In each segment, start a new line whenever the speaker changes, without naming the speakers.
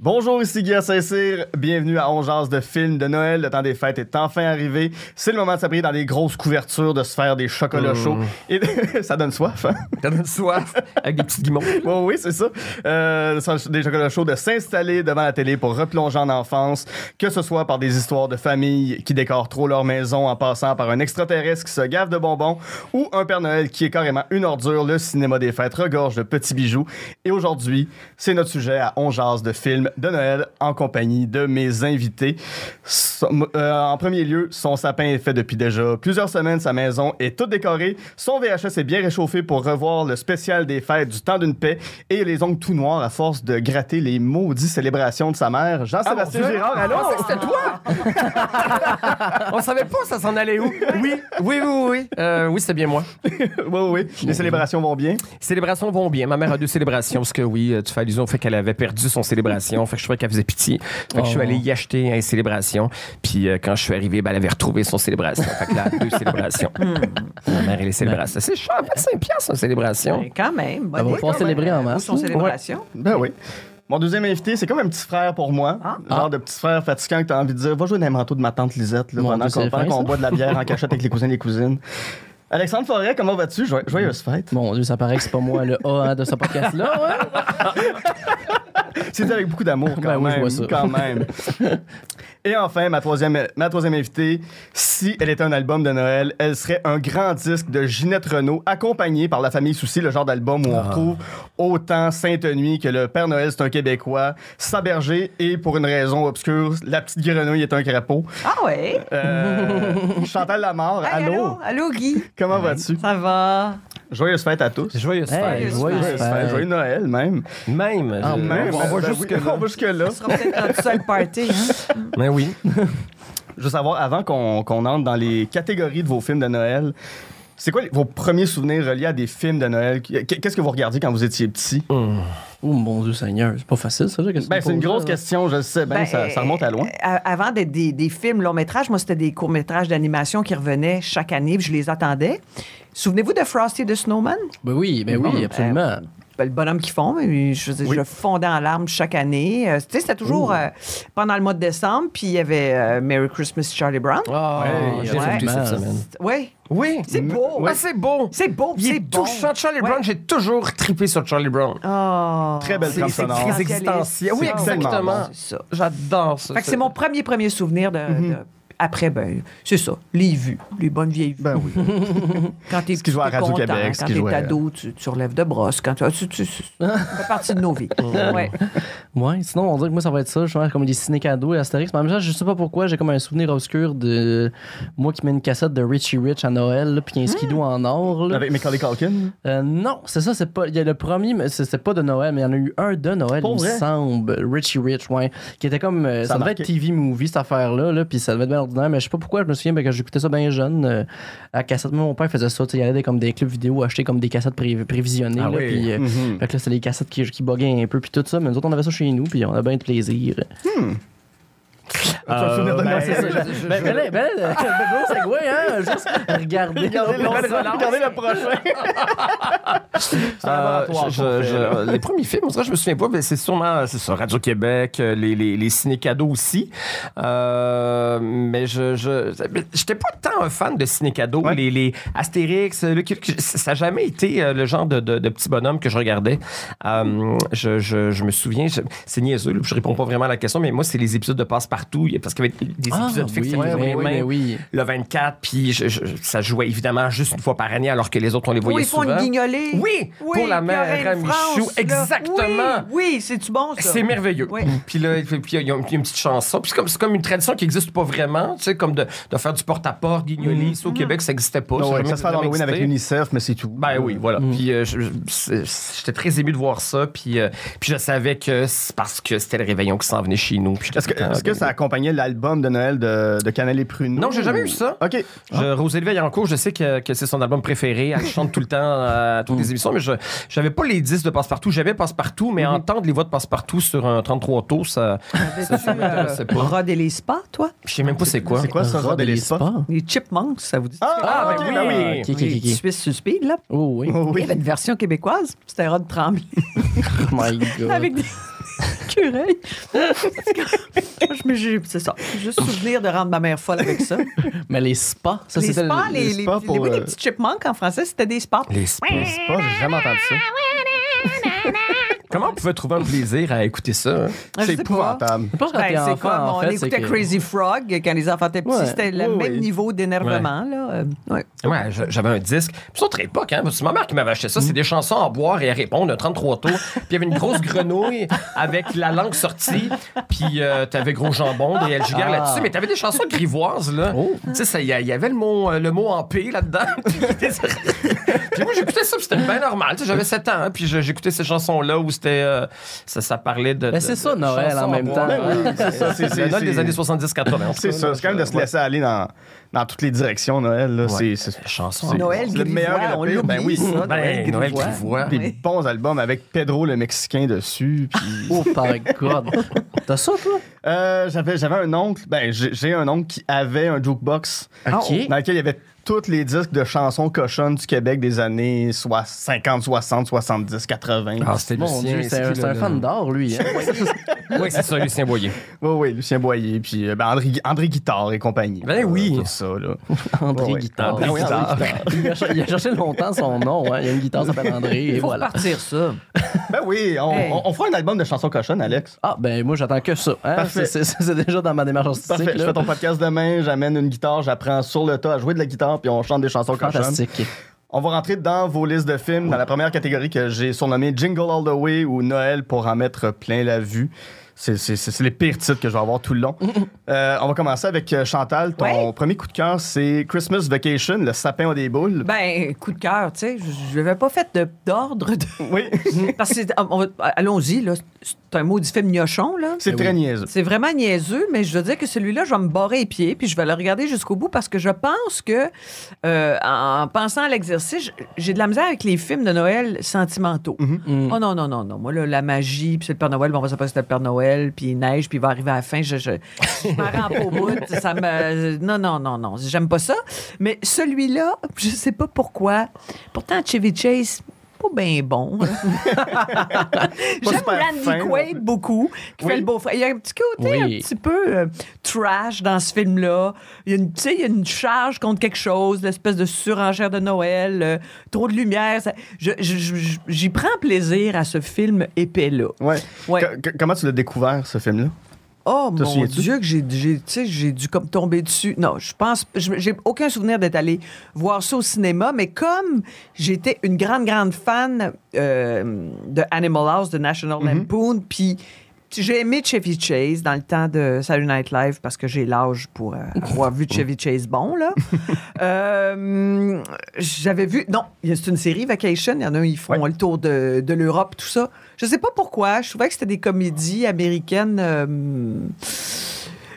Bonjour, ici Guillaume Saint-Cyr. Bienvenue à Ongeance de films de Noël. Le temps des fêtes est enfin arrivé. C'est le moment de s'abriter dans des grosses couvertures, de se faire des chocolats chauds. Et ça donne soif, hein?
T'as une soif avec des petites guimauves.
Bon, oui, c'est ça. Euh, des chocolats chauds, de s'installer devant la télé pour replonger en enfance, que ce soit par des histoires de familles qui décorent trop leur maison en passant par un extraterrestre qui se gave de bonbons ou un Père Noël qui est carrément une ordure. Le cinéma des fêtes regorge de petits bijoux. Et aujourd'hui, c'est notre sujet à Ongeance de films de Noël en compagnie de mes invités. Son- euh, en premier lieu, son sapin est fait depuis déjà plusieurs semaines. Sa maison est toute décorée. Son VHS est bien réchauffé pour revoir le spécial des fêtes du temps d'une paix et les ongles tout noirs à force de gratter les maudits célébrations de sa mère. Jean-Sébastien
mon Dieu.
Girard, allô?
Ah, c'est- c'était toi! On savait pas ça s'en allait où. Oui, oui, oui, oui. Oui, Euh, oui c'est bien moi.
oui, oui, oui. Les célébrations vont bien.
Célébrations vont bien. Ma mère a deux célébrations parce que oui, euh, tu fais allusion au fait qu'elle avait perdu son célébration. Fait que je trouvais qu'elle faisait pitié. Fait que je suis allé y acheter une célébration. Puis euh, quand je suis arrivé, ben, elle avait retrouvé son célébration. Fait que là, deux célébrations. Ma mère et les célébrations. C'est cher, 25 piastres une célébration.
Ben, quand même.
Elle va
idée,
pouvoir
quand
célébrer
même.
en masse.
Où sont
Ouais.
célébrations?
Ben oui. Mon deuxième invité, c'est comme un petit frère pour moi.
Ah.
Genre de petit frère fatigant que t'as envie de dire Va jouer dans les manteaux de ma tante Lisette, là,
Mon
pendant
Dieu,
qu'on
c'est
pendant
fin,
qu'on
ça.
boit de la bière en cachette avec les cousins et les cousines. Alexandre Forêt, comment vas-tu? Joye- Joyeuse fête.
Mon Dieu, ça paraît que c'est pas moi le A hein, de ce podcast-là. ouais.
C'est dit avec beaucoup d'amour quand
Ben oui,
même.
je vois ça.
Quand même. Et enfin, ma troisième, ma troisième invitée, si elle était un album de Noël, elle serait un grand disque de Ginette Renault, accompagné par la famille Souci, le genre d'album où
Ah.
on retrouve autant Sainte-Nuit que le Père Noël, c'est un Québécois, Saberger et pour une raison obscure, la petite grenouille est un crapaud.
Ah ouais.
Euh, Chantal Lamarre,
Hey,
allô?
allô? Allô, Guy?
Comment vas-tu?
Ça va?
Joyeuse fête à tous.
Joyeuse
Hey,
fête.
joyeuse
Joyeuse
fête.
fête, joyeux Noël même.
Même.
Ah,
je-
Même,
On va
ben
jusque
oui, on va jusque-là.
On sera peut-être rendu ça le party. hein?
Ben oui.
Je veux savoir, avant qu'on qu'on entre dans les catégories de vos films de Noël, c'est quoi les- vos premiers souvenirs reliés à des films de Noël? Qu- Qu'est-ce que vous regardiez quand vous étiez petit?
Oh mon Dieu Seigneur, c'est pas facile ça. ça, qu'est-ce que
Ben,
tu
c'est une
poses,
grosse
là?
question, je le sais. Ben,
Ben,
ça, ça remonte à loin.
euh, Avant d'être des, des films longs-métrages, moi, c'était des courts-métrages d'animation qui revenaient chaque année, puis je les attendais. Souvenez-vous de Frosty the Snowman?
Ben oui, ben oui, absolument.
Ben, le bonhomme qui fond, mais je, veux dire, je le fondais en larmes chaque année. Euh, tu sais, c'était toujours euh, pendant le mois de décembre, puis il y avait euh, Merry Christmas Charlie Brown.
Ah,
Ouais,
j'ai
ouais.
écouté cette
Ouais.
semaine.
Oui,
Oui.
c'est beau.
Ah, c'est beau.
C'est beau,
Il
c'est
est
bon.
touchant. Charlie
Ouais.
Brown, j'ai toujours trippé sur Charlie Brown.
Oh.
Très belle
C'est
trame
c'est
sonore.
très existentiel. Oui,
C'est
exactement.
tellement
bon, c'est ça.
J'adore ça.
Fait que c'est mon premier, premier souvenir de.
Mhm.
de- Après, ben, c'est ça, les vues, les bonnes vieilles vues.
Ben oui.
Quand t'es
qui jouait à
t'es
Radio-Québec,
content,
ce
quand
qui
t'es
jouait-
ado, tu, tu relèves de brosse. Quand tu, tu- tu- tu- ça fait partie de nos vies.
Mm.
Ouais.
Ouais, sinon on dirait que moi ça va être ça, je comme les ciné cadeaux et Astérix. Mais en même temps, je sais pas pourquoi, j'ai comme un souvenir obscur de moi qui mets une cassette de Richie Rich à Noël, là, puis un skidoo en or. là.
Mmh. Avec Macaulay Culkin?
Euh, non, c'est ça, c'est pas. Il y a le premier, mais c'est c'est pas de Noël, mais il y en a eu un de Noël,
Pour
il
vrai?
me semble. Richie Rich, ouais. Qui était comme. euh,
Ça a
ça devait
marqué.
être TV Movie, cette affaire-là, là, puis ça devait être bien ordinaire, mais je sais pas pourquoi, je me souviens, ben, quand j'écoutais ça bien jeune, euh, à cassette, moi, mon père faisait ça, tu sais, il allait comme des clubs vidéo, acheter comme des cassettes pré- prévisionnées,
Ah
là,
oui.
puis. euh,
Mhm.
Fait que là, c'est les cassettes qui, qui buguaient un peu, puis tout ça, mais nous autres, on avait ça chez nous, puis on a bien de plaisir.
Un souvenir de
ben,
Noël.
c'est ça,
Ben, ben, ben, ben, ben, gros segway, hein? Juste regarder.
Regardez le- regardez le prochain. C'est un
Euh,
laboratoire.
je-
qu'on
je-
fait, là.
je- les premiers films, on dirait, je me souviens pas, mais c'est sûrement euh, c'est ça, Radio-Québec, euh, les, les, les ciné-cadeaux aussi. Euh, mais je, je j'étais pas tant un fan de ciné-cadeaux.
Ouais.
Les, les Astérix, euh, Lucky Luke, ça n'a jamais été euh, le genre de, de, de petit bonhomme que je regardais. Euh, je, je, je me souviens, je- c'est niaiseux, là, je réponds pas vraiment à la question, mais moi, c'est les épisodes de Passe-Partout, il y a- parce qu'il y avait des
Ah,
épisodes fixes.
oui,
il y avait
oui,
les
oui,
mains,
oui.
Le 24, puis je- je- ça jouait évidemment juste une fois par année, alors que les autres, on les
Où
voyait
ils font
souvent.
Oh, une guignolée.
Oui, pour la mère Ramichou,
Lorraine France, là.
exactement.
Oui, oui, c'est-tu bon, ça?
C'est merveilleux.
Oui.
Puis là, il y a il y a une petite chanson. Puis c'est comme, c'est comme une tradition qui n'existe pas vraiment, tu sais, comme de, de faire du porte-à-porte, guignolé. Ça, au Québec, ça n'existait pas.
Non, Mm-hmm. Ah ouais,
jamais-
Oh, ça se fait à
jamais
Halloween avec
existé.
UNICEF, mais c'est tout.
Ben oui, voilà. Puis euh, je- je- c'est- j'étais très ému de voir ça. Puis, euh, puis je savais que c'est parce que c'était le réveillon qui s'en venait chez nous. Puis j'étais
Est-ce que,
content.
est-ce que ça accompagnait l'album de Noël de, de Canal et Pruneau?
Ah, Non, j'ai jamais eu ça.
OK.
Je, Rosalie Vaillancourt, je sais que, que c'est son album préféré. Elle chante tout le temps euh, à toutes les émissions, mais je j'avais pas les 10 de Passe-Partout. J'avais Passe-Partout, mais
Mm-hmm.
entendre les voix de Passe-Partout sur un 33 tours, ça, ça, ça m'intéressait
Euh,
pas.
Rod et les spas, toi?
Je sais même pas c'est quoi.
C'est quoi ça,
Rod et les spas?
Les chipmunks, ça vous dit?
Ah,
Ah,
ok,
ben
ben
oui.
Ok, ok,
Les
ok, ok.
Suisses sur speed, là.
Oh oui.
oui.
Il y avait une version québécoise, c'était Rod Tremblay.
Oh my god.
Avec des, écureuil. Moi, je me j'ai- c'est ça. Juste souvenir de rendre ma mère folle avec ça.
Mais les spas, ça
les
c'était.
spas,
le-
les,
les
les,
spas
les-
pour,
oui, les
euh,
petits chipmunks en français, c'était des spas.
Les spas.
C'est pas, j'ai jamais entendu ça.
Ah,
Comment on pouvait trouver un plaisir à écouter ça? hein?
Je
C'est
sais pas.
épouvantable.
Je pense que quand
Ben,
t'es
c'est
enfant,
comme
en
on
fait, c'est
écoutait
que-
Crazy Frog quand les enfants étaient petits.
Ouais.
C'était le
Oui,
même
oui.
niveau d'énervement. là. Euh, ouais.
Ouais, je- j'avais un disque. Puis c'est autre époque, hein. parce que C'est ma mère qui m'avait acheté ça. C'est des chansons à boire et à répondre, un 33 tours. Puis il y avait une grosse grenouille avec la langue sortie. Puis euh, t'avais Gros Jambon, des LGR
Ah.
là-dessus. Mais t'avais des chansons grivoises, là.
Oh.
Tu sais, ça, il y, a- il y avait le mot, euh, le mot en P là-dedans. puis moi, j'écoutais ça, puis c'était bien normal. Tu sais, j'avais 7 ans, hein, puis je- j'écoutais ces chansons-là où c'était. euh, ça, ça parlait de.
Ben,
de-
c'est
de
ça, Noël,
chansons
en
à
même
boire.
temps.
Ben oui, c'est ça, c'est-
Le
c'est-
Noël des
c'est-
années 70-80. Ben, en tout
C'est
cas,
ça,
là,
c'est quand même de se
ouais.
laisser aller dans, dans toutes les directions, Noël. Là.
Ouais.
C'est, c'est-
Chansons.
c'est-
Noël
c'est le meilleur et le
Grivois, on
pire.
l'oublie,
Ben oui,
ça,
Ben, Noël
Grivois.
Grivois.
des
Oui.
bons albums avec Pedro le Mexicain dessus. puis-
Oh my god. T'as ça, toi?
Euh, j'avais, j'avais un oncle, ben j'ai, j'ai un oncle qui avait un jukebox
Ok.
dans lequel il y avait tous les disques de chansons cochonnes du Québec des années soix- 50, 60, 70, 80.
Ah, c'était
Mon
Lucien.
dieu, c'est un,
qui,
c'est
là,
un
là?
fan d'or, lui. hein.
Oui, c'est ça, Lucien Boyer.
Oui, oui, Lucien Boyer, puis euh, ben, André, André Guitard et compagnie.
Ben
là,
oui.
Tout ça, là. Ouais.
André
Ah,
Guitare.
André Guitare.
Il a, cher- il a cherché longtemps son nom. hein. Il y a une guitare qui s'appelle André. Et
Il faut
voilà.
repartir ça.
Ben oui, on,
Hey.
on- on fera un album de chansons cochonnes, Alex.
Ah, ben moi, j'attends que ça. hein.
Parfait.
C'est- C'est c'est déjà dans ma démarche artistique.
Parfait, je
là.
fais ton podcast demain, j'amène une guitare, j'apprends sur le tas à jouer de la guitare, puis on chante des chansons cochonnes.
Fantastique.
On va rentrer dans vos listes de films, dans la première catégorie que j'ai surnommée Jingle All the Way ou Noël pour en mettre plein la vue. C'est c'est- c'est- c'est les pires titres que je vais avoir tout le long. Euh, on va commencer avec euh, Chantal. Ton
Ouais.
premier coup de cœur, c'est Christmas Vacation, le sapin aux des boules.
Ben, coup de cœur, tu sais, je n'avais pas fait de- d'ordre. de-
Oui,
Parce que, c'est- ah, on va- allons-y, là, c'est un maudit film gnochon, là.
c'est
Ben
très
oui.
niaiseux.
C'est vraiment niaiseux, mais je veux dire que celui-là, je vais me barrer les pieds, puis je vais le regarder jusqu'au bout parce que je pense que, euh, en en pensant à l'exercice, j- j'ai de la misère avec les films de Noël sentimentaux.
Mm-hmm.
Oh non, non, non, non. Moi, là, la magie, puis c'est le Père Noël, bon, on va savoir que c'est le Père Noël, puis il neige, puis il va arriver à la fin. Je, je, je m'en rends pas au bout. Ça me, euh, non, non, non, non. J'aime pas ça. Mais celui-là, je sais pas pourquoi. Pourtant, Chevy Chase, pas bien bon. hein. J'aime
super
Randy
fin,
Quaid beaucoup, qui
Oui.
fait le beau-frère. Il y a un petit côté
Oui.
un petit peu euh, trash dans ce film-là. Il y a une, tu sais, il y a une charge contre quelque chose, l'espèce de surenchère de Noël, euh, trop de lumière. ça- je- je- je- J'y prends plaisir à ce film épais-là.
Ouais.
Ouais.
Que- que- comment tu l'as découvert, ce film-là?
Oh
Te
mon
souviens-tu?
Dieu, que j'ai, j'ai, tu sais, j'ai dû comme tomber dessus. Non, je pense, je- j'ai aucun souvenir d'être allé voir ça au cinéma, mais comme j'étais une grande, grande fan euh, de Animal House, de National Lampoon, puis j'ai aimé Chevy Chase dans le temps de Saturday Night Live parce que j'ai l'âge pour euh, avoir vu Chevy Chase bon, là. Euh, j'avais vu. Non, il y a- c'est une série Vacation. Il y en a un, ils font le tour de, de l'Europe, tout ça. Je sais pas pourquoi. Je trouvais que c'était des comédies américaines. euh,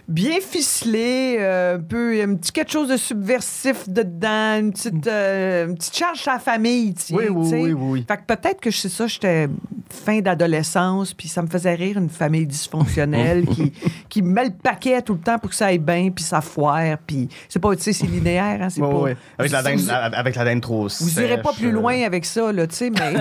Bien ficelées, euh, un peu, un petit quelque chose de subversif dedans, une petite, euh, une petite charge à la famille, tu sais,
Oui, oui,
tu sais.
oui, oui.
Fait que peut-être que c'est ça, j'étais fin d'adolescence, puis ça me faisait rire une famille dysfonctionnelle qui, qui met le paquet tout le temps pour que ça aille bien, puis ça foire, puis c'est pas, tu sais, c'est linéaire, hein, c'est
Ouais,
pas...
ouais. Avec, la
vous-
dinde,
vous-
avec la dinde trop
Vous irez pas
sèche,
plus
euh,
loin avec ça, là, tu sais, mais...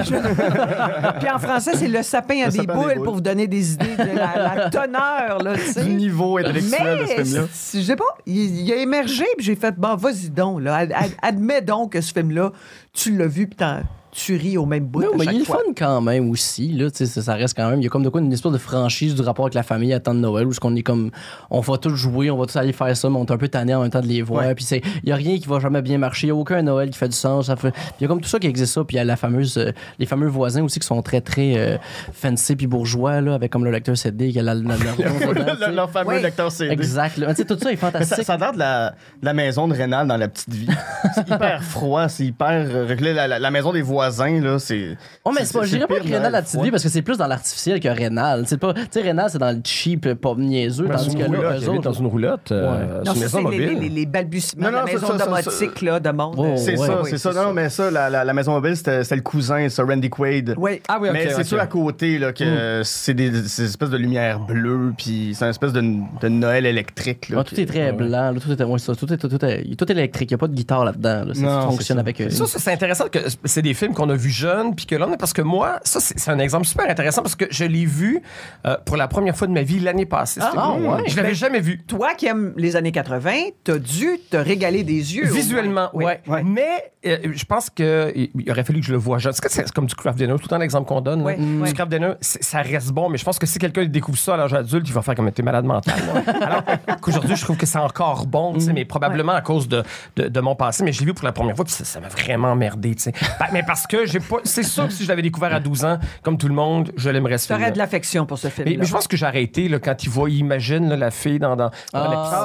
puis en français, c'est le sapin à
Le
des
sapin à des
boules
boules.
pour vous donner des idées de la, la teneur, là, tu sais.
Du niveau intellectuel de ce
Mais,
film-là.
je sais pas, il, il a émergé, puis j'ai fait, bon, vas-y donc, là, ad- ad- admets donc que ce film-là, tu l'as vu, puis t'en- tu ris au même bout
Non,
à
mais
chaque
il est
fois.
fun quand même aussi. Là, tu sais, ça, ça reste quand même. Il y a comme de quoi une espèce de franchise du rapport avec la famille à temps de Noël où ce qu'on est comme. On va tous jouer, on va tous aller faire ça, mais on est un peu tanné en même temps de les voir. Puis c'est- il y a rien qui va jamais bien marcher. Il n'y a aucun Noël qui fait du sens. Ça fait- puis il y a comme tout ça qui existe ça. Puis il y a la fameuse, euh, les fameux voisins aussi qui sont très très euh, fancy puis bourgeois là, avec comme le lecteur CD qui a la, la- la- dedans, tu sais.
Le- Leur fameux
Ouais.
lecteur CD.
Exact. là. Tu sais, tout ça est
Mais ça,
fantastique.
ça a l'air de la, de la maison de Rénal dans la petite vie. c'est hyper froid, c'est hyper euh, reculé. La, la- la maison des voisins, là, c'est.
Oh, mais c'est pas, je dirais pas
pire
que Rénal
Noël
la petite
froid.
vie parce que c'est plus dans l'artificiel que Rénal. C'est pas, tu sais, Rénal, c'est dans le cheap, euh, pas niaiseux,
Ben,
Dans
tandis
une
que là,
roulotte, il
eux
habite dans
autres.
une roulotte, euh,
Non,
sur une
ça,
maison
c'est les,
mobile.
les, les balbutiements
Non,
de la
non, ça,
maison
ça, ça,
domotique,
ça.
là, de monde.
Oh,
C'est
ouais,
ça,
oui,
c'est ça. Non, mais ça, la, la- la maison mobile, c'était c'était le cousin, ça, Randy Quaid.
Oui.
Ah oui, ok,
mais c'est
ok.
sûr à côté là, que
Hmm.
euh, c'est des, c'est des espèces de lumière bleue, puis c'est une espèce de, de Noël électrique. Là,
Ah, tout est très blanc, là, tout, est, ouais, ça, tout, est, tout, est, tout est électrique, il n'y a pas de guitare là-dedans. là, ça
Non,
fonctionne
c'est ça.
avec. euh,
Ça, ça, c'est intéressant que c'est des films films qu'on a vus jeunes, puis que là, on est- parce que moi, ça, c'est c'est un exemple super intéressant parce que je l'ai vu euh, pour la première fois de ma vie l'année passée. ce
ah,
film.
ouais.
Je l'avais jamais vu.
Toi qui aimes les années 80, t'as dû te régaler des yeux. au moins.
Visuellement,
Oui.
ouais.
Ouais.
Mais euh, je pense qu'il il aurait fallu que je le voie jeune. C'est que c'est comme du craft dinner, tout le temps l'exemple qu'on donne. là.
Ouais, ouais.
Du craft dinner, c'est- ça reste bon, mais je pense que si quelqu'un découvre ça à l'âge adulte, il va faire comme t'es malade mental. là. Alors qu'aujourd'hui, je trouve que c'est encore bon, tu
Mm.
sais, mais probablement à cause de, de, de mon passé. Mais je l'ai vu pour la première fois, puis ça ça m'a vraiment emmerdé. tu sais. Bah, mais parce que j'ai pas. C'est sûr que si je l'avais découvert à 12 ans, comme tout le monde, je l'aimerais ce
T'aurais
film-là.
de l'affection pour ce film.
Mais, mais je pense que j'ai arrêté là, quand il voit, il imagine là, la fille dans, dans, dans
Ah,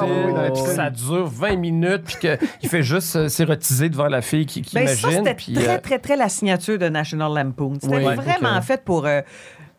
la piscine,
oui, dans la
puis
piscine.
ça dure 20 minutes, puis qu'il fait juste euh, s'érotiser devant la fille qui, qui
Ben, ça,
imagine.
c'était
puis,
très,
euh,
très, très la signature de National Lampoon. C'était
Oui,
vraiment
ok.
fait pour euh,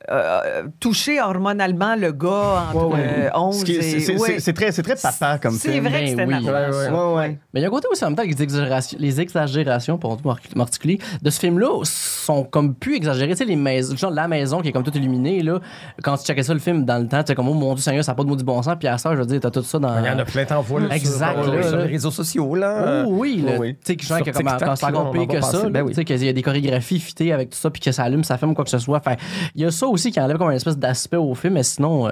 euh, toucher hormonalement le gars entre
Ouais, ouais.
euh, 11
Ce qui est-
et...
c'est- c'est-
ouais.
c'est- C'est très, c'est très papa comme
C'est
film.
vrai que
Ben
c'était
oui.
National.
Ouais, ouais. Ouais, ouais.
Mais il y a un côté aussi en même temps que les exagérations, les exagérations pour m'articuler, de ce film-là sont comme plus exagérées. Tu sais, les maisons, genre la maison qui est comme toute illuminée, là, quand tu checkais ça le film dans le temps, tu sais, comme, oh mon Dieu Seigneur, ça n'a pas de mots du bon sens, puis à ça, je veux dire, t'as tout ça dans.
Il y en a plein t'envoies là,
Exact,
sur,
là,
sur
là.
les réseaux sociaux. Là.
Oh oui, là,
oui.
tu sais, que genre,
Euh, Sur
que comme,
TikTok,
quand c'est
là,
encore
on
pire
en va
que
passer,
ça,
ben
là,
oui.
tu sais, qu'il y a des chorégraphies fitées avec tout ça, puis que ça allume, ça filme quoi que ce soit. Fait, il y a ça aussi qui enlève comme une espèce d'aspect au film, mais sinon, euh,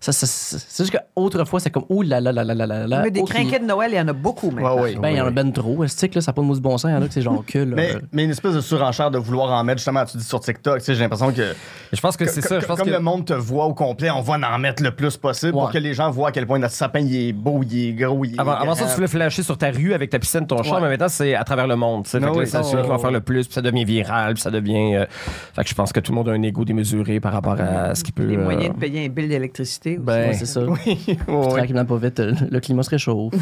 ça, ça- ça- c'est juste qu'autrefois, c'est comme, ouh là là là là là là là.
Mais des
autre-
crinquets de Noël, il y en a beaucoup, mais.
Ouais, ouais.
Ben, il y en a ben trop, est-ce que là, ça n'a pas de mot du bon sens, il y en a que c'est genre que, là.
Mais, mais une espèce de surenchère de vouloir en mettre, justement, tu dis sur TikTok, tu sais, j'ai l'impression que.
Je pense que c'est ça. Je pense
comme
que
le monde te voit au complet, on va en mettre le plus possible pour
Ouais.
que les gens voient à quel point notre sapin il est beau, il est gros, il est.
avant, avant ça, tu voulais flasher sur ta rue avec ta piscine, ton char,
Ouais.
mais maintenant, c'est à travers le monde. tu sais. Fait
Ah
que là,
oui,
C'est
oh,
celui qui va
oh,
faire le plus, puis ça devient viral, puis ça devient. euh, Fait que je pense que tout le monde a un ego démesuré par rapport à ce qui peut.
Les
euh,
moyens de payer un bill d'électricité aussi.
ben,
Ouais, c'est ça.
Ouais, ouais.
Tranquillement, pas vite, euh, le climat se réchauffe.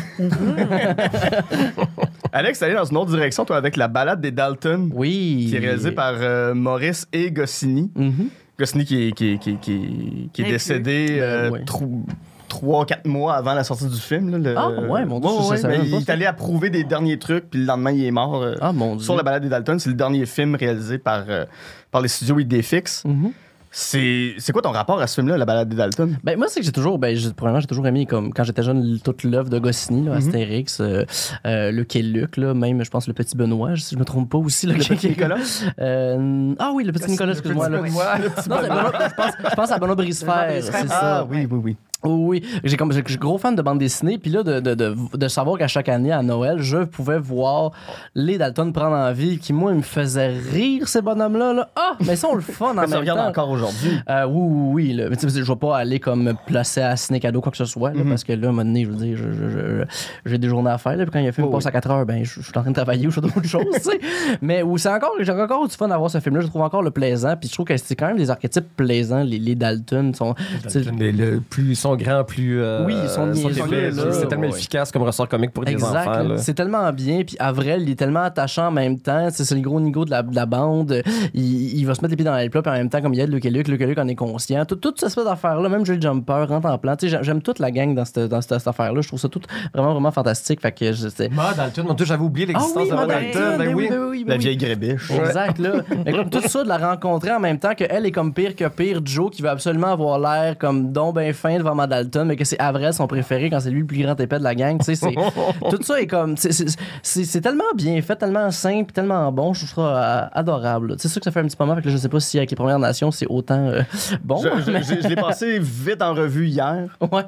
Alex, allé dans une autre direction, toi, avec la balade des Dalton,
Oui.
qui est réalisée par euh, Maurice et Goscinny.
Mhm.
Goscinny qui est, qui est- qui est- qui est- qui est
Inclus.
décédé euh,
ouais.
trou- trois, quatre mois avant la sortie du film. là, le-
Ah, ouais, mon Dieu, ça, ça, ça
mais
va
il
pas,
est
ça.
allé approuver des derniers trucs, puis le lendemain, il est mort. euh,
Ah mon dieu.
Sur la balade des Dalton, c'est le dernier film réalisé par, euh, par les studios IDFX.
Mhm.
C'est c'est quoi ton rapport à ce film-là, la balade des Dalton?
Ben, moi, c'est que j'ai toujours, ben, j'ai- premièrement, j'ai toujours aimé, comme quand j'étais jeune, l- toute l'œuvre de Goscinny, là, Astérix, euh, euh, Luc et Luc, là, même, je pense, le petit Benoît, si je me trompe pas aussi. Là, le petit
Nicolas?
Euh, ah oui, le petit Nicolas,
petit
excuse-moi. là.
Benoît, le
Non, c'est Benoît- je, pense, je pense à Benoît Brisefère.
Brisefère.
C'est
Ah
ça.
oui, oui, oui.
Oui, oui. J'ai comme, j'ai- je suis gros fan de bande dessinée. Puis là, de, de, de, de savoir qu'à chaque année, à Noël, je pouvais voir les Dalton prendre en vie, qui, moi, ils me faisaient rire, ces bonhommes-là. là. Ah, mais ils sont le fun en
Ça
même
se regarde
temps.
encore aujourd'hui.
Euh, oui, oui, oui. Là. Mais tu sais, je vais pas aller comme me placer à ciné cadeau, quoi que ce soit, là, parce que là, à un moment donné, je veux dire, je- je- je- j'ai des journées à faire. Là, puis quand il y a un film qui
Oh,
passe à 4 heures, ben, je, je suis en train de travailler ou je fais d'autres choses, tu sais. Mais où c'est encore, j'ai encore du fun à voir ce film-là. Je trouve encore le plaisant. Puis je trouve que c'est quand même des archétypes plaisants. Les, les Dalton sont. tu sais,
Mais le, plus ils sont grands, plus. euh,
Oui, ils sont niaiseux,
épais,
là.
C'est tellement
Ouais.
efficace comme ressort comique pour des
Exact.
enfants.
là.
là.
C'est tellement bien. Puis Avril, il est tellement attachant en même temps. C'est c'est le gros nigo de la, de la bande. Il, il va se mettre les pieds dans les plats. Puis en même temps, comme il y a de Luke et Luke, Luke et Luke en est conscient. Tout, toute cette espèce d'affaire-là, même Julie Jumper, rentre en plan. Tu sais, j'a- J'aime toute la gang dans cette, dans cette, cette affaire-là. Je trouve ça tout vraiment, vraiment fantastique. Fait que je- c'est.
Mad Dalton, mon Dieu, j'avais oublié l'existence de Mad
Madame
Dalton.
Ah Dalton,
ben
ben
oui.
ben oui, ben
La
oui.
vieille grébiche.
Exact, là. Mais comme tout ça, de la rencontrer en même temps qu'elle est comme pire que pire, Joe, qui veut absolument avoir l'air comme don ben fin devant Madalton, mais que c'est Avril son préféré quand c'est lui le plus grand épais de la gang. Tu sais, c'est- tout ça est comme. c'est- c'est- C'est c'est tellement bien fait, tellement simple, tellement bon. Je trouve ça euh, adorable. là. C'est sûr que ça fait un petit moment, fait que là, je sais pas si avec les Premières Nations, c'est autant euh, bon.
Je, je-
mais-
je- je l'ai passé vite en revue hier,
Ouais.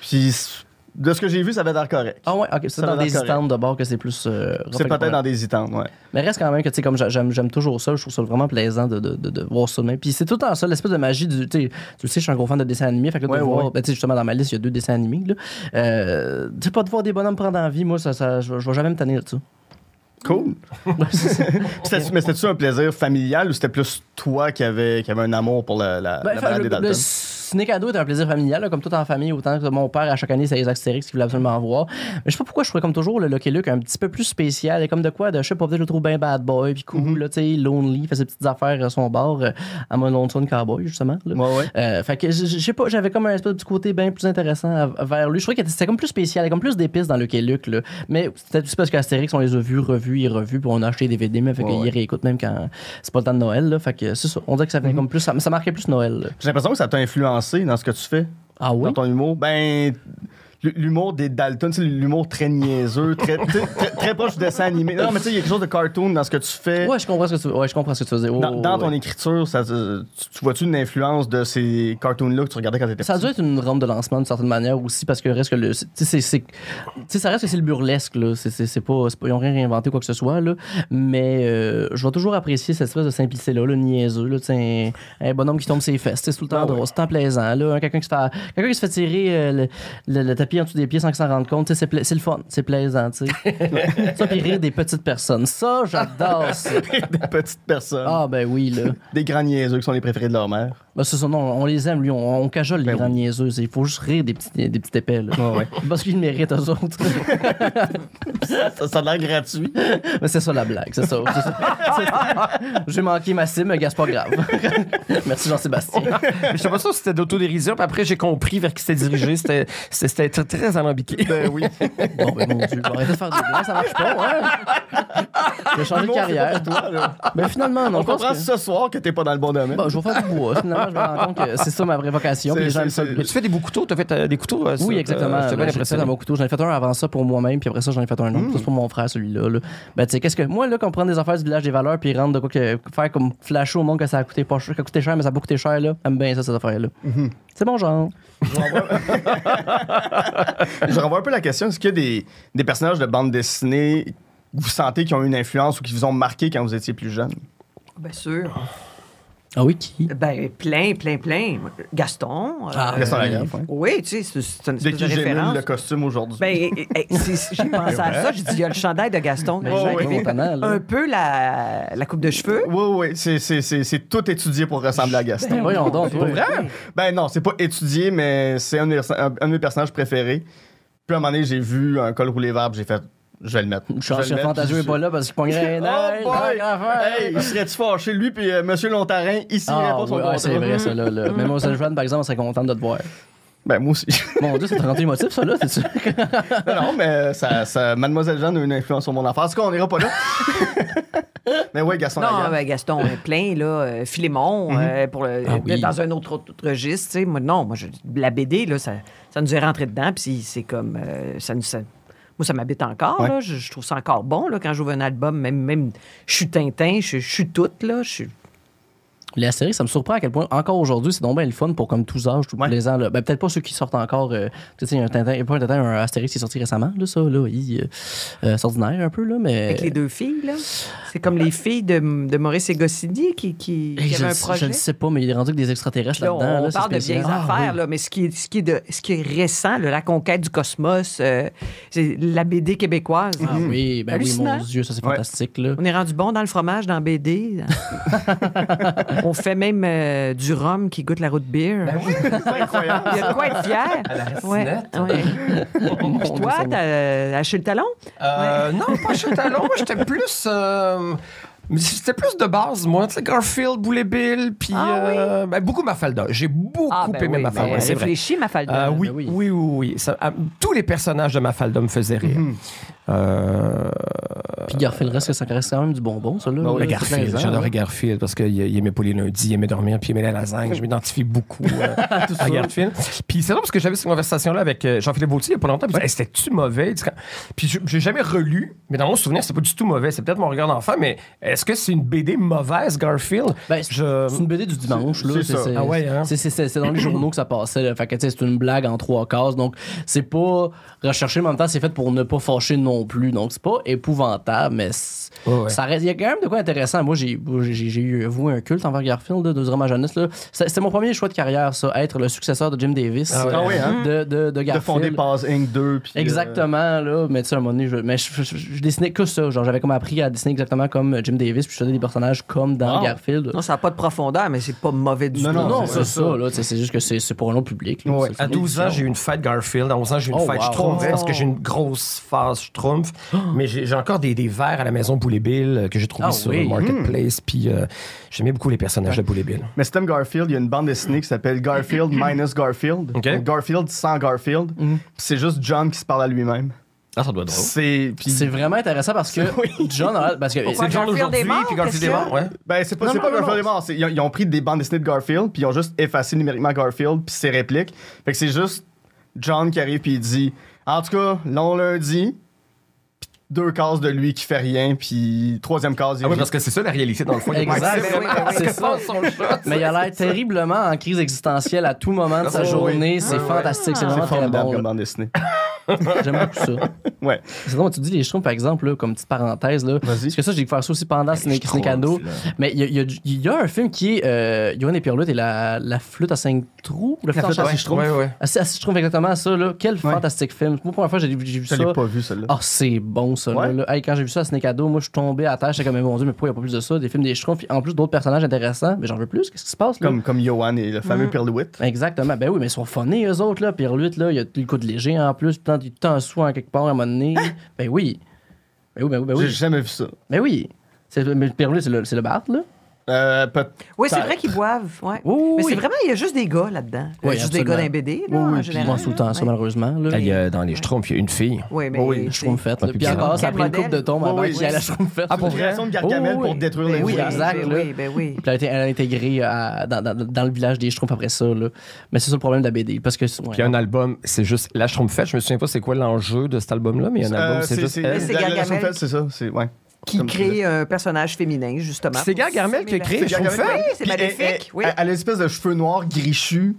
puis de ce que j'ai vu, ça va être correct.
Ah ouais, ok, c'est
Ça
dans
va
des
correct.
stands de bord que c'est plus. euh,
C'est
rough and
peut-être dans des items, ouais.
Mais reste quand même que, tu sais, comme j'a- j'aime, j'aime toujours ça, je trouve ça vraiment plaisant de, de, de, de voir ça. de même. Puis c'est tout le temps ça, l'espèce de magie du. Tu sais, tu le sais, je suis un gros fan de dessins animés. Fait que là, de
Ouais,
voir,
ouais.
ben, tu sais, justement, dans ma liste, il y a deux dessins animés. Là. Euh, tu sais, pas de voir des bonhommes prendre envie, moi, ça, ça, je, vais- je vais jamais me tanner de ça.
Cool. C'était- mais c'était-tu un plaisir familial ou c'était plus toi qui avais, qui avais un amour pour la, la,
Ben,
la
enfin,
balade
le,
des Dalton?
le ciné cadeau est un plaisir familial, là, comme tout en famille, autant que mon père, à chaque année, c'est les Astérix qu'il voulait absolument voir. Mais je sais pas pourquoi je trouvais comme toujours le Lucky Luke un petit peu plus spécial et comme de quoi, de, je sais pas, peut-être je le trouve bien bad boy, puis
Mhm.
cool, là, tu sais, lonely, il fait ses petites affaires à son bar, euh, à mon Lonesome Cowboy, justement. là.
Ouais, ouais.
Euh, fait que je je sais pas, j'avais comme un espèce de petit côté bien plus intéressant à- vers lui. Je trouvais que c'était comme plus spécial, comme plus d'épices dans le Luke, là. Mais c'était aussi parce qu'Astérix, on les a vus, revus et revus, puis on a acheté des DVD, mais fait
Ouais,
qu'ils
ouais.
réécoutent même quand c'est pas le temps de Noël, là. Fait que c'est ça. On dirait que ça
Mhm.
venait comme plus, ça, ça marquait plus Noël, là.
J'ai l'impression que ça t'a influencé dans ce que tu fais,
Ah oui?
dans ton humour. Ben, l- l'humour des Dalton, c'est l'humour très niaiseux, très, très, très- très proche du dessin animé. Non, mais tu sais, il y a quelque chose de cartoon dans ce que tu fais.
Ouais, je comprends ce que tu, ouais, je comprends ce que tu faisais.
Dans, dans ton écriture, ça, euh, tu, tu vois-tu une influence de ces cartoons-là que tu regardais quand t'étais
Ça a dû être une rampe de lancement d'une certaine manière aussi parce que reste que le. Tu sais, c'est- c'est- tu sais, ça reste que c'est le burlesque, là. C'est- c'est- c'est pas, c'est pas- ils n'ont rien réinventé, quoi que ce soit, là. Mais euh, je vais toujours apprécier cette espèce de simplicité-là, le niaiseux, là. Tu sais, un, un bonhomme qui tombe ses fesses. tu sais, C'est tout le temps
Ah
drôle,
ouais.
c'est tout le temps plaisant, là. Un- Quelqu'un qui, se fait- quelqu'un qui se fait tirer euh, le, le- le tapis en dessous des pieds sans qu'il s'en rende compte. tu sais, C'est pla- c'est le fun, c'est plaisant, tu sais. ça, puis rire des petites personnes. Ça, j'adore ça.
petite? Des petites personnes,
Ah, ben oui, là.
des grands niaiseux qui sont les préférés de leur mère.
Ben, c'est ça, non, on les aime, lui, on, on cajole les
Ben
grands niaiseux. Il faut juste rire des petits, des petits épais, là. Parce qu'ils le méritent, eux autres.
Ça, ça a l'air gratuit.
Mais c'est ça la blague, c'est ça. c'est ça. C'est- J'ai manqué ma sim, mais gars, c'est pas grave. Merci Jean-Sébastien.
Mais Je sais pas sûr si c'était d'autodérision, puis après j'ai compris vers qui c'était dirigé. C'était- C'était c'était très, très alambiqué.
Ben oui.
Bon, ben mon Dieu, arrêtez de faire des blagues, ça marche pas, ouais. J'ai changé de
L'humour, c'est pas
carrière.
pour toi, là.
Mais finalement, non,
On
je pense
comprend
que- Bah,
ce soir que t'es pas dans le bon domaine.
Bon, je vais faire du bois. Finalement, je me rends compte que c'est ça ma vraie vocation, puis
C'est-
les gens aiment ça
c'est-
le
Mais
plus.
tu fais des bouts couteaux, t'as fait euh, des couteaux. euh, sur-
Oui,
euh,
exactement.
Ben,
j'étais bien
Là, J'ai fait
impressionné.
dans mon couteau. J'en ai fait un avant ça pour moi-même, puis après ça, j'en ai fait
Hmm.
un autre. plus pour mon frère, celui-là. là. Ben, tu sais, qu'est-ce que. Moi, là, qu'on prend des affaires du village des valeurs, puis rendre de quoi que. Faire comme flasher au monde que ça a coûté pas cher, que ça a coûté cher, mais ça a pas coûté cher, là. Aime bien ça, cette affaire-là.
Mm-hmm.
C'est bon, genre.
Je renvoie un peu la question. Est-ce qu'il y a des, des personnages de bande dessinée que vous sentez qui ont eu une influence ou qui vous ont marqué quand vous étiez plus jeune?
Bien ben sûr.
Ah oui, qui
Ben, plein, plein, plein. Gaston. euh,
Ah,
Gaston Lagaffe, ouais.
Oui, tu sais, c'est- c'est une
De
espèce
qui
de
j'émule
référence.
le costume aujourd'hui?
Ben, eh, eh, c'est- j'ai pensé à ça. J'ai dit, il y a le chandail de Gaston.
Oh,
J'ai
oui.
arrivé.
Dépendant, là.
Un peu la, la coupe de cheveux.
oui, oui, c'est- c'est- c'est c'est tout étudié pour ressembler à Gaston.
Ben, voyons donc, toi.
Ben non, c'est pas étudié, mais c'est un, de mes- un- un de mes personnages préférés. Puis à un moment donné, j'ai vu un col roulé vert, puis j'ai fait, je vais le mettre.
Je suis en
vais le
chef
mettre,
Fantasio
puis
est pas là parce qu'il pognerait
je-
un
Oh boy!
œil, tant qu'à faire.
Hey, il serait-tu fâché, lui, puis euh, Monsieur Lontarin, ici, il
Ah,
pas son
ouais, ouais, c'est
contrat.
vrai, ça, là. là. Même au saint Juan, par exemple, on serait content de te voir.
Ben moi aussi.
Mon Dieu, c'est rendu émotif, ça, là, c'est
Non, non, mais euh, ça, ça- Mademoiselle Jeanne a une influence sur mon enfance. En tout cas, on n'ira pas là. mais ouais, Gaston
Non,
Lagaffe.
ben, Gaston, euh, plein, là. euh, Philémon, euh, pour le-
Ah oui.
dans un autre, autre registre. tu sais. Moi, non, moi, je- la BD, là, ça, ça nous est rentré dedans. Puis c'est comme. euh, ça nous. ça- moi, ça m'habite encore.
Ouais.
là. je, je trouve ça encore bon là, quand j'ouvre un album. Même, même je suis Tintin, je, je suis toute. Là, je suis...
La série, ça me surprend à quel point, encore aujourd'hui, c'est donc bien le fun pour comme tous âges, tout
Ouais.
plaisant. là. Ben, peut-être pas ceux qui sortent encore. euh, tu sais, il y a un Tintin, il y a pas un Tintin, un Astérix qui est sorti récemment, là, ça, là. il, euh, euh, c'est ordinaire un peu, là, mais.
Avec les deux filles, là. C'est comme les filles de, de Maurice et Goscinny qui, qui,
Hey,
qui
je,
avaient
le
un
sais- je
projet.
le sais pas, mais il est rendu avec des extraterrestres
Là,
là-dedans.
on
là, c'est
parle de
spécial.
vieilles
Ah,
affaires,
oui.
là, mais ce qui, est, ce, qui est de, ce qui est récent, là, la conquête du cosmos, euh, c'est la BD québécoise.
Ah oui, ben oui,
Hallucinant.
mon Dieu, ça c'est
Ouais.
fantastique, là.
On est rendu bon dans le fromage, dans BD. on fait même euh, du rhum qui goûte la route beer.
Ben
C'est incroyable.
Il y a de quoi être fier. Ouais, ouais.
Mon
Puis
Dieu,
toi,
ça me-
t'as haché le talon?
Euh, Non, pas chez Talon. Moi, j'étais plus. euh, mais C'était plus de base, moi. Tu sais, Garfield, Boulet Bill, puis
Ah
euh, ben, beaucoup Mafalda. J'ai beaucoup
Ah,
aimé
ben oui,
Mafalda,
mais
c'est vrai.
réfléchis, ma
Euh,
falda.
oui,
ben
oui, oui,
oui.
oui. Ça- ah, tous les personnages de Mafalda me faisaient rire.
Mhm.
Euh,
Puis Garfield reste que ça reste quand même du bonbon, ça, là. Ben,
le
là, c'est
Garfield,
plaisant,
j'adorais
là.
Garfield parce qu'il il aimait pas les lundis, il aimait dormir, puis il aimait la lasagne. Je m'identifie beaucoup euh, à, Garfield. Puis c'est drôle parce que j'avais cette conversation-là avec euh, Jean-Philippe Bautier il y a pas longtemps. Puis il disait, Hey, c'était-tu mauvais? Tu sais, quand- Puis je- j'ai jamais relu, mais dans mon souvenir, c'est pas du tout mauvais. C'est peut-être mon regard d'enfant, mais est-ce que c'est une BD mauvaise, Garfield?
Ben, c'est
Je-
c'est une BD du dimanche, là.
Euh, c'est ça.
c'est-
Ah ouais, hein?
c'est- C'est c'est- c'est dans les journaux que ça passait. là. Fait que, tu sais, c'est une blague en trois cases. Donc, c'est pas recherché, mais en même temps, c'est fait pour ne pas fâcher non plus. Donc, c'est pas épouvantable, mais c'est-
Ouais, ouais.
ça reste- il y a quand même de quoi intéressant. Moi, j'ai moi, j'ai- j'ai eu voué un culte envers Garfield là, de durant ma jeunesse. là. C'est- C'était mon premier choix de carrière, ça, être le successeur de Jim Davis
Ah ouais.
euh,
Ah ouais, hein?
de, de, de
De
Garfield.
fonder Paz Inc. 2. Puis, euh,
Exactement, là. Mais tu sais, à un moment donné, je, mais je, je- je dessinais que ça. Genre, j'avais comme appris à dessiner exactement comme Jim Davis, puis je faisais des personnages comme dans
Ah.
Garfield.
Non, ça n'a pas de profondeur, mais c'est pas mauvais du
Non,
tout. Ben
Non, non,
c'est
c'est
ça.
ça, là. tu sais, C'est juste que c'est c'est pour un long public. là.
Ouais.
C'est- c'est
À 12 ans,
édition.
j'ai eu une fête Garfield. À 11 ans, j'ai eu une
Oh,
fête
wow.
Schtroumpf
Oh.
parce que j'ai une grosse phase Schtroumpf. Mais j'ai j'ai encore des, des verres à la maison Boulet Bill euh, que j'ai trouvé
Ah
sur
oui.
le Marketplace. Puis euh, j'aimais beaucoup les personnages de Boulet Bill.
Mais si t'aimes Garfield, il y a une bande dessinée qui s'appelle Garfield minus Garfield.
Ok.
Donc, Garfield sans Garfield.
Mhm.
Puis C'est juste John qui se parle à lui-même.
Ah, ça doit être
C'est. puis-
Oh. C'est vraiment intéressant parce que John, a- parce que
Pourquoi
C'est genre
Garfield est
d'aujourd'hui,
mort,
puis Garfield est
qu'est-ce
mort, ouais.
Ben, c'est pas,
Non,
c'est
non,
pas
non,
Garfield
non.
est mort. c'est- Ils, ont- ils ont pris des bandes dessinées de Garfield, puis ils ont juste effacé numériquement Garfield, puis ses répliques. Fait que c'est juste John qui arrive puis il dit En tout cas, long lundi. Puis Deux cases de lui qui fait rien, puis troisième case, il
Ah oui,
rit.
parce que c'est ça la réalité dans le fond. Il y a
Exact.
pas-
c'est
Ben oui, ben
vraiment-
oui.
c'est ça. Mais il a l'air terriblement en crise existentielle à tout moment de sa
Oh,
journée.
oui.
C'est
Oui,
fantastique, c'est
c'est
vraiment très
formidable
bon.
comme
là.
bande dessinée.
J'aime beaucoup ça.
Ouais.
C'est drôle, tu dis les schtroumpfs, par exemple, là, comme petite parenthèse. Là,
Vas-y.
Parce que ça, j'ai découvert ça aussi pendant Sneak Sneak Ando. Mais il y, a- il y a du- il y a un film qui est euh, Johan et Pierre-Luc et la, la flûte à cinq trous. La flûte à
Ouais,
cinq
ouais,
schtroumpfs.
ouais.
Ah, c'est- ah, c'est- Je trouve exactement ça. Là. Quel fantastique film. Moi, pour la première fois, j'ai j'ai vu
Je
ça.
l'ai pas vu, celle-là.
Ah, c'est bon, ça.
Ouais.
Là, Hey, quand j'ai vu ça à Snekado, moi, je suis tombé à terre. J'étais comme, mais mon Dieu, mais pourquoi il n'y a pas plus de ça? Des films des schtroumpfs, puis en plus d'autres personnages intéressants. Mais j'en veux plus. Qu'est-ce qui se passe? Là?
Comme, comme Johan et le
Mm.
fameux Pierre Louis.
Exactement. Ben oui, mais ils sont funnés, eux autres. là. Pierre Lutte, là, il y a le coup de léger en plus. Puis tant du temps soin en quelque part à un moment donné. ben oui. Ben oui, ben oui, ben
J'ai
oui.
jamais vu ça.
Ben oui. C'est, mais Pierre Lutte, c'est le, c'est le Bart, là.
Euh, peut-
Oui, c'est
Peut-être.
vrai qu'ils boivent. Ouais.
Oui, oui,
Mais
oui.
c'est vraiment, il y a juste des gars là-dedans. Il y a
Oui,
juste
absolument.
des gars d'un BD,
Oui,
là,
oui,
en
puis
général.
moi, tout le temps, ça,
Ouais.
malheureusement. Là.
Il y a- euh, dans les Schtroumpfs, il y a une fille.
Oui, mais
Oui,
Je
c'est-
trouve fait.
Puis
Puis encore, ça a
quel
pris une coupe
modèle?
de tombes
Oui,
avant
oui,
qu'il
oui.
y ait la Schtroumpfette.
Ah, pour
Une création de Gargamel
Oh, oui.
pour détruire les
Ben oui,
gens.
exact,
ben
là.
oui, ben oui.
Puis elle a été, elle a été intégrée à- dans, dans- dans le village des Schtroumpfs après ça. Là. Mais c'est ça le problème de la BD. Parce que, ouais.
Puis il y a un album, c'est juste La Schtroumpfette. Je me souviens pas c'est quoi l'enjeu de cet album-là, mais il y a un album,
Euh,
c'est juste elle.
Mais c'est
la- la- la
Gargamel.
Schtroumpfette, c'est ça. C'est, ouais.
Qui
Comme-
crée un personnage féminin, justement.
C'est
pour
Gargamel qui a créé
similar-
Je trouve
Gargamel.
ça.
Oui, c'est
Puis eh, elle-
magnifique.
elle-
Oui.
Elle, elle a une espèce de cheveux noirs grichus.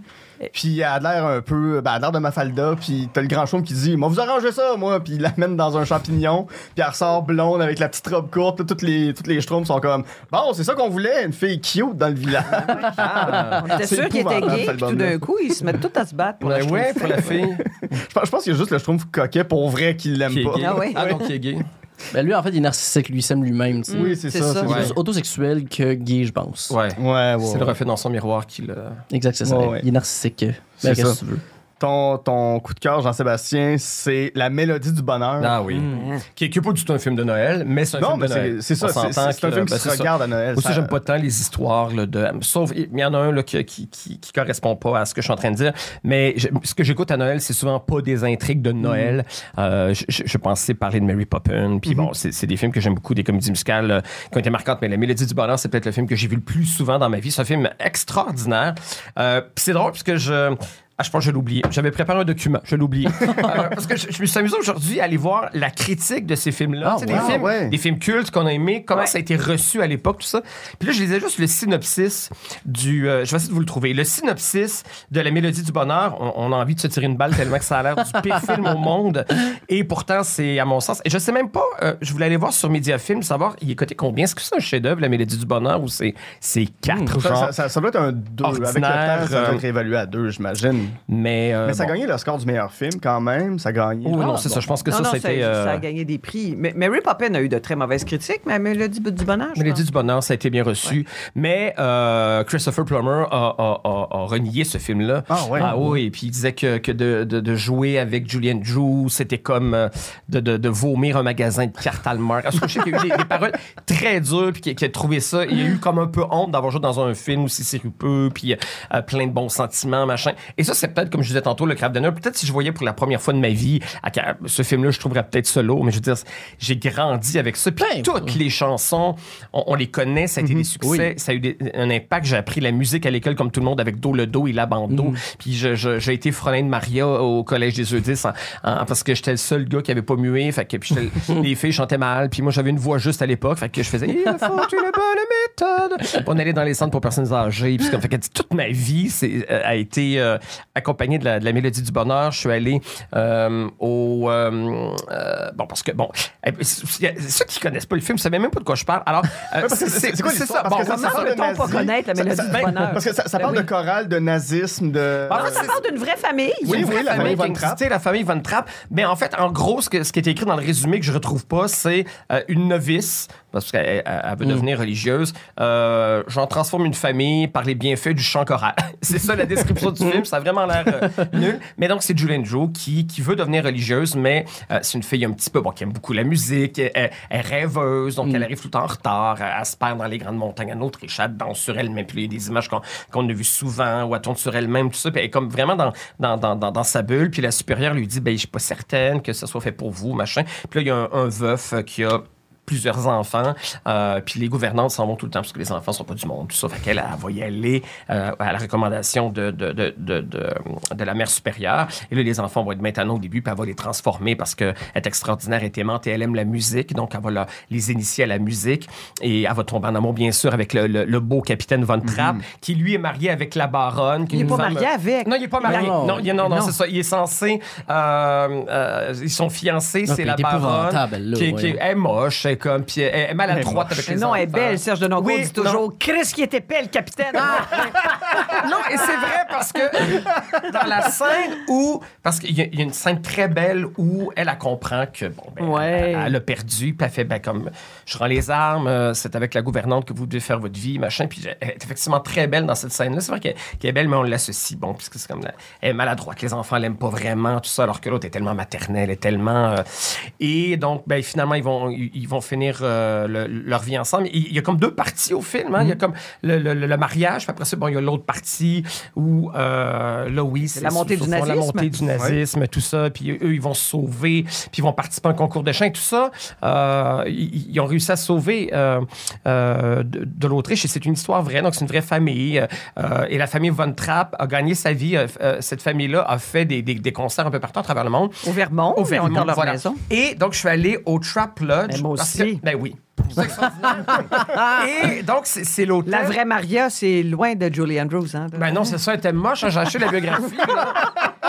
Puis elle a l'air un peu. Ben, elle a l'air de Mafalda. Puis t'as le grand chaume qui dit Moi, vous arrangez ça, moi. Puis il l'amène dans un champignon. Puis elle ressort blonde avec la petite robe courte. Puis toutes les, toutes les schtroumpfs sont comme Bon, c'est ça qu'on voulait, une fille cute dans le village.
On était
C'est
sûr qu'il était
épouvantable,
gay,
cet
puis tout
album-là.
d'un coup, ils se mettent tous à se battre. pour la
Ouais, ouais, pour la fille
je, pense, je pense qu'il y a juste le schtroumpf coquet pour vrai qu'il l'aime
qui est
pas.
gay.
Ah ouais.
non, qui est gay.
Ben, lui, en fait, il est narcissique. Lui, il s'aime lui-même. tu sais.
Oui, c'est,
C'est
ça.
ça.
c'est
Il est
Ouais.
plus autosexuel que gay, je pense.
Ouais.
Ouais, ouais.
C'est le reflet dans son miroir qui l'a.
Exact, c'est ça.
Ouais, ouais.
Il est narcissique. Ben,
C'est
qu'est-ce
ça.
que tu veux?
Ton, ton coup de cœur, Jean-Sébastien, c'est la mélodie du bonheur.
Ah oui.
Hein?
Qui est qui est pas du tout un film de Noël, mais c'est un
Non,
film
mais
de
c'est,
Noël.
c'est ça.
On
C'est,
s'entend
c'est un
que,
film qui
ben,
se
c'est ça.
regarde à Noël.
Aussi,
ça-
j'aime pas tant les histoires là, de. Sauf, il y en a un là, qui, qui, qui, qui correspond pas à ce que je suis en train de dire. Mais je- ce que j'écoute à Noël, c'est souvent pas des intrigues de Noël.
Mm.
Euh, je, je- je pensais parler de Mary Poppins. Puis
Mm-hmm.
bon, c'est c'est des films que j'aime beaucoup, des comédies musicales euh, qui ont été marquantes. Mais La Mélodie du Bonheur, c'est peut-être le film que j'ai vu le plus souvent dans ma vie. C'est un film extraordinaire. Euh, puis c'est drôle parce que je. Ah, je pense que je l'ai oublié. J'avais préparé un document. Je l'ai oublié. Euh, parce que je, je me suis amusé aujourd'hui à aller voir la critique de ces films-là.
Ah,
Tu sais,
ouais.
des, films,
Ah, ouais.
des films cultes qu'on a aimés, comment ça a été reçu à l'époque, tout ça. Puis là, je lisais juste le synopsis du. euh, je vais essayer de vous le trouver. Le synopsis de La Mélodie du Bonheur. On, on a envie de se tirer une balle tellement que ça a l'air du pire film au monde. Et pourtant, c'est à mon sens. Et je sais même pas. euh, je voulais aller voir sur Mediafilm, savoir il est coté combien. Est-ce que c'est un chef-d'œuvre, La Mélodie du Bonheur, ou c'est c'est quatre,
Ça,
genre?
Hmm. ça, ça- ça doit être un 2. Avec le temps,
Ordinaire,
ça doit
euh,
être évalué à 2, j'imagine.
Mais. euh,
Mais ça
bon.
a gagné le score du meilleur film quand même. Ça a gagné.
Oh,
Ah,
non, c'est
bon.
ça. Je pense que
Non,
ça,
non,
ça a
ça,
été.
ça
euh,
a gagné des prix. Mais Mary Poppins a eu de très mauvaises critiques, mais Mélodie du Bonheur, je
Mélodie
pense.
du Bonheur, ça a été bien reçu. Mais euh, Christopher Plummer a, a- a- a renié ce film-là.
Ah ouais?
oui, et puis il disait que, que de, de- de jouer avec Julian Drew, c'était comme euh, de, de- de vomir un magasin de cartes Almer. Parce que je sais qu'il y a eu des, des paroles très dures, puis qu'il qu'il a trouvé ça. Il a eu comme un peu honte d'avoir joué dans un film aussi sirupeux, puis euh, plein de bons sentiments, machin. Et ça, c'est peut-être, comme je disais tantôt, le Crab Dinner. Peut-être si je voyais pour la première fois de ma vie, à- ce film-là, je trouverais peut-être solo, mais je veux dire, j'ai grandi avec ça. Puis
Ben,
toutes les chansons, on, on les connaît, ça a été des succès, ça a eu des- un impact. J'ai appris la musique à l'école comme tout le monde avec dos le dos et la bandeau. Puis je- je- j'ai été Frolin de Maria au collège des Eudis en- en- parce que j'étais le seul gars qui avait pas mué. Fait que puis j'étais le- les filles chantaient mal. Puis moi j'avais une voix juste à l'époque. Fait que je faisais il faut une bonne méthode. Puis on allait dans les centres pour personnes âgées. Puis comme fait que toute ma vie c'est- euh, a été euh, accompagnée de la, de la mélodie du bonheur. Je suis allé euh, au euh, euh, bon parce que bon eh, ceux qui connaissent pas le film savaient même pas de quoi je parle. Alors euh,
Ouais, parce que c'est- c'est quoi
c'est
l'histoire?
ça.
Parce
Bon,
que ça
comment
parle de
peut-on pas
nazis.
connaître la
Ça-
mélodie
ça-
du
ben,
bonheur?
Parce que ça, ça parle de chorale, de nazisme, de.
Ah,
Ça parle d'une vraie famille.
Oui, oui, la famille
qui
Von Trapp.
existait, la famille Von Trapp. Mais en fait, en gros, ce, que- ce qui est écrit dans le résumé que je retrouve pas, c'est euh, une novice, parce qu'elle elle- elle
Mm.
veut devenir religieuse. euh, J'en transforme une famille par les bienfaits du chant choral. c'est ça la description du
Mm.
film. Ça a vraiment l'air euh, nul. Mais donc, c'est Julian Joe qui, qui veut devenir religieuse, mais euh, c'est une fille un petit peu, bon, qui aime beaucoup la musique, elle, elle- elle est rêveuse, donc
Mm.
elle arrive tout le temps en retard, elle, elle se perd dans les grandes montagnes en Autriche, elle danse sur elle-même, puis il y a des images qu'on qu'on a vues souvent, où elle tourne sur elle-même, tout ça, puis elle est comme vraiment dans, dans, dans, dans, dans sa bulle, puis la supérieure lui dit, ben, je suis pas certaine que ce soit fait pour vous, machin. Puis là, il y a un, un veuf euh, qui a plusieurs enfants. Euh, puis les gouvernantes s'en vont tout le temps parce que les enfants sont pas du monde. Tout ça. Fait qu'elle elle va y aller euh, à la recommandation de, de, de, de, de- de la mère supérieure. Et là, les enfants vont être maintenant au début, puis elle va les transformer parce qu'elle est extraordinaire, elle est aimante et elle aime la musique. Donc, elle va leur- les initier à la musique. Et elle va tomber en amour, bien sûr, avec le, le- le beau capitaine Von Trapp, qui lui est marié avec la baronne. qui
Mm-hmm. Il
est
n'est
une
pas
femme-
marié avec.
non, il n'est pas marié.
Non.
Non, il est- non, non,
Non.
c'est ça. Il est censé. euh, euh, ils sont fiancés,
Ah,
c'est
puis
la
elle est épouvantable,
baronne.
elle, là,
qui,
ouais.
qui- elle est moche, elle est comme. Puis elle, elle est maladroite avec les
Non, elle est
enfants.
belle, Serge de Noncourt
Oui,
dit
non.
toujours Chris qui était belle, capitaine.
Non, et c'est vrai parce que dans la scène où. Parce qu'il y, a- il y a une scène très belle où elle, elle comprend que, bon, ben,
Ouais.
elle, elle a perdu, puis elle fait, ben, comme, je rends les armes, euh, c'est avec la gouvernante que vous devez faire votre vie, machin. Puis elle est effectivement très belle dans cette scène-là. C'est vrai qu'elle qu'elle est belle, mais on l'associe, bon, puisque c'est comme. la- Elle est maladroite, les enfants l'aiment pas vraiment, tout ça, alors que l'autre est tellement maternelle, est tellement. euh, et donc, ben, finalement, ils vont, ils ils vont finir euh, le- leur vie ensemble. Il il y a comme deux parties au film.
Mm-hmm.
hein. Il y a comme le, le- le- le mariage, puis après ça, bon, il y a l'autre partie où, euh, là, oui, c'est
la montée
sur-
du
sur La
nazisme.
montée du nazisme, tout ça. Puis eux, ils vont se sauver, puis ils vont participer à un concours de chant, et tout ça. Euh, ils, ils ont réussi à se sauver euh, euh, de, de l'Autriche, et c'est une histoire vraie. Donc, c'est une vraie famille. Euh, et la famille Von Trapp a gagné sa vie. Euh, euh, cette famille-là a fait des- des- des concerts un peu partout à travers le monde.
Au Vermont,
Au
Oh, ils ont
Vermont,
encore leur
voilà.
maison.
Et donc, je suis allé au Trap Lodge.
Ben, moi
parce
aussi.
que- ben oui. C'est extraordinaire. Et donc, c'est c'est l'hôtel.
La vraie Maria, c'est loin de Julie Andrews. Hein, de-
Ben non, c'est ça, elle était moche. hein, J'ai acheté la biographie. là.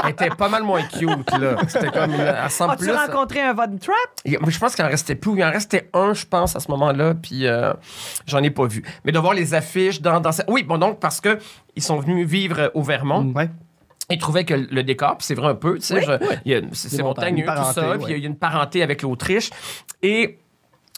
Elle était pas mal moins cute, là. C'était comme. Elle semble
As-tu
plus.
rencontré un Von Trapp?
Il- mais Je pense qu'il en restait plus. Il en restait un, je pense, à ce moment-là. Puis euh, j'en ai pas vu. Mais de voir les affiches dans. dans ce- Oui, bon, donc, parce que ils sont venus vivre au Vermont.
Ouais.
Ils trouvaient que le décor, puis c'est vrai un peu, tu sais, je- il y a- c'est c'est
montagnes.
montagneux,
Une
tout ça,
parenté,
puis
ouais.
il y a une parenté avec l'Autriche. Et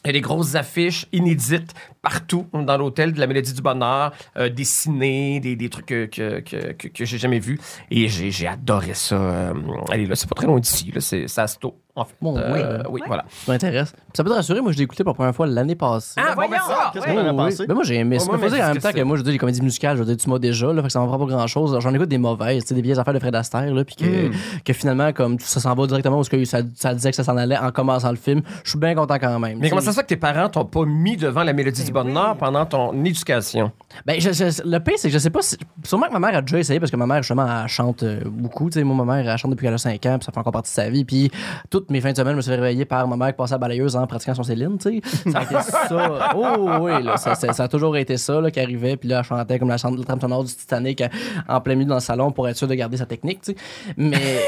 il y a des grosses affiches inédites partout dans l'hôtel de la Mélodie du Bonheur, euh, dessinées, des, des trucs que, que, que, que- que j'ai jamais vus. Et j'ai j'ai adoré ça. Euh, allez, là, c'est pas très loin d'ici, là, c'est c'est à Sto, en fait.
Bon,
Euh,
oui.
oui, voilà.
Ça m'intéresse. Puis Ça peut te rassurer, moi, je l'ai écouté pour la première fois l'année passée.
Ah, bon, ben
voyons,
ça!
Qu'est-ce
Ouais.
qu'on en a
Oui,
pensé?
oui. Ben moi, j'ai aimé ça.
Oh,
Faut
moi, mais
dire en
qu'est-ce
même
que
temps que
c'est?
moi, je dis les comédies musicales, je dis tu m'as déjà, là, fait que ça m'en prend pas grand-chose. Alors, J'en écoute des mauvaises, tu sais, des vieilles affaires de Fred Astaire, là, puis
Hmm.
que, que finalement, comme ça s'en va directement où ce que ça, ça disait que ça s'en allait en commençant le film. Je suis bien content quand même.
Mais
tu
comment
sais.
ça se fait que tes parents t'ont pas mis devant la Mélodie du Bonheur pendant ton éducation?
Ben, je- je- le pire, c'est que je sais pas si. Sûrement que ma mère a déjà essayé parce que ma mère, justement, elle chante euh, beaucoup. Tu sais, moi, ma mère, elle chante depuis qu'elle a 5 ans, puis ça fait encore partie de sa vie. Puis toutes mes fins de semaine, je me suis réveillé par ma mère qui passait à la balayeuse en pratiquant son Céline, tu sais. Ça a été ça. Oh, oui, là. Ça, ça- ça a toujours été ça, là, qui arrivait. Puis là, elle chantait comme la chante de la trame sonore du Titanic euh, en plein milieu dans le salon pour être sûre de garder sa technique, tu sais. Mais.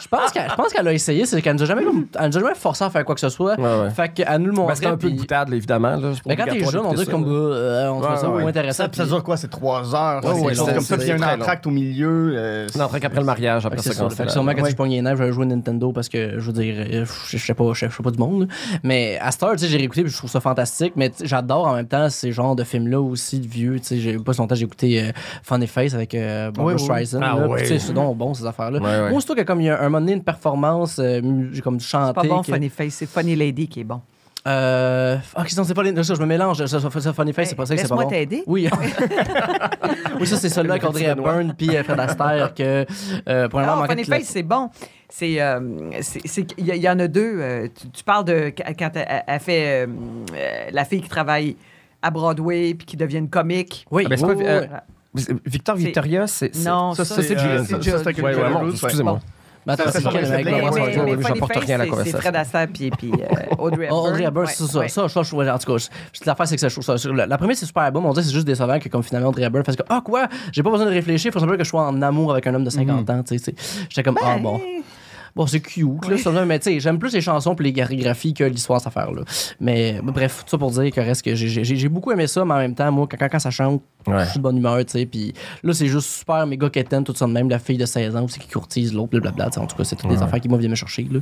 Je pense qu'elle je pense qu'elle a essayé, c'est qu'elle nous a jamais, comme- elle nous a jamais forcé à faire quoi que ce soit.
Ouais, ouais.
Fait qu'elle nous le montrait.
Parce que c'est un peu
puis-
de boutade, là, évidemment. Là,
mais quand t'es jeune, on dirait comme. euh, on trouve ça
Ouais,
moins
Ah, ouais.
intéressant.
Ça, puis ça
puis-
dure quoi? C'est trois heures? c'est
ouais,
quelque chose
c'est-
comme ça.
c'est
Puis il y a
très
un entracte au milieu. euh,
Non, après qu'après le mariage, après
Fait que
ça,
c'est ça.
quand
Fait
c'est
que
la-
sûrement quand je pognais les nerfs, j'allais jouer à Nintendo parce que je veux dire, euh, je je sais pas, je je sais pas du monde. là. Mais à cette heure, tu sais, j'ai réécouté puis je trouve ça fantastique. Mais tu sais, j'adore en même temps ces genres de films-là aussi de vieux. Tu sais, j'ai pas si longtemps, j'ai écouté euh, Funny Face avec euh, Barbra
Oui, oui.
Streisand.
Ah
là, puis
oui.
tu sais, c'est donc bon ces affaires-là.
Ouais, ouais.
Moi, surtout que comme il y a un moment donné une performance, euh, mu- comme du chanté.
Pas bon,
que-
Funny Face. C'est Funny Lady qui est bon.
Euh, ah, qu'est-ce que c'est pas les. Ça, je me mélange. Ça, ça, ça, Funny Face, Ben, c'est pas ça que c'est pas
Laisse-moi
bon.
t'aider.
Oui. oui, ça, c'est celui-là avec Audrey Hepburn puis euh, Fred Astaire que, euh, premièrement,
Non,
manquait
Funny
de-
Ah, Face, c'est bon. C'est, euh, c'est- c'est qu'il y a- il y, en a deux. euh, tu, tu parles de qu- quand elle, elle fait euh, euh, la fille qui travaille à Broadway puis qui devient une comique.
Oui,
Ah, ben, c'est
oui,
pas-
oui,
euh,
oui.
Victor
C'est-
Victoria, c'est. c'est-
Non,
ça,
ça,
c'est
c'est,
Julian.
euh,
ça.
c'est Just like a
Ouais,
Julian
ouais,
Andrews, ouais.
excusez-moi.
Mais Ben, attends,
Ça,
c'est
ça,
lequel,
ça,
le mec,
ça,
Mais,
ouais,
bon,
ouais,
ça,
mais-
ouais,
ça,
mais
ouais,
oui,
Funny
j'apporte
Face,
rien à la
c'est-
conversation.
C'est Fred Astaire puis, puis, euh, Audrey Hepburn.
Audrey Hepburn,
Ouais,
c'est ça,
ouais.
ça, ça, je trouve, en tout cas, je- l'affaire, c'est que ça, je trouve ça, sur- la, la première, c'est super bon, mais on dirait que c'est juste décevant que, comme finalement, Audrey Hepburn fasse que, ah, quoi, j'ai pas besoin de réfléchir, faut simplement que je sois en amour avec un homme de 50
Mm-hmm.
ans, tu sais, tu sais. J'étais comme,
Ben,
ah, bon. Bon, c'est cute, là, ça, là, mais tu sais, j'aime plus les chansons puis les chorégraphies que l'histoire, cette affaire-là. Mais mais bref, tout ça pour dire que reste que j'ai- j'ai j'ai beaucoup aimé ça, mais en même temps, moi, quand, quand- quand ça chante,
Ouais.
je suis de bonne humeur, tu sais. Puis là, c'est juste super méga quétaine, tout ça de même. La fille de 16 ans aussi qui courtise l'autre, blablabla. tu sais, En tout cas, c'est toutes des affaires qui moi viennent me chercher, là.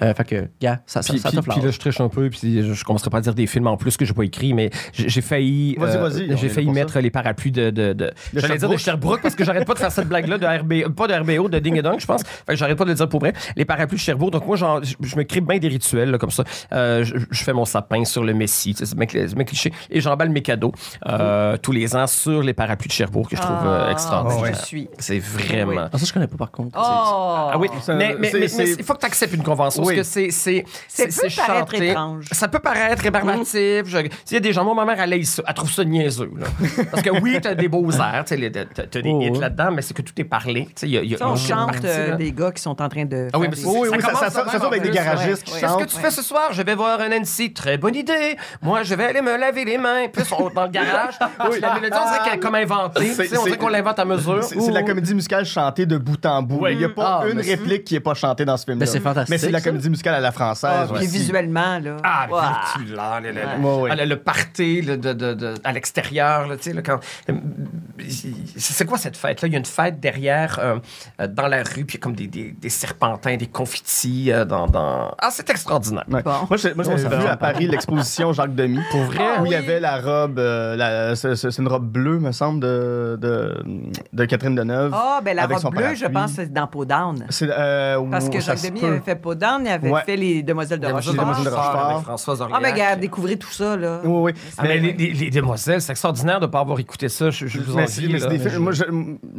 Euh, fait que, gars, ça, ça,
Puis,
ça
puis-
te
puis
flatte.
là, je triche un peu, puis je, je commencerai pas à dire des films en plus que j'ai pas écrit, mais j'ai j'ai failli, euh,
Vas-y, vas-y, on est
j'ai
là
failli
pour
mettre les parapluies de, de, de- j'allais dire de Sherbrooke parce que j'arrête pas de faire cette blague-là de RBO, pas de RBO, de Ding et Dong, je pense. Fait que j'arrête pas de le dire pour vrai. Les parapluies de Sherbrooke. Donc moi, j'en- je, je me crée bien des rituels là, comme ça. Euh, je, je fais mon sapin sur le Messie, tu sais, c'est bien cli- c'est bien cliché, et j'emballe mes cadeaux euh, tous les ans sur les parapluies de Cherbourg que je trouve euh,
Ah,
extraordinaire.
ouais.
Je suis.
C'est vraiment.
Ah, ça, je connais pas par contre.
Oh!
Ah oui,
Ça,
mais, mais-
c'est-
mais-
c'est-
mais il faut que tu acceptes une convention.
Oui.
Parce que c'est- c'est c'est-
peut
c'est
paraître
chanté.
étrange.
Ça peut paraître
Mm.
rébarbatif. Je- Il y a des gens, moi, ma mère, elle, haït ça. elle trouve ça niaiseux. là. Parce que oui, t'as des beaux airs, t'as les- t'as- t'as des
Oh,
hits
ouais.
là-dedans, mais c'est que tout est parlé. Tu sais, il y a- il y a
Tu sais, on
une
chante
partie,
euh,
là.
des gars qui sont en train de.
Ah oui,
faire
mais
des-
c'est-
Oui,
ça
oui, ça-
commence
ça-
de
ça
même,
sort avec
en
des
plus,
garagistes
ouais.
qui
Qu'est-ce que
chantent.
tu fais ce soir? Je vais voir un Nancy. Très bonne idée. Moi, je vais aller me laver les mains. Puis on dans le garage. oui. La mélodie, on dirait qu'elle est comme inventée.
C'est-
Tu sais, On dirait
c'est-
qu'on l'invente à mesure.
C'est c'est de la comédie musicale chantée de bout en bout.
Ouais.
Il n'y a pas
Ah,
une
mais c'est-
réplique qui n'est pas chantée dans ce film-là.
Ben, c'est fantastique,
Mais c'est de la
ça.
comédie musicale à la française.
Ah, puis
aussi.
visuellement, là.
Ah,
Wow.
mais tu l'as, le, le, le-
Ouais, ouais.
ah, le- le party le- de, de- de- à l'extérieur, là, tu sais, là, quand... euh, C'est c'est quoi cette fête-là? Il y a une fête derrière, euh, euh, dans la rue, puis il y a comme des, des- des serpentins, des confettis euh, dans, dans... Ah, c'est extraordinaire.
Ouais.
Bon.
Moi, j'ai- moi,
Non,
j'avais
ça
vu
va.
à Paris l'exposition Jacques Demy. Pour
vrai?
Où
Ah
il y avait la robe, euh, la- c'est c'est- c'est une robe bleue, me semble, de, de, de Catherine Deneuve.
Ah, ben la
avec
robe
son
bleue, je
parapluie.
pense, c'est dans Peau Down.
C'est, euh,
Parce que
ouh, ça
Jacques
se
Demy
peut.
avait fait Peau Down, il avait
Ouais.
fait les Demoiselles de
Demoiselles de
Rochefort.
Rochefort. Rochefort.
avec Françoise
Ah,
Aurillac.
mais regarde, découvrez tout ça, là.
Oui, oui.
Ah, mais les, les- les demoiselles, c'est extraordinaire de ne pas avoir écouté ça. Je, je vous en
Mais c'est-
dis,
mais
là,
c'est des films-
mais je-
Moi, je,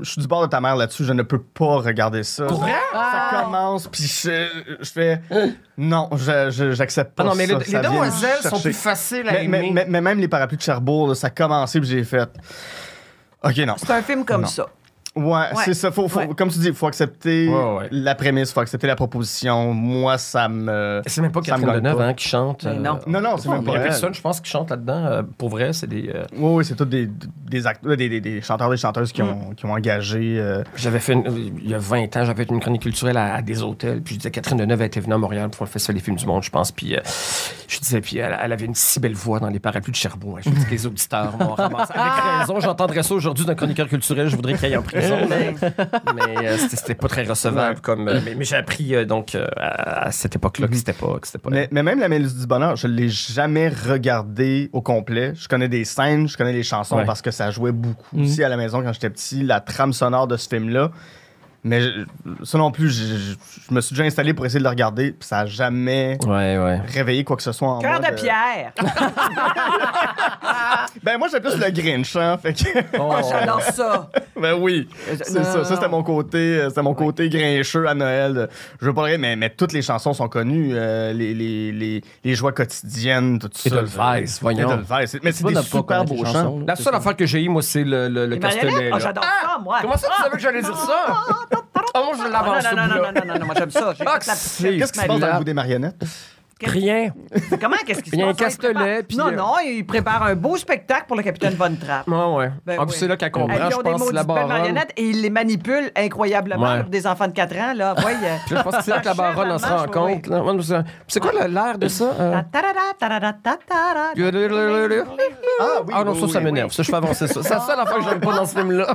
je suis du bord de ta mère là-dessus. Je ne peux pas regarder ça.
Pour vrai?
Ça
Ah.
commence, puis je, je fais. Non, je- je- j'accepte pas.
Ah non, mais
ça,
le-
ça
les
vient me
demoiselles sont
chercher.
plus faciles à
mais, mais-
aimer.
mais- mais même les parapluies de Cherbourg, là, ça a commencé, puis j'ai fait. Ok, non.
C'est un film comme
Non.
ça.
Ouais, c'est ça. Faut, faut-
Ouais.
Comme tu dis, il faut accepter
Ouais, ouais.
la prémisse, faut accepter la proposition. Moi, ça me.
C'est même pas
Ça me
Catherine
gagne
Deneuve
pas.
hein, qui chante.
Mais non.
Non, non, c'est même
Il
pas.
y a
elle.
personne, je pense, qui chante là-dedans. Euh, pour vrai, c'est des... euh,
Oui, oui, c'est tous des, des, acteurs, des, des, des chanteurs, des chanteuses
Mm.
qui ont, qui ont engagé. euh,
J'avais fait, une- il y a 20 ans, j'avais fait une chronique culturelle à, à des hôtels. Puis je disais, Catherine Deneuve elle était venue à Montréal pour le Festival des films du monde, je pense. Puis euh, je disais, puis elle, elle avait une si belle voix dans les parapluies de Cherbourg. Je dis que les auditeurs m'ont ramassé. Avec raison, j'entendrais ça aujourd'hui d'un chroniqueur culturel, je voudrais qu'il aille en prison. mais euh, c'était, c'était pas très recevable. Comme, euh, mais, mais j'ai appris euh, donc euh, à, à cette époque-là que c'était pas. Que c'était pas
Mais, mais même la mélodie du bonheur, je l'ai jamais regardée au complet. Je connais des scènes, je connais les chansons
Ouais.
parce que ça jouait beaucoup
Mm.
aussi à la maison quand j'étais petit, la trame sonore de ce film-là. Mais je- ça non plus, je, je- je me suis déjà installé pour essayer de le regarder, puis ça a jamais
Ouais, ouais.
réveillé quoi que ce soit en euh,
Cœur
moi
de pierre.
Ben moi, j'ai plus le Grinch, hein, fait que...
Oh, J'adore ça.
ben oui,
Euh,
c'est
non,
ça.
non,
ça, c'était
non.
mon côté, euh, c'était mon côté grincheux à Noël. Je veux pas le dire, mais, mais toutes les chansons sont connues, euh, les, les, les, les joies quotidiennes, tout ça.
Edelweiss, voyons.
Edelweiss. Mais c'est
pas
des
de pas
super
connaître les
beaux
chansons,
chants.
là,
La
c'est
seule
ça.
affaire que j'ai eue, moi, c'est le, le, le
Les marionnettes.
castelet.
Ah,
là.
j'adore ça, moi.
Comment ça, tu savais que j'allais dire ça? Ah, moi, je l'avance.
non, non, non, non, non, non, non, moi j'aime ça. J'ai
Ah,
fait la
c'est-
Qu'est-ce qui se passe
Marie-
dans le
Là.
bout des marionnettes?
Rien.
Comment, qu'est-ce qui se
Il
passe?
y a un
Il prépare-
castelet, puis,
Non,
euh,
non, il prépare un beau spectacle pour le capitaine Von Trapp.
Ouais, ouais.
Ben
en plus,
oui.
Ah, c'est là qu'elle comprend,
Hey, ils
je
ont des
pense,
maudites
la
belles
baronne.
marionnettes et ils les manipulent incroyablement
Ouais.
pour des enfants de 4 ans. Là. Ouais, euh,
Puis là, je pense que c'est là que la baronne en se rend
Oui.
compte. là. Ouais, mais c'est- C'est quoi le- l'air de ça? euh?
Ta- tarara, tarara, ta- tarara.
Ah oui,
Ah non,
oui,
ça, ça
oui.
m'énerve. Ça, je fais avancer ça. C'est la seule affaire que j'aime pas dans ce film-là.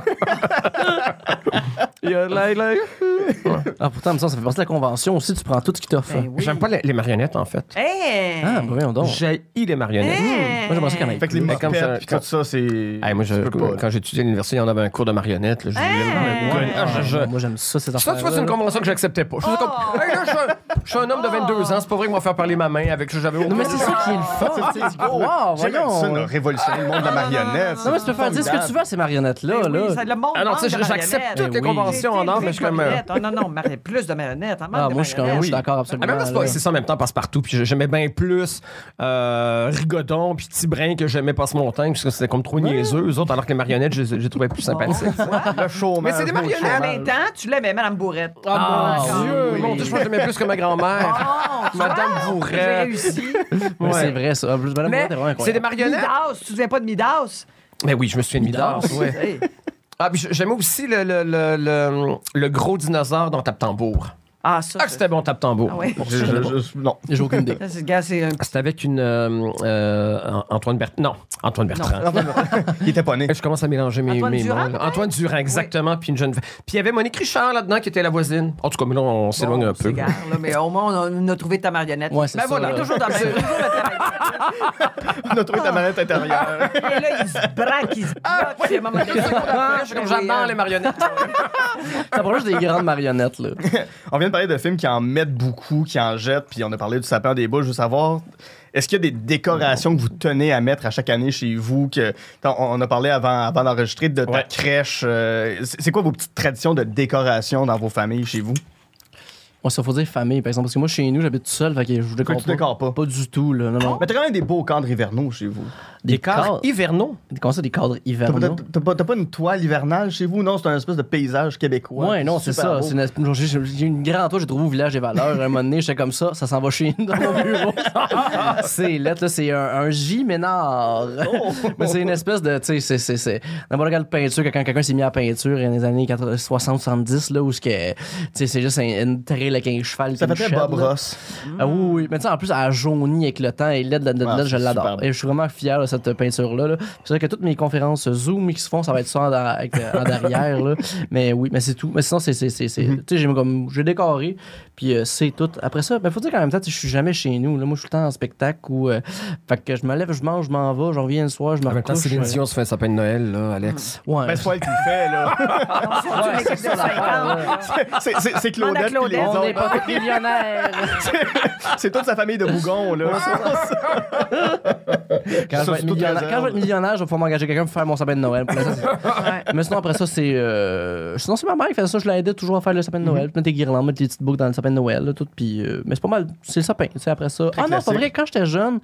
Il y a l'air, là.
Ah, pourtant, mais ça, ça fait partie de la convention aussi, tu prends tout ce qui t'offre.
Ben oui.
J'aime pas les, les marionnettes, en fait.
Hey!
Ah, bah voyons donc.
J'ai les
Hein?
marionnettes.
Hey!
Moi, j'aimerais ça quand même.
Fait que les
Mais comme ça,
mopettes, puis tout ça, c'est...
Hey, moi, je-
Hmm. tu peux pas, là.
quand j'étudiais à l'université, il y en avait un cours de marionnettes. là. Je voulais-
Hey!
Ouais,
Ah,
je- je-
Moi, j'aime ça, ces
Ça,
affaires.
tu vois, c'est une convention que j'acceptais pas. Je faisais comme,
Oh.
Hey, là, je suis un- je suis un homme de 22 ans, c'est pas vrai qu'on va faire parler ma main avec j'avais
Non, mais c'est ça qui est le
Ah,
fun.
c'est- c'est- oh,
Wow,
j'aime
voyons.
ça, de révolutionner le monde de la marionnette.
Non, mais tu peux faire dire ce que tu veux à ces
Ben
marionnettes-là.
oui,
là.
c'est le monde
Ah non,
manque
tu sais,
de
j'accepte
marionnettes.
toutes les
Ben oui.
conventions en or, mais je suis comme. euh,
Marionnettes. Ah non, non, mari- plus de marionnettes. hein, manque
Ah,
de
moi, je suis quand même,
marionnettes.
je suis d'accord absolument.
Ah, même là, c'est pas-
là.
c'est ça en même temps passe-partout. Puis j'aimais bien plus euh, Rigodon puis Tibrin que j'aimais Passe-Montagne, parce que c'était comme trop niaiseux, eux autres, alors que les marionnettes, je les je les trouvais plus sympathiques.
Le showman.
Mais c'est des
le
marionnettes.
En
showman.
même temps, tu l'aimais, Madame Bourrette.
Ah,
Ah,
mon Dieu!
oui.
Mon Dieu, je crois que j'aimais plus que ma grand-mère.
Oh,
Madame
j'ai
Bourret.
réussi.
Ouais,
Ouais.
C'est vrai, ça. En plus, madame,
Mais
Bourrette est vraiment
c'est des
incroyable.
marionnettes.
Midas, tu te souviens pas de Midas?
Mais oui, je me souviens de Midas. ouais.
Hey.
Ah, puis j'aimais aussi le, le, le, le, le gros dinosaure dans Tape Tambour.
Ah, ça.
Ah, que
ça-
c'était bon Tape Tambour.
Ah ouais.
Je- je- je- non.
J'ai aucune idée.
Ça, c'est gars, c'est un.
C'était avec une. euh, euh, Antoine Bertrand. Non, Antoine Bertrand.
Il était pas né.
Et Je commence à mélanger mes,
Antoine
mes
Durand,
mots, là. Antoine Durand, exactement. Puis une jeune. Puis il y avait Monique Richard là-dedans qui était la voisine. En tout cas, mais là, on s'éloigne
Bon,
un peu.
c'est gare, là, mais au moins, on a, on a trouvé ta marionnette.
Ouais, c'est
ben
ça,
voilà,
là.
toujours dans le même- toujours le travail.
On a trouvé ta manette intérieure.
Et là, il se braque, il se bloque. puis à un euh, moment donné,
Ah, je suis comme, J'adore les marionnettes.
Ça prend juste des grandes marionnettes, là.
On vient de parler de films qui en mettent beaucoup, qui en jettent, puis on a parlé du sapin des bouches. Je veux savoir, Est-ce qu'il y a des décorations que vous tenez à mettre à chaque année chez vous? Que, on, on a parlé avant, avant d'enregistrer de ta
Ouais.
crèche. euh, c'est c'est quoi vos petites traditions de décoration dans vos familles chez vous?
On s'en faut dire famille, par exemple, parce que moi, chez nous, j'habite tout seul, fait que je vous décore
tu décores pas.
Pas du tout, là. Non, non.
Mais t'as quand même des beaux cadres hivernaux chez vous.
Des cadres hivernaux.
Comment ça, des cadres
T'as pas,
hivernaux?
t'as pas- t'as pas une toile hivernale chez vous? Non, c'est un espèce de paysage québécois.
Ouais, non, c'est
Super
ça.
beau.
C'est une, une- j'ai j'ai une grande toile, j'ai trouvé au village des valeurs. À un moment donné, j'étais comme ça, ça s'en va chez nous dans mon bureau. c'est lettre, là, c'est un, un J Ménard.
Oh!
Mais c'est une espèce de. Tu sais, c'est- c'est. c'est- N'importe quelle peinture, que quand quelqu'un s'est mis à la peinture dans les années 60-70, là, où ce que. Tu sais, c'est juste un, une trail avec un cheval.
Ça fait
puis
très
une chaîne,
Bob
là.
Ross.
Ah oui, oui. Mais tu sais, en plus, elle jaunit avec le temps. Et là, de la- de la-
Ah,
je
c'est
l'adore.
superbe.
Et je suis vraiment fier de cette peinture-là. là. C'est vrai que toutes mes conférences Zoom qui se font, ça va être ça en, da- avec- euh, en derrière. là. Mais oui, mais c'est tout. Mais sinon, c'est. c'est- c'est- c'est- Tu sais, j'ai comme- j'ai décoré. Puis euh, c'est tout. Après ça, ben, faut dire qu'en même temps, tu sais, je suis jamais chez nous. Là. Moi, je suis tout le temps en spectacle. Ou, euh, fait que je me lève, je mange, je m'en vais, je reviens le soir, je me
En même temps,
recouche.
Ah, ben, Céline
euh,
Dion se fait un sapin de Noël, là, Alex.
ouais.
Ben, c'est pas elle qui le fait, là.
Ouais, c'est ça, l'affaire, là.
C'est- c'est- C'est
Demande à
Claudette puis les
Claudette.
On n'est
autres.
pas millionnaires.
C'est toute sa famille de bougons, là.
Quand je
Ça,
vais
c'est
être
toute
millionnaire,
réserve.
quand je vais être millionnaire, je vais pouvoir m'engager quelqu'un pour faire mon sapin de Noël. Pour l'instant, c'est-
Ouais.
Mais sinon, après ça, c'est. euh, Sinon, c'est ma mère qui faisait ça. Je l'aidais toujours à faire le sapin de Noël. Mettre des guirlandes, mettre les petites boucles dans le sapin de Noël. là, tout, puis, euh, Mais c'est pas mal. C'est le sapin. tu sais, Après ça. ah non, c'est pas
classique.
vrai. Quand j'étais jeune,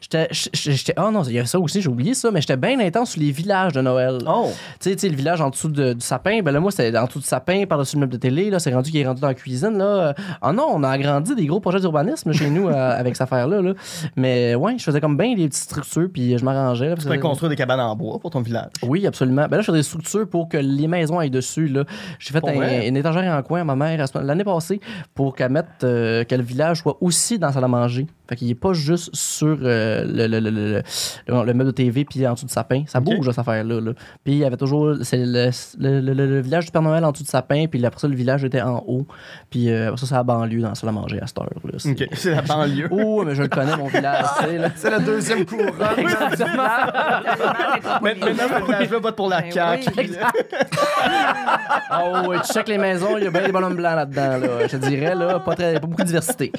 j'étais. j'étais- j'étais- Ah non, il y a ça aussi, j'ai oublié ça. Mais j'étais bien intense sur les villages de Noël.
Oh!
Tu sais, tu sais, le village en dessous de- du sapin, ben là, moi, c'était en dessous du sapin, par-dessus le meuble de télé, là, c'est rendu qu'il est rendu dans la cuisine, là. Euh, Ah non, on a agrandi des gros projets d'urbanisme chez nous euh, avec cette affaire-là, là. Mais ouais, je faisais comme bien des petites structures, puis je m'arrangeais. là, parce
Tu
que-
peux construire des cabanes en bois pour ton village.
oui, absolument. Ben là, je fais des structures pour que les maisons aillent dessus. là. J'ai fait
Pour
un-
vrai?
une étagère en coin à ma mère à ce moment- l'année passée pour qu'elle mette euh, que le village soit aussi dans la salle à manger. Fait qu'il n'est pas juste sur euh, le, le, le, le- le- le meuble de TV puis en dessous du sapin. Ça bouge, là, cette affaire-là. là. Puis il y avait toujours c'est le, le, le- le- le village du Père Noël en dessous du sapin, puis après ça, le village était en haut. Puis euh, après ça, c'est la banlieue dans la salle à manger à cette heure. Là. C'est-
OK. C'est la banlieue.
Oh, mais je le connais, mon village. tu sais, là.
C'est la deuxième couronne.
Mais- Maintenant, le village-là vote pour la
Ben
CAQ.
oui.
Ah ouais, tu check les maisons, il y a bien des bonhommes blancs là-dedans, là. Je te dirais, là, pas, très, pas beaucoup de diversité.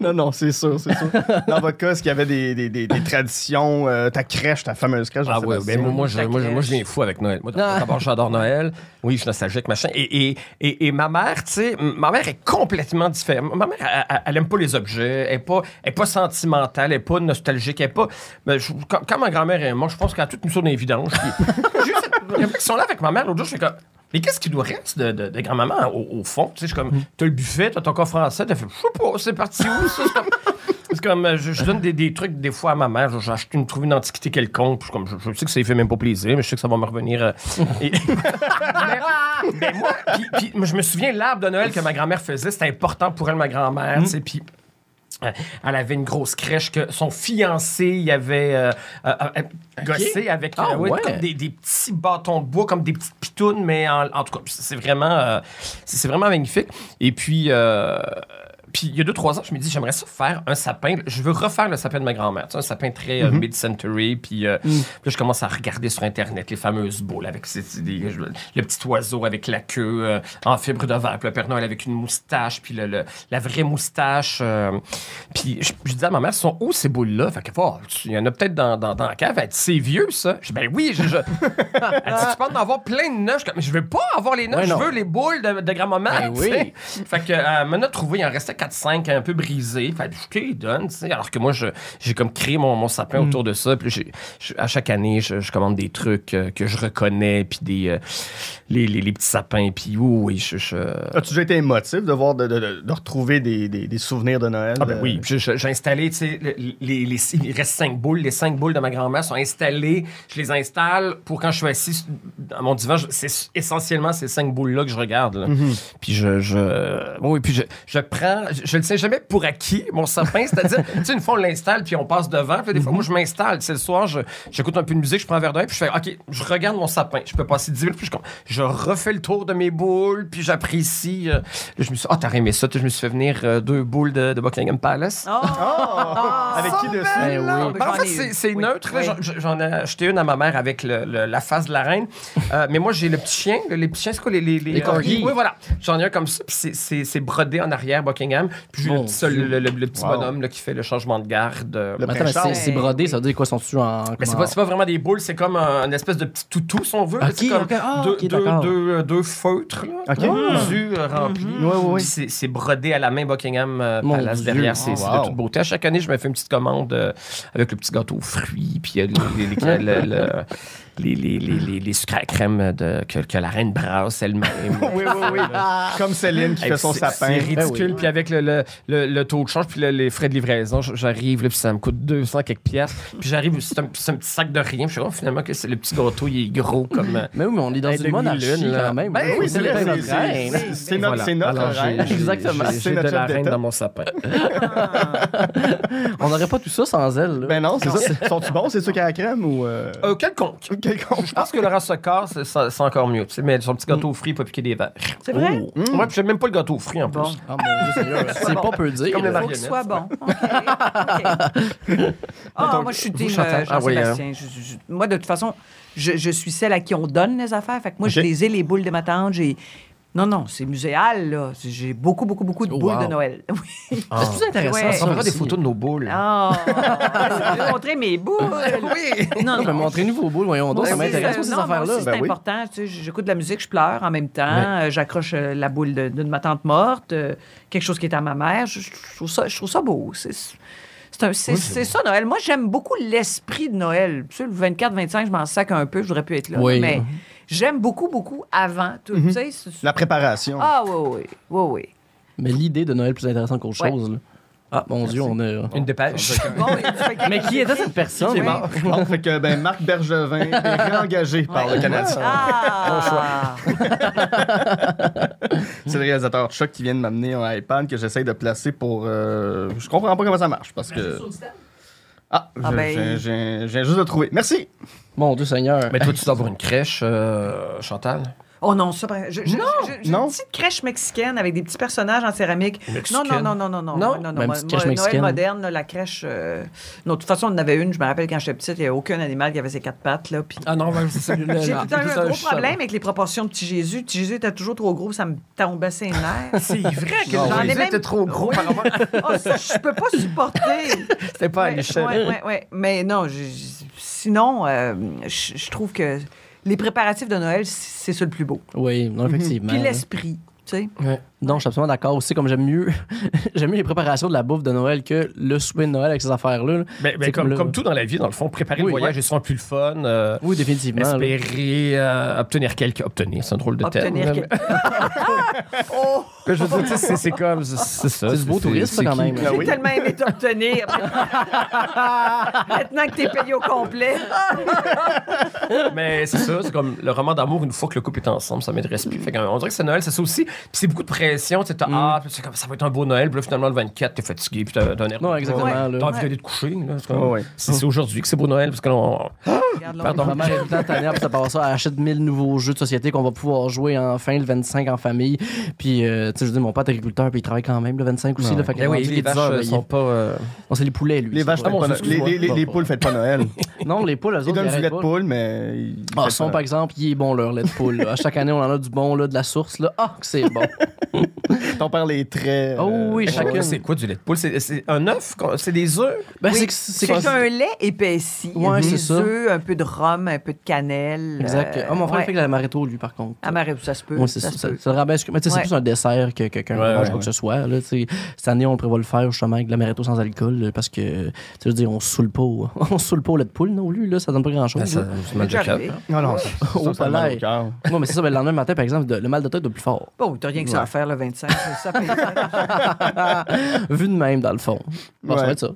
Non, non, c'est sûr, c'est sûr. Dans votre cas, est-ce qu'il y avait des, des, des, des traditions, euh, ta crèche, ta fameuse crèche?
Ah ouais, ben moi, moi, je,
Ta
moi, je- moi, je
crèche.
viens fou avec Noël. Moi,
Ah.
d'abord, j'adore Noël. Oui, je suis nostalgique, machin. Et, et, et, et ma mère, tu sais, m- ma mère est complètement différente. Ma mère, elle, elle- elle aime pas les objets, elle est pas, elle est pas sentimentale, elle est pas nostalgique, elle est pas... Ben, je- quand, quand ma grand-mère est morte, je pense qu'elle a toute une sourde évidence. J'ai eu cette réflexion-là avec ma mère l'autre jour, je suis comme... Mais qu'est-ce qui nous reste de, de, de grand-maman au, au fond? Tu sais, je suis comme, t'as le buffet, t'as ton coffre français, t'as fait, je sais pas, c'est parti où ça? C'est comme- C'est comme, euh, je, je donne des, des trucs des fois à ma mère. J'achète une, trouve une antiquité quelconque. puis je, suis comme, je, je sais que ça lui fait même pas plaisir, mais je sais que ça va me revenir. euh, et- mais, mais moi, puis- puis moi, je me souviens, l'arbre de Noël que ma grand-mère faisait, c'était important pour elle, ma grand-mère.
Mm.
tu sais, Puis euh, elle avait une grosse crèche que son fiancé il avait euh, euh, euh, gossé avec euh,
Ah,
ouais,
ouais.
comme des, des petits bâtons de bois, comme des petites pitounes, mais en, en tout cas, c'est vraiment, euh, c'est c'est vraiment magnifique. Et puis, euh, puis il y a deux, trois ans, je me dis, j'aimerais ça faire un sapin. Je veux refaire le sapin de ma grand-mère. Tu sais, Un sapin très
Mm-hmm.
euh, mid-century. Puis
Mm.
euh, puis là, je commence à regarder sur Internet les fameuses boules avec ces- ces- des- je- le petit oiseau avec la queue euh, en fibre de verre. Puis le Père Noël avec une moustache. Puis le- le- la vraie moustache. euh, puis je, je dis à ma mère, sont où ces boules-là? Fait que, oh, tu- il y en a peut-être dans, dans, dans la cave. Elle dit, c'est vieux, ça. Je dis, ben oui. Je, je- Elle dit, tu peux en avoir plein de nœuds. Je, dis, mais je veux pas avoir les nœuds.
Ouais,
je
non.
veux les boules de, de grand-maman.
Ben
tu sais.
oui.
Fait que euh, m'en a trouvé, il en restait 4-5 un peu brisés. Fait que je te les donne, tu sais. Alors que moi, je- j'ai comme créé mon, mon sapin
Mm.
autour de ça. Puis j'ai- je- à chaque année, je, je commande des trucs euh, que je reconnais, puis des euh, les, les- les petits sapins, puis ouh, oui, je. je-
As-tu déjà été émotif de voir, de, de- de- de retrouver des, des- des souvenirs de Noël?
Ah ben
euh,
oui, Puis je- je- j'ai installé, tu sais, le- les, les- il reste cinq boules, les cinq boules de ma grand-mère sont installées, je les installe pour quand je suis assis s- dans mon divan, je- c'est essentiellement ces cinq boules-là que je regarde. là. Puis je, je, oui, puis je, je prends, je, je le sais jamais pour acquis, mon sapin, c'est-à-dire, tu sais, une fois on l'installe, puis on passe devant, puis des fois, moi je m'installe, c'est le soir, je- j'écoute un peu de musique, je prends un verre d'œil, puis je fais, ok, je regarde mon sapin, je peux passer 10 minutes, puis je, comme- je refais le tour de mes boules, puis j'apprécie, euh, je me suis, ah, t'as aimé ça, Tu sais, je me suis fait venir euh, deux boules de, de Buckingham Palace.
Oh!
Avec qui dessus?
Ben oui.
Ben, en
J'en
fait,
ai
c'est
eu.
c'est
Oui.
neutre. là.
Oui.
J'en- J'en ai acheté une à ma mère avec le- le- la face de la reine. Euh, mais moi, j'ai le petit chien. le- Les euh, petits chiens, c'est quoi les. Les,
Les corgis.
Oui, voilà. J'en ai un comme ça. Puis c'est- c'est c'est brodé en arrière, Buckingham. femme, puis le,
Mon
petit-
Dieu.
le- le- le petit
Wow.
bonhomme là, qui fait le changement de garde. euh,
Le
Mais attends, mais
pêcheur.
c'est- c'est brodé, ça veut dire quoi? Sont-tu en.
mais c'est
comment-
pas, c'est pas vraiment des boules, c'est comme un, une espèce de petit toutou, si on veut. là.
Ok,
c'est comme
ok. Ah,
deux,
ok,
deux-
d'accord. Mmh.
deux, euh, deux feutres, là,
Ok.
cousus, euh, remplis.
Ouais, ouais, ouais.
Puis C'est c'est brodé à la main Buckingham euh,
Mon
Palace
Dieu.
derrière. C'est
Oh,
c'est
wow.
de toute beauté. À chaque année, je me fais une petite commande euh, avec le petit gâteau aux fruits, puis euh, les, les- les- le- le- les, les, les, les- les sucres à la crème de, que, que la reine brasse elle-même.
Oui, oui, oui. Comme Céline qui
Hey,
fait son
c'est-
sapin.
C'est ridicule.
Ben oui.
Puis avec le, le, le- le taux de change, puis le- les frais de livraison, j- j'arrive, là, puis ça me coûte 200 quelques pièces. Puis j'arrive, c'est un, c'est un petit sac de rien. Puis je suis finalement que c'est- le petit gâteau, il est gros comme. euh,
Mais oui, mais on est dans
Hey,
une
demi-lune,
monarchie
là.
quand même.
Ben
là.
oui,
On
c'est
est
vrai,
pas
c'est-
notre reine.
c'est- c'est
et
notre-
voilà.
c'est notre
Alors, j'ai-
reine.
j'ai-
Exactement.
j'ai-
C'est
J'ai de
notre
la
chef
reine
d'État.
dans mon sapin.
On n'aurait pas tout ça sans elle. là.
Ben non, c'est ça. Sont-tu bons, c'est sucre à la crème ou. euh,
Euh, quelconque.
Quelconque.
Je pense que le rassocard, c'est c'est encore mieux. tu sais, mais son petit gâteau aux fruits, pas piquer des verres.
C'est vrai? Hmm.
Oh.
Moi, puis j'aime même pas le gâteau aux fruits en
Bon.
plus.
Ah, mon Dieu Seigneur, c'est pas peu dire.
Comme le
là.
Faut que ce soit bon. OK. OK. Ah, moi, je suis
vous,
team
Chantal?
euh,
Ah oui,
Jean-Sébastien. Je- je- je- moi, de toute façon, je, je suis celle à qui on donne les affaires. Fait que moi, je
OK.
les ai, les boules de ma tante. J'ai... Non, non, c'est muséal, là. C'est- J'ai beaucoup, beaucoup, beaucoup de
Oh,
boules
wow.
de Noël. Oui.
Ah.
C'est plus intéressant.
Ouais.
ça,
On verra des
aussi.
photos de nos boules.
Ah, je vais montrer mes boules. Oui. Non,
Non, mais
non.
montrez-nous vos boules, voyons donc,
Moi
ça
aussi,
m'intéresse
euh,
pas ces
non, moi
affaires-là. Ben.
aussi, C'est
Ben oui.
important. Tu sais, J'écoute de la musique, je pleure en même temps. euh, J'accroche euh, la boule de, de ma tante morte, euh, quelque chose qui est à ma mère. Je, je trouve, ça, je trouve ça beau. C'est c'est un- c'est- c'est ça, Noël. Moi, j'aime beaucoup l'esprit de Noël. Tu sais, le 24-25, je m'en sac un peu, j'aurais pu être là.
Oui. Mm-hmm.
Mais j'aime beaucoup, beaucoup avant. tout. Tu sais, c'est-
La préparation.
Ah oui, oui, oui, oui.
Mais l'idée de Noël est plus intéressante qu'autre
Ouais.
chose. là. Ah, mon Dieu, on est.
Une dépêche.
Bon, il y a du fait que-
Mais qui était cette personne?
Qui est
Oui.
mort.
Bon, fait que ben, Marc Bergevin est réengagé par le Canadien.
Ah!
C'est le réalisateur Chuck qui vient de m'amener un iPad que j'essaye de placer pour. euh, Je comprends pas comment ça marche parce que. Ah,
Ah,
je-
ben.
j'ai- j'ai- j'ai juste de trouver. Merci!
Mon Dieu Seigneur.
Mais toi, tu dors dans une crèche, euh, Chantal?
Oh non, ça, par- je, je,
Non,
je- je- j'ai
non.
une petite crèche mexicaine avec des petits personnages en céramique.
Mexicaine.
Non, non, non, non, non,
Non?
non, non, non.
Ben, une
moi-
petite
moi,
crèche mexicaine.
Noël moderne, là, la crèche. euh, Non, de toute façon, on en avait une. Je me rappelle quand j'étais petite, il n'y avait aucun animal qui avait ses quatre pattes là. Puis
Ah non, ouais, c'est celui-là.
j'ai tout le temps eu un gros problème
problème.
avec les proportions de petit Jésus. Petit Jésus était toujours trop gros, ça me tombait ses nerfs.
C'est vrai que
J'en
le
ai
Jésus
même-
était trop gros par rapport.
oh, ça, je peux pas supporter.
C'était pas à
Ouais,
l'échelle.
ouais, ouais, ouais. Mais non, je- je- sinon, euh, je je trouve que les préparatifs de Noël, c'est ça le plus beau.
Oui, non, effectivement.
Puis l'esprit, tu sais.
Non, je suis absolument d'accord aussi. Comme j'aime mieux, j'aime mieux les préparations de la bouffe de Noël que le souper de Noël avec ces affaires-là. là.
Ben, ben,
C'est
comme,
le-
comme tout dans la vie, dans le fond, préparer
Oui,
le voyage est souvent plus le fun. euh,
Oui, définitivement. là.
Espérer euh, obtenir quelque. Obtenir, c'est un drôle de terme.
Ah
Obtenir
là,
quelque-
mais- Ben, je veux dire, tu sais, c'est- c'est comme. C'est c'est ça.
C'est du beau tourisme, ça,
c'est
quand
qui?
même.
Ah
J'ai
oui.
tellement aimé t'obtenir. Maintenant que t'es payé au complet.
Mais c'est ça, c'est comme le roman d'amour, une fois que le couple est ensemble, ça m'intéresse plus. Fait qu'on- on dirait que c'est Noël, c'est ça aussi. Puis c'est beaucoup de pression, tu sais, t'as hâte, puis c'est comme ça va être un beau Noël, puis là, finalement, le 24, t'es fatigué, puis t'as t'as un air.
Non, exactement.
Ouais.
là.
T'as envie d'aller te coucher. là, c'est comme-
Ouais, ouais.
C'est c'est aujourd'hui que c'est beau Noël, parce que là, on-
Regarde, là, on-
Pardon.
Ma mère est tout le temps tannée, puis ça part ça, elle achète 1000 nouveaux jeux de société qu'on va pouvoir jouer enfin le 25 en famille. Puis, euh, tu sais, je dis, mon père est agriculteur, puis il travaille quand même le 25 aussi. là, fait qu'il
Eh
Ben
est
oui,
rendu
les
les
vaches
10 heures,
euh,
là, il-
sont pas. euh,
Non, c'est les poulets, lui.
Les
c'est
vaches
pas-
faites pas Noël. Les, les- les- les poules faites pas Noël.
Non, les poules, elles
Ils
autres,
donnent du
ils
lait de
arrêtent pas.
poule, mais. ils
Ah,
fêtent
son,
pas
par
Noël.
exemple, il est bon, leur lait de poule. là. À chaque année, on en a du bon, là, de la source, là. Ah, que c'est bon.
Ton père les traits.
Oh
euh,
oui,
ouais.
chacun.
C'est quoi du lait de poule C'est- C'est un œuf qu'on- C'est des œufs
Ben,
Oui,
c'est que- c'est
C'est
que-
un lait épaissi.
Ouais, c'est
des
ça.
œufs, un peu de rhum, un peu de cannelle.
Exact.
euh,
Ah, mon frère, il fait
ouais.
de la maréto, lui, par contre.
Ah, Marie, ça se peut.
Moi, c'est
ça
ça.
se
ça-
peut.
ça le rabaisse que- Mais tu sais, c'est
Ouais.
plus un dessert que, que- qu'un
Ouais,
fromage,
ouais,
quoi
ouais.
que ce soit. Là, tu sais. cette année, on prévoit le faire justement avec de la maréto sans alcool là, parce que, tu sais, je veux dire, on se saoule pas. au- On se saoule pas au lait de poule, non, lui, là, ça donne pas grand chose.
Ben, ça- c'est mal de
Déjà
cap.
arrivé.
Non, non, ça, ça,
Oh,
ça me met
palais.
au cœur.
Non, mais c'est ça, ben, le lendemain matin, par exemple, de- le mal de tête est plus fort.
Bon, t'as rien que ça à faire le 25. Ça peut
Vu de même, dans le fond. Bon, ça
Ouais.
va être ça.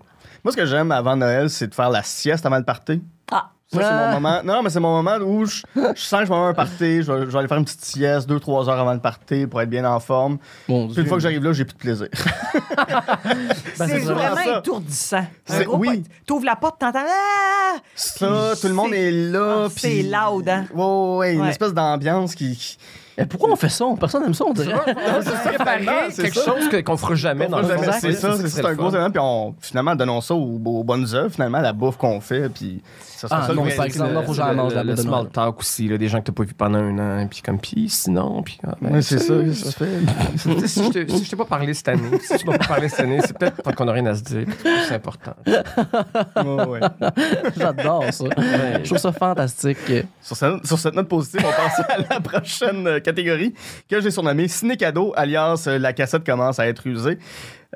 Moi, ce que j'aime avant Noël, c'est de faire la sieste avant le party.
Ah,
Ça, c'est
Ah.
mon moment. Non, mais c'est mon moment où je, je sens que je vais avoir un party. Je vais, je vais aller faire une petite sieste, deux, trois heures avant le party pour être bien en forme.
Mon
Puis
Dieu.
une fois que j'arrive là, j'ai plus de plaisir.
c'est
c'est
vraiment
vraiment
Ben, ça.
étourdissant. Un
C'est-
gros
oui.
pot- T'ouvres la porte, t'entends. Ah!
Ça,
Puis
tout le monde
c'est-
est là.
Ah,
puis-
c'est loud, hein?
Ouais, ouais, ouais, une
Ouais.
espèce d'ambiance qui. qui-
Eh, pourquoi on fait ça? Personne n'aime ça, on dirait.
Préparer
Ah, c'est
quelque
ça.
chose que- qu'on fera jamais dans le
Jamais,
fond.
C'est ça,
ce
c'est
serait
c'est un
le
gros
fun.
élément. Puis on, finalement, donnons ça aux, aux bonnes œuvres, finalement, à la bouffe qu'on fait. Puis ça sera
Ah,
ça
non,
vrai,
par exemple, non, faut que j'en mange la
le, le
boîte de
small
Noël.
talk aussi, là, des gens que t'as pas vu pendant un an, puis comme, puis sinon, puis... ah, ben,
Ouais, c'est ça, que ça fait.
Tu sais, si je te- si je t'ai pas parlé cette année, si tu m'as pas parlé cette année, c'est peut-être parce qu'on a rien à se dire, puis c'est important.
Ouais, ouais.
J'adore ça. Je trouve ça fantastique.
Sur, ce- sur cette note positive, on passe à la prochaine euh, catégorie que j'ai surnommée Ciné Cadeau, alias euh, La cassette commence à être usée.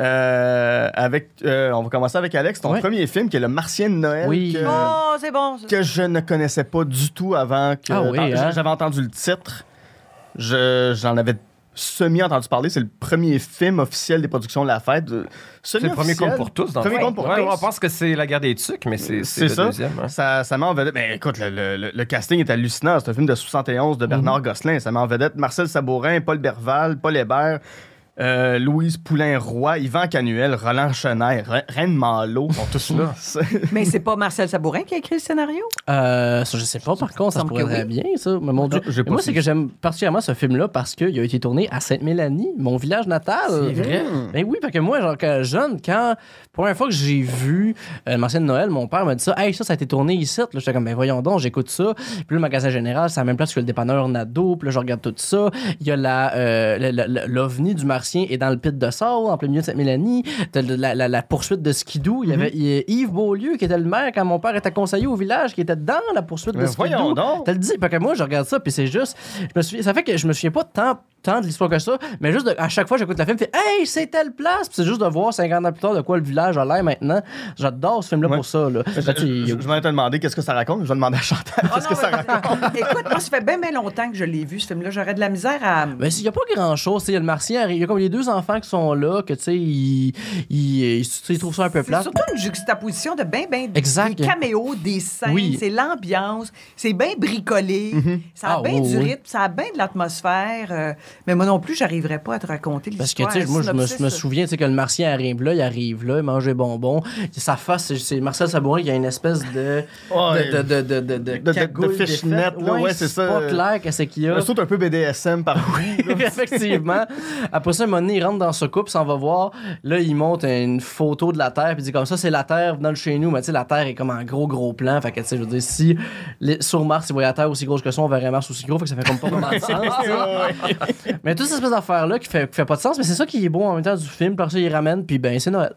Euh, avec, euh, on va commencer avec Alex, ton
Ouais.
premier film qui est Le Martien de Noël.
Oui.
Que,
Oh, c'est bon. ça.
que je ne connaissais pas du tout avant que.
Ah oui,
dans-
hein?
J'avais entendu le titre. Je- J'en avais semi-entendu parler. C'est le premier film officiel des productions de la fête. Euh,
C'est le premier
semi-officiel.
compte pour tous, dans
Premier
le fond.
compte pour
Ouais,
tous.
On pense que c'est la guerre des tucs, mais c'est
C'est
c'est le
ça.
deuxième. hein.
Ça, ça met en vedette. Ben, écoute, le, le- le- le casting est hallucinant. C'est un film de 71 de Bernard Gosselin. Ça met en vedette Marcel Sabourin, Paul Berval, Paul Hébert, euh, Louise Poulain-Roy, Yvan Canuel, Roland Chenet, Re- Reine Malo. Ils sont tous là.
Mais c'est pas Marcel Sabourin qui a écrit le scénario?
Euh, ça, je sais pas, par contre, ça
semble
pourrait
que oui.
très bien, ça. Mais mon Dieu.
j'ai
Mais
pas
moi,
su.
c'est que j'aime particulièrement ce film-là parce qu'il a été tourné à Sainte-Mélanie, mon village natal.
C'est vrai?
Ben oui, parce que moi, genre, quand jeune, quand. Première fois que j'ai vu euh, Marcel de Noël, mon père m'a dit ça. Hey, ça, ça a été tourné ici. Là, j'étais comme, ben voyons donc, j'écoute ça. Puis le magasin général, c'est à la même place que le dépanneur Nadeau. Puis là, je regarde tout ça. Il y a la, euh, la- la- la- l'OVNI du Martien est dans le pit de Sable, en plein milieu de Sainte-Mélanie. T'as le- la, la- la poursuite de Skidou. Il y avait
Mm-hmm.
euh, Yves Beaulieu, qui était le maire quand mon père était conseiller au village, qui était dans la poursuite
Mais
de Skidou.
Ben voyons donc.
T'as le dit, parce que moi, je regarde ça, puis c'est juste. Je me souviens- ça fait que je me souviens pas tant, tant de l'histoire que ça, mais juste de- à chaque fois, j'écoute la film, je fais Hey, c'est telle place! Puis c'est juste de voir 50 ans plus tard de quoi le village a l'air maintenant. J'adore ce film-là
Ouais.
pour ça. Là.
Je,
Là, tu- il y
je-
a- Oh
je vais te demander qu'est-ce que ça raconte. Je vais demander à Chantal
Ah
qu'est-ce
non,
que ça
mais-
raconte.
Écoute, moi, ça fait bien, bien longtemps que je l'ai vu, ce film-là. J'aurais de la misère à.
Ben, il n'y a pas grand-chose. tu sais, Il y a le martien, il y a comme les deux enfants qui sont là, que tu sais, ils, ils, ils- tu sais, ils trouvent ça un peu
C'est
plat.
surtout une juxtaposition de ben, ben,
Exact.
des caméos, des scènes,
Oui.
c'est l'ambiance, c'est bien bricolé, ça a
Ah,
bien
oui,
du
oui.
rythme, ça a bien de l'atmosphère. euh, mais moi non plus, j'arriverais pas à te raconter
Parce que,
l'histoire.
tu sais, moi, je me,
synopsis,
me
ça.
souviens, tu sais, que le martien arrive là, il arrive là, il mange des bonbons. Sa face, c'est- c'est Marcel Sabourin qui a une espèce de.
Ouais.
de. de. de. de. de.
de- de
cagoule
fishnet,
défaite.
là, ouais, c'est ça.
pas clair qu'est-ce qu'il y a.
Je saute un peu BDSM par oui.
Effectivement. Après ça, un moment donné, il rentre dans ce couple, s'en va voir. Là, il monte une photo de la Terre, puis il dit comme ça, c'est la Terre venant de chez nous. Mais tu sais, la Terre est comme en gros, gros plan. Fait que, tu sais, je veux dire, si les- sur Mars, il voyait la Terre aussi grosse que ça, on verrait Mars aussi gros. Fait que ça fait comme pas vraiment de sens. tu sais. mais toute cette espèce d'affaire-là qui fait, qui fait pas de sens, mais c'est ça qui est beau en même temps du film. Parce qu'il ramène, puis ben, c'est Noël.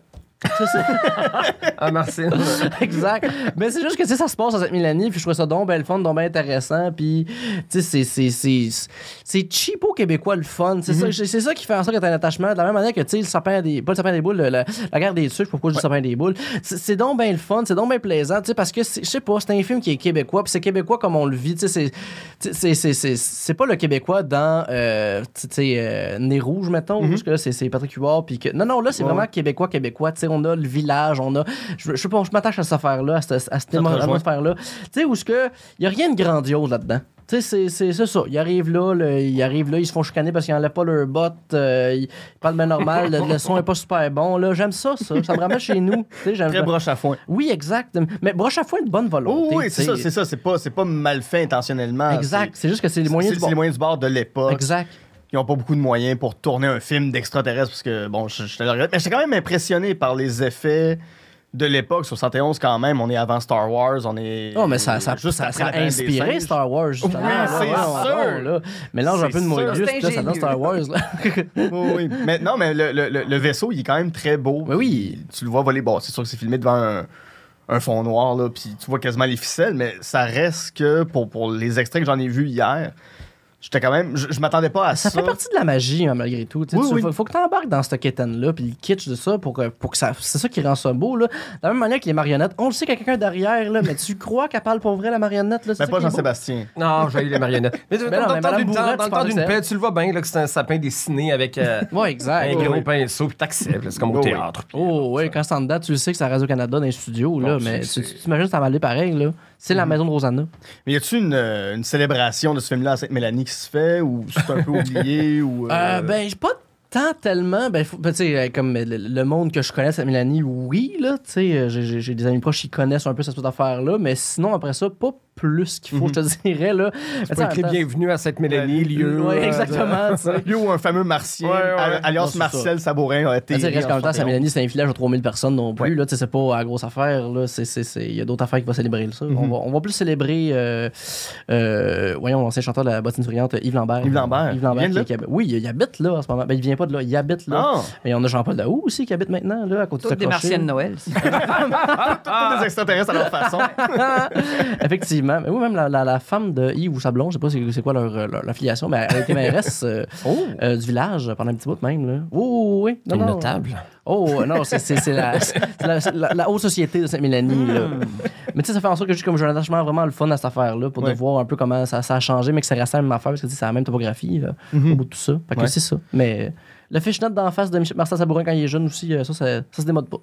Ça, c'est-
Ah, merci.
exact. Mais c'est juste que, tu sais, ça se passe à cette Mélanie, puis je trouve ça donc ben le fun, donc ben intéressant, puis, tu sais, c'est- c'est- c'est- c'est cheapo québécois le fun. C'est ça- c'est ça qui fait en sorte que t'as un attachement. De la même manière que, tu sais, le sapin des. Pas le sapin des boules, le- la, la guerre des sucres, pourquoi je dis sapin des boules. C'est c'est donc ben le fun, c'est donc ben plaisant, tu sais, parce que, c'est- je sais pas, c'est un film qui est québécois, puis c'est québécois comme on le vit, tu sais, c'est- tu sais, c'est- c'est- c'est- c'est pas le québécois dans, euh, tu sais, euh, Nez Rouge, mettons, parce que là, c'est- c'est Patrick Huard, puis que. Non, non, là, c'est
Mhm. Ouais,
vraiment
ouais.
québécois, québécois, tu sais, on a le village, on a. Je, je sais pas, je m'attache à cette affaire-là, à cette, à cette
te
à cette
rejoint.
affaire-là. Tu sais, où ce que. Il a rien de grandiose là-dedans. Tu sais, c'est- c'est c'est ça. Ils arrivent là, le- ils arrivent là, ils se font chicaner parce qu'ils enlèvent pas leurs bottes, euh, ils parlent bien normal, le, le son est pas super bon. là. J'aime ça, ça. Ça me ramène chez nous. Tu sais, j'aime-
Très broche à foin.
Oui, exact. Mais broche à foin de bonne
Oh,
volonté.
oui, c'est
tu
ça,
sais.
c'est ça. C'est pas, c'est pas mal fait intentionnellement.
Exact.
C'est-
C'est juste que c'est les
C'est
moyens
c'est
du bord.
les moyens du bord de l'époque.
Exact.
Ils n'ont pas beaucoup de moyens pour tourner un film d'extraterrestre, parce que, bon, je, je te le regrette. Mais j'étais quand même impressionné par les effets de l'époque, 71 quand même. On est avant Star Wars, on est.
Oh, mais ça, ça,
juste
ça,
après
ça
la
a
planète des
inspiré
singes.
Star Wars, justement.
Oui,
Là,
c'est
voyons
sûr.
donc, là. Mélange un peu de
C'est sûr.
Moebius,
C'est
puis là, ça donne
ingénieux.
Star Wars. là.
Oui, oui. Mais non, mais le, le- le- le vaisseau, il est quand même très beau.
Oui, oui.
Puis Tu le vois voler. Bon, c'est sûr que c'est filmé devant un, un fond noir, là, puis tu vois quasiment les ficelles, mais ça reste que pour, pour les extraits que j'en ai vus hier, j'étais quand même. Je, je m'attendais pas à ça.
Ça fait partie de la magie, hein, malgré tout. Il
Oui, oui.
faut, faut que tu embarques dans cette quétaine-là, puis le kitsch de ça, pour que, pour que ça. C'est ça qui rend ça beau. Là. De la même manière que les marionnettes, on le sait qu'il y a quelqu'un derrière, là, mais tu crois qu'elle parle pour vrai, la marionnette. Là, c'est
Mais
ça
Ben, pas
qui est beau.
Jean-Sébastien.
Non, j'ai eu les marionnettes. Mais,
Mais
dans,
non,
dans le temps
mais Madame
d'une- dans
Bourrette,
dans
tu
le temps
parlais
d'une
d'elle.
paix, tu le vois bien, là, que c'est un sapin dessiné avec euh,
Ouais, exact.
un
Oh,
gros
oui.
pinceau, puis t'acceptes. là. C'est comme au
Oui, oui.
théâtre. puis-
Oh, ouais, quand c'est en dedans, tu le sais que c'est à Radio-Canada dans les studios, là,
Bon,
mais
c'est-
tu tu t'imagines ça va aller pareil, là. C'est la maison de Rosanna.
Mais y a-tu une, euh, une célébration de ce film-là à Sainte-Mélanie qui se fait, ou c'est un peu oublié, ou. euh,
Euh, ben, j'ai pas tant tellement. Ben, faut- ben, tu sais, euh, comme le, le monde que je connais, cette Mélanie, oui, là, tu sais, euh, j'ai- j'ai j'ai des amis proches qui connaissent un peu cette affaire-là, mais sinon, après ça, pas plus qu'il faut, je te dirais. Là.
Tu peux écrire bienvenue à cette Mélanie, lieu.
Oui,
euh,
exactement. tu sais.
Lieu où un fameux martien,
Ouais, ouais.
al-
Non,
alias
c'est
Marcel Sabourin, a été.
Tu sais, reste qu'en même temps,
Enfin,
sa Mélanie, c'est un village de 3000 personnes non plus. là, tu sais, C'est pas la grosse affaire. là. C'est- c'est- c'est- Il y a d'autres affaires qui vont célébrer ça.
Mm-hmm.
on, va, on va plus célébrer. euh, euh, voyons, l'ancien chanteur de la bottine souriante, Yves Lambert.
Yves Lambert.
Yves Lambert
Il vient de
qui- qui- oui, il, il habite là en ce moment. Ben, il vient pas de là. Il habite là.
Ah.
Mais on a Jean-Paul Daou aussi qui habite maintenant là, à côté
Toutes
de
des
Saint-Crochet.
martiennes Noël.
Tous
Ah!
des extraterrestres à leur façon.
Effectivement. Mais oui, même la, la- la femme de Yves ou Sablon, je sais pas c'est c'est quoi leur, euh, leur, leur filiation, mais elle a été mairesse euh,
Oh!
euh, du village pendant un petit bout même. Là. Oui, oui, oui. Non, non. Oh, non, c'est c'est- c'est la, c'est la, la- la haute société de Sainte-Mélanie. là.
Hmm.
Mais tu sais, ça fait en sorte que j'ai comme j'ai un attachement vraiment le fun à cette affaire-là pour de
Ouais.
voir un peu comment ça, ça a changé, mais que ça reste la même affaire parce que tu sais, c'est la même topographie là, au bout de tout ça. Fait que
Mhm. Ouais.
c'est ça. Mais euh, le fish-note d'en face de Mich- Marcel Sabourin quand il est jeune aussi, euh, ça, ça, ça se démode pas.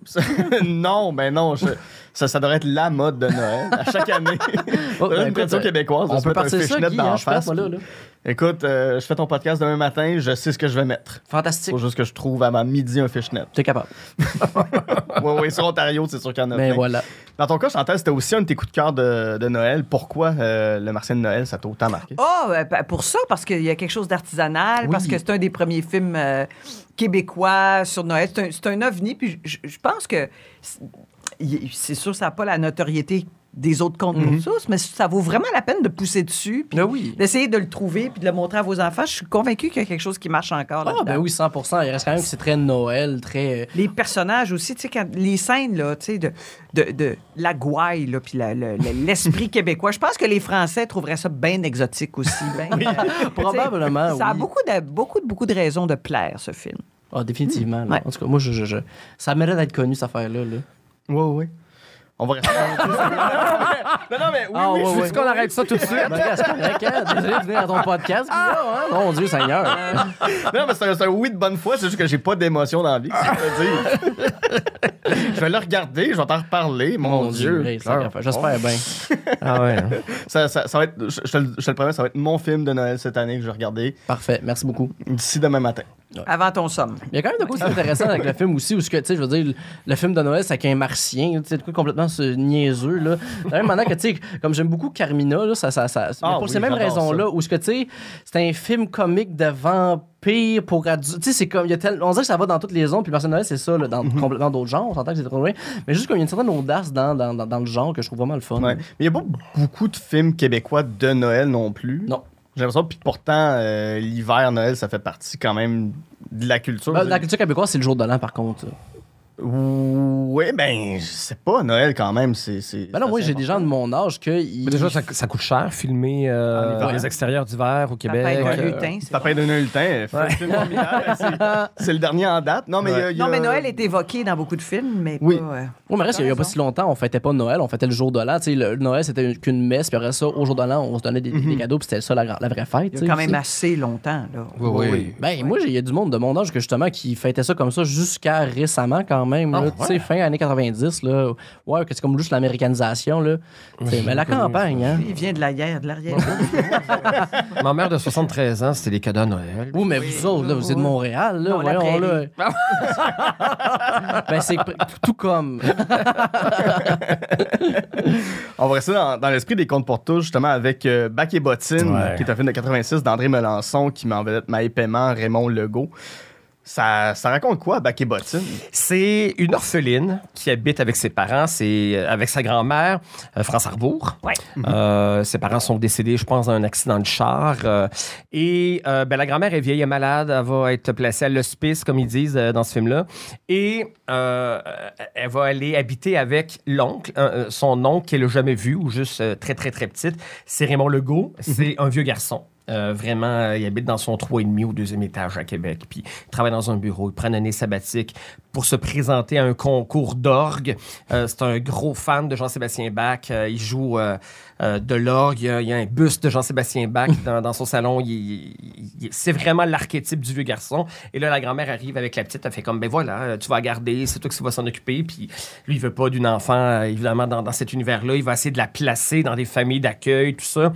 non, ben non, je- ça, ça devrait être la mode de Noël à chaque année. C'est
Oh, ben,
une tradition
écoute,
québécoise. de
On
se
peut
mettre un
partir ça,
fishnet
Guy,
dans
hein,
la
je pense,
face,
moi, là, là.
puis- Écoute, euh, je fais ton podcast demain matin, je sais ce que je vais mettre.
Fantastique.
Faut juste que je trouve avant midi un fishnet.
T'es capable.
ouais, ouais, sur Ontario, c'est sûr qu'il y en a
Mais
plein.
Ben, voilà.
Dans ton cas, Chantal, c'était aussi un de tes coups de cœur de, de Noël. Pourquoi euh, le Martien de Noël, ça t'a autant marqué?
Ah, euh, pa- pour ça, parce qu'il y a quelque chose d'artisanal, parce que c'est un des premiers films euh, québécois sur Noël. C'est un, c'est un ovni, puis je- je je pense que c'est- il- c'est sûr, ça n'a pas la notoriété des autres contes pour source, mais ça vaut vraiment la peine de pousser dessus, puis
Mhm. Ah oui.
d'essayer de le trouver, puis de le montrer à vos enfants. Je suis convaincue qu'il y a quelque chose qui marche encore
Ah,
là-dedans.
ben oui, 100%. Il reste quand même que c'est très Noël, très. euh,
Les personnages aussi, tu sais, quand- les scènes, là, tu sais, de, de, de la gouaille, là, puis la- le- le- l'esprit québécois. Je pense que les Français trouveraient ça bien exotique aussi. ben, euh,
Probablement,
tu sais, Ça a
oui.
beaucoup de, beaucoup, de- beaucoup de raisons de plaire, ce film.
Ah, définitivement. là.
Ouais.
En tout cas, moi, je, je- je- ça mérite d'être connu, cette affaire-là. là.
Oui, oui. On va rester. non, non, mais oui,
Ah,
oui,
ouais,
je
ouais.
suis qu'on arrête ça tout de suite. Ah!
Ben, regarde, c'est correct, hein? Désolé de venir à ton podcast, Guillaume, hein? Mon Dieu Seigneur.
Non, mais c'est un, c'est un oui de bonne foi, c'est juste que j'ai pas d'émotion dans la vie. c'est ce que je veux dire. je vais le regarder, je vais t'en reparler, mon, Dieu.
Hey, sacré affaire. J'espère bien.
Ah ouais.
Ça, ça- ça va être, je, je te le- je te le promets, ça va être mon film de Noël cette année que je vais regarder
Parfait. Merci beaucoup.
d'ici demain matin.
Avant ton somme.
Il y a quand même de quoi qui est intéressant avec le film aussi, où ce que, tu sais, je veux dire, le- le film de Noël, c'est avec un martien, tu sais, de quoi complètement ce niaiseux, là. De la même manière que, tu sais, comme j'aime beaucoup Carmina, là, ça, ça, ça, mais
Ah
pour
oui,
ces mêmes
j'adore ça.
raisons-là, où ce que, tu sais, c'est un film comique de vampire pour adultes. Tu sais, c'est comme, il y a tel- on dirait que ça va dans toutes les ondes, puis le personnage, c'est ça, là, dans
Mhm.
complètement d'autres genres, on s'entend que c'est trop loin, mais juste comme il y a une certaine audace dans, dans, dans, dans le genre que je trouve vraiment le fun.
Ouais. Mais il n'y a pas beaucoup de films québécois de Noël non plus.
Non.
J'ai l'impression, puis pourtant, euh, l'hiver, Noël, ça fait partie quand même de la culture.
Ben, dans la culture québécoise, c'est le jour de l'an, par contre.
Oui, ben, c'est pas Noël quand même. C'est, c'est,
Ben non,
c'est
moi,
assez
j'ai des gens de mon âge que. ils-
Mais déjà, ça, ça coûte cher filmer euh,
En hiver.
dans les extérieurs d'hiver au
Ça peut
Québec.
être un
euh,
lutin. c'est
Ça
vrai.
peut donner un lutin. euh, C'est c'est le dernier en date. Non, mais euh, il y a- il y a-
Non, mais Noël est évoqué dans beaucoup de films, mais
Oui.
pas, euh,
Oui, mais reste qu'il n'y a pas si longtemps, on fêtait pas Noël, on fêtait le jour de l'an. Tu sais, le Noël, c'était une- qu'une messe, puis après ça, au jour de l'an, on se donnait des, des cadeaux, puis c'était ça la, gra- la vraie fête.
il
tu
y
sais,
a quand même
aussi.
assez longtemps. Là.
Oui, oui.
Ben, moi, j'ai- il y a du monde de mon âge que justement qui fêtait ça comme ça jusqu'à récemment, quand même. là. Tu sais, fin années 90, là. Ouais, que c'est comme juste l'américanisation, là. Tu sais, mais la campagne, hein.
Il vient de la guerre, de l'arrière.
Ma mère de 73 ans, c'était les cadeaux à Noël.
Oui, mais vous autres, là, vous êtes de Montréal, là.
Non, la Ah
voyons, là. ben, c'est pr- tout comme.
On va rester dans, dans l'esprit des contes pour tous, justement, avec euh, Bac et Bottine,
Ouais.
qui est un film de 86 d'André Melançon, qui m'en va être Maï Paiement, Raymond Legault. Ça, ça raconte quoi, Bac et Bottine?
C'est une orpheline qui habite avec ses parents, c'est euh, avec sa grand-mère, euh, France Arbour.
Ouais.
Euh, ses parents sont décédés, je pense, dans un accident de char. euh, et euh, ben, la grand-mère est vieille et malade. Elle va être placée à l'hospice, comme ils disent euh, dans ce film-là. Et euh, elle va aller habiter avec l'oncle, euh, euh, son oncle qu'elle n'a jamais vu ou juste euh, très, très, très petite. C'est Raymond Legault. C'est un vieux garçon. Euh, vraiment, euh, il habite dans son 3,5 au deuxième étage à Québec. Puis il travaille dans un bureau. Il prend une année sabbatique pour se présenter à un concours d'orgue. Euh, c'est un gros fan de Jean-Sébastien Bach. Euh, il joue euh, euh, de l'orgue. Il y a- il y a un buste de Jean-Sébastien Bach dans, dans son salon. Il, il- il- c'est vraiment l'archétype du vieux garçon. Et là, la grand-mère arrive avec la petite, elle fait comme, ben voilà, euh, tu vas la garder, c'est toi qui vas s'en occuper. Puis lui, il veut pas d'une enfant, euh, évidemment, dans, dans cet univers-là. Il va essayer de la placer dans des familles d'accueil, tout ça.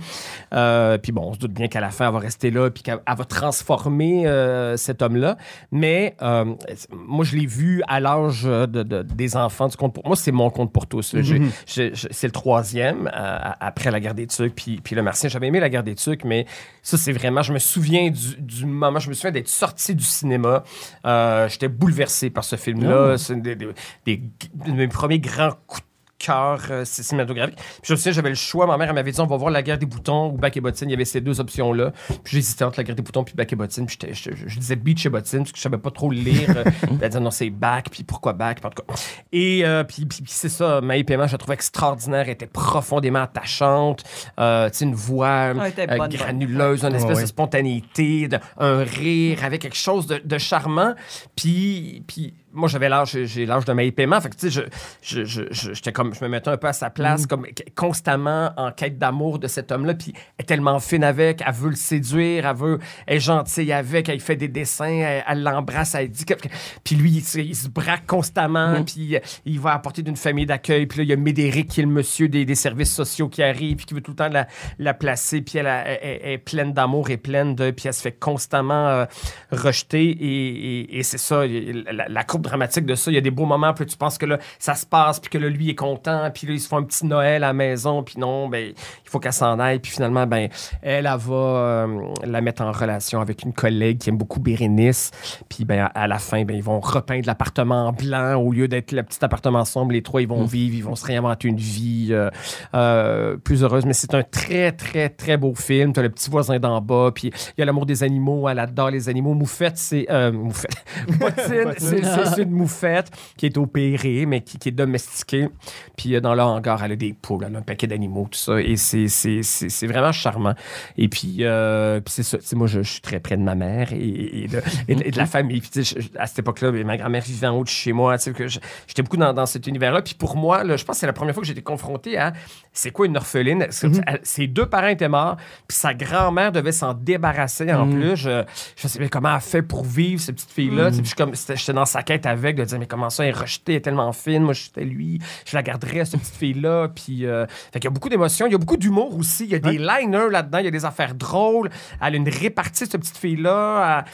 Euh, puis bon, on se doute bien qu'à la fin, elle va rester là, puis qu'elle elle va transformer euh, cet homme-là. Mais euh, moi, je l'ai vu à l'âge de- de- des enfants du compte pour... Moi, c'est mon compte pour tous. là. J'ai- j'ai- j'ai- c'est le troisième, euh, après la guerre des Tucs, puis, puis le Martien. J'avais aimé la guerre des Tucs, mais ça, c'est vraiment... Je me souviens du, du moment, je me souviens d'être sorti du cinéma. Euh, J'étais bouleversé par ce film-là. C'est des, des- des- de mes premiers grands coups de cœur euh, cinématographique. Puis je me souviens, j'avais le choix. Ma mère elle m'avait dit on va voir La guerre des boutons ou Bac et bottine. Il y avait ces deux options-là. Puis j'hésitais entre La guerre des boutons puis Bac et bottine. Puis j'étais- je, je- je disais Beach et bottine parce que je savais pas trop le lire. Euh, puis elle disait non, c'est Bac. Puis pourquoi Bac Puis en tout cas. Et euh, puis, puis- puis c'est ça, Maï Paiement, je la trouvais extraordinaire. Elle était profondément attachante. Euh, tu sais, une voix
Ah, Elle était
euh,
bonne,
granuleuse, une espèce de spontanéité, de- un rire avec quelque chose de, de charmant. Puis, puis moi, j'avais l'âge, j'ai- j'ai l'âge de mes paiements. Fait que, tu sais, je, je, je- je- j'étais comme, je me mettais un peu à sa place, comme qu- constamment en quête d'amour de cet homme-là. Puis elle est tellement fine avec, elle veut le séduire, elle veut, elle est gentille avec, elle fait des dessins, elle, elle l'embrasse, elle dit. que- que- Puis lui, il, se- il se braque constamment, puis euh, il va apporter d'une famille d'accueil. Puis là, il y a Médéric qui est le monsieur des, des services sociaux qui arrive, puis qui veut tout le temps la, la placer. Puis elle, a- elle- elle- elle est pleine d'amour et pleine de. Puis elle se fait constamment euh, rejeter. Et, et- et c'est ça, il- la, la courbe dramatique de ça. Il y a des beaux moments, puis tu penses que là, ça se passe, puis que là, lui est content, puis là, ils se font un petit Noël à la maison, puis non, ben, il faut qu'elle s'en aille. Puis finalement, ben, elle, elle va euh, la mettre en relation avec une collègue qui aime beaucoup Bérénice. Puis ben, à- à la fin, ben, ils vont repeindre l'appartement en blanc au lieu d'être le petit appartement sombre. Les trois, ils vont vivre, ils vont se réinventer une vie euh, euh, plus heureuse. Mais c'est un très, très, très beau film. Tu as le petit voisin d'en bas, puis il y a l'amour des animaux. Elle adore les animaux. Moufette, c'est. euh, moufette. Bottine, c'est c'est- c'est une moufette qui est opérée, mais qui, qui est domestiquée. Puis euh, dans le hangar, elle a des poules, elle a un paquet d'animaux, tout ça. Et c'est- c'est c'est- c'est vraiment charmant. Et puis, euh, puis c'est ça. Tu sais, moi, je, je suis très près de ma mère et, et de, et de- et de la famille. Puis, tu sais, je- je- à cette époque-là, ben, ma grand-mère vivait en haut de chez moi. Tu sais, que je- J'étais beaucoup dans, dans cet univers-là. Puis pour moi, là, je pense que c'est la première fois que j'étais confronté à c'est quoi une orpheline. Est-ce que- elle- Ses deux parents étaient morts, puis sa grand-mère devait s'en débarrasser en plus. Je, je me suis dit, mais comment elle fait pour vivre, cette petite
Hmm.
fille-là? Tu sais, puis je suis comme- c'était- J'étais dans sa quête avec, de dire, mais comment ça, elle est rejetée, elle est tellement fine. Moi, j'étais lui, je la garderais, cette petite fille-là. Puis, euh, fait qu'il y a beaucoup d'émotions, il y a beaucoup d'humour aussi. Il y a des liners là-dedans, il y a des affaires drôles. Elle a une répartie, cette petite fille-là. Elle,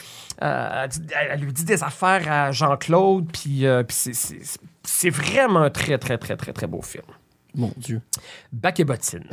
euh, elle dit- elle- elle lui dit des affaires à Jean-Claude. Puis, euh, puis c'est- c'est- c'est vraiment un très, très, très, très, très beau film.
Mon Dieu.
Bac et bottine.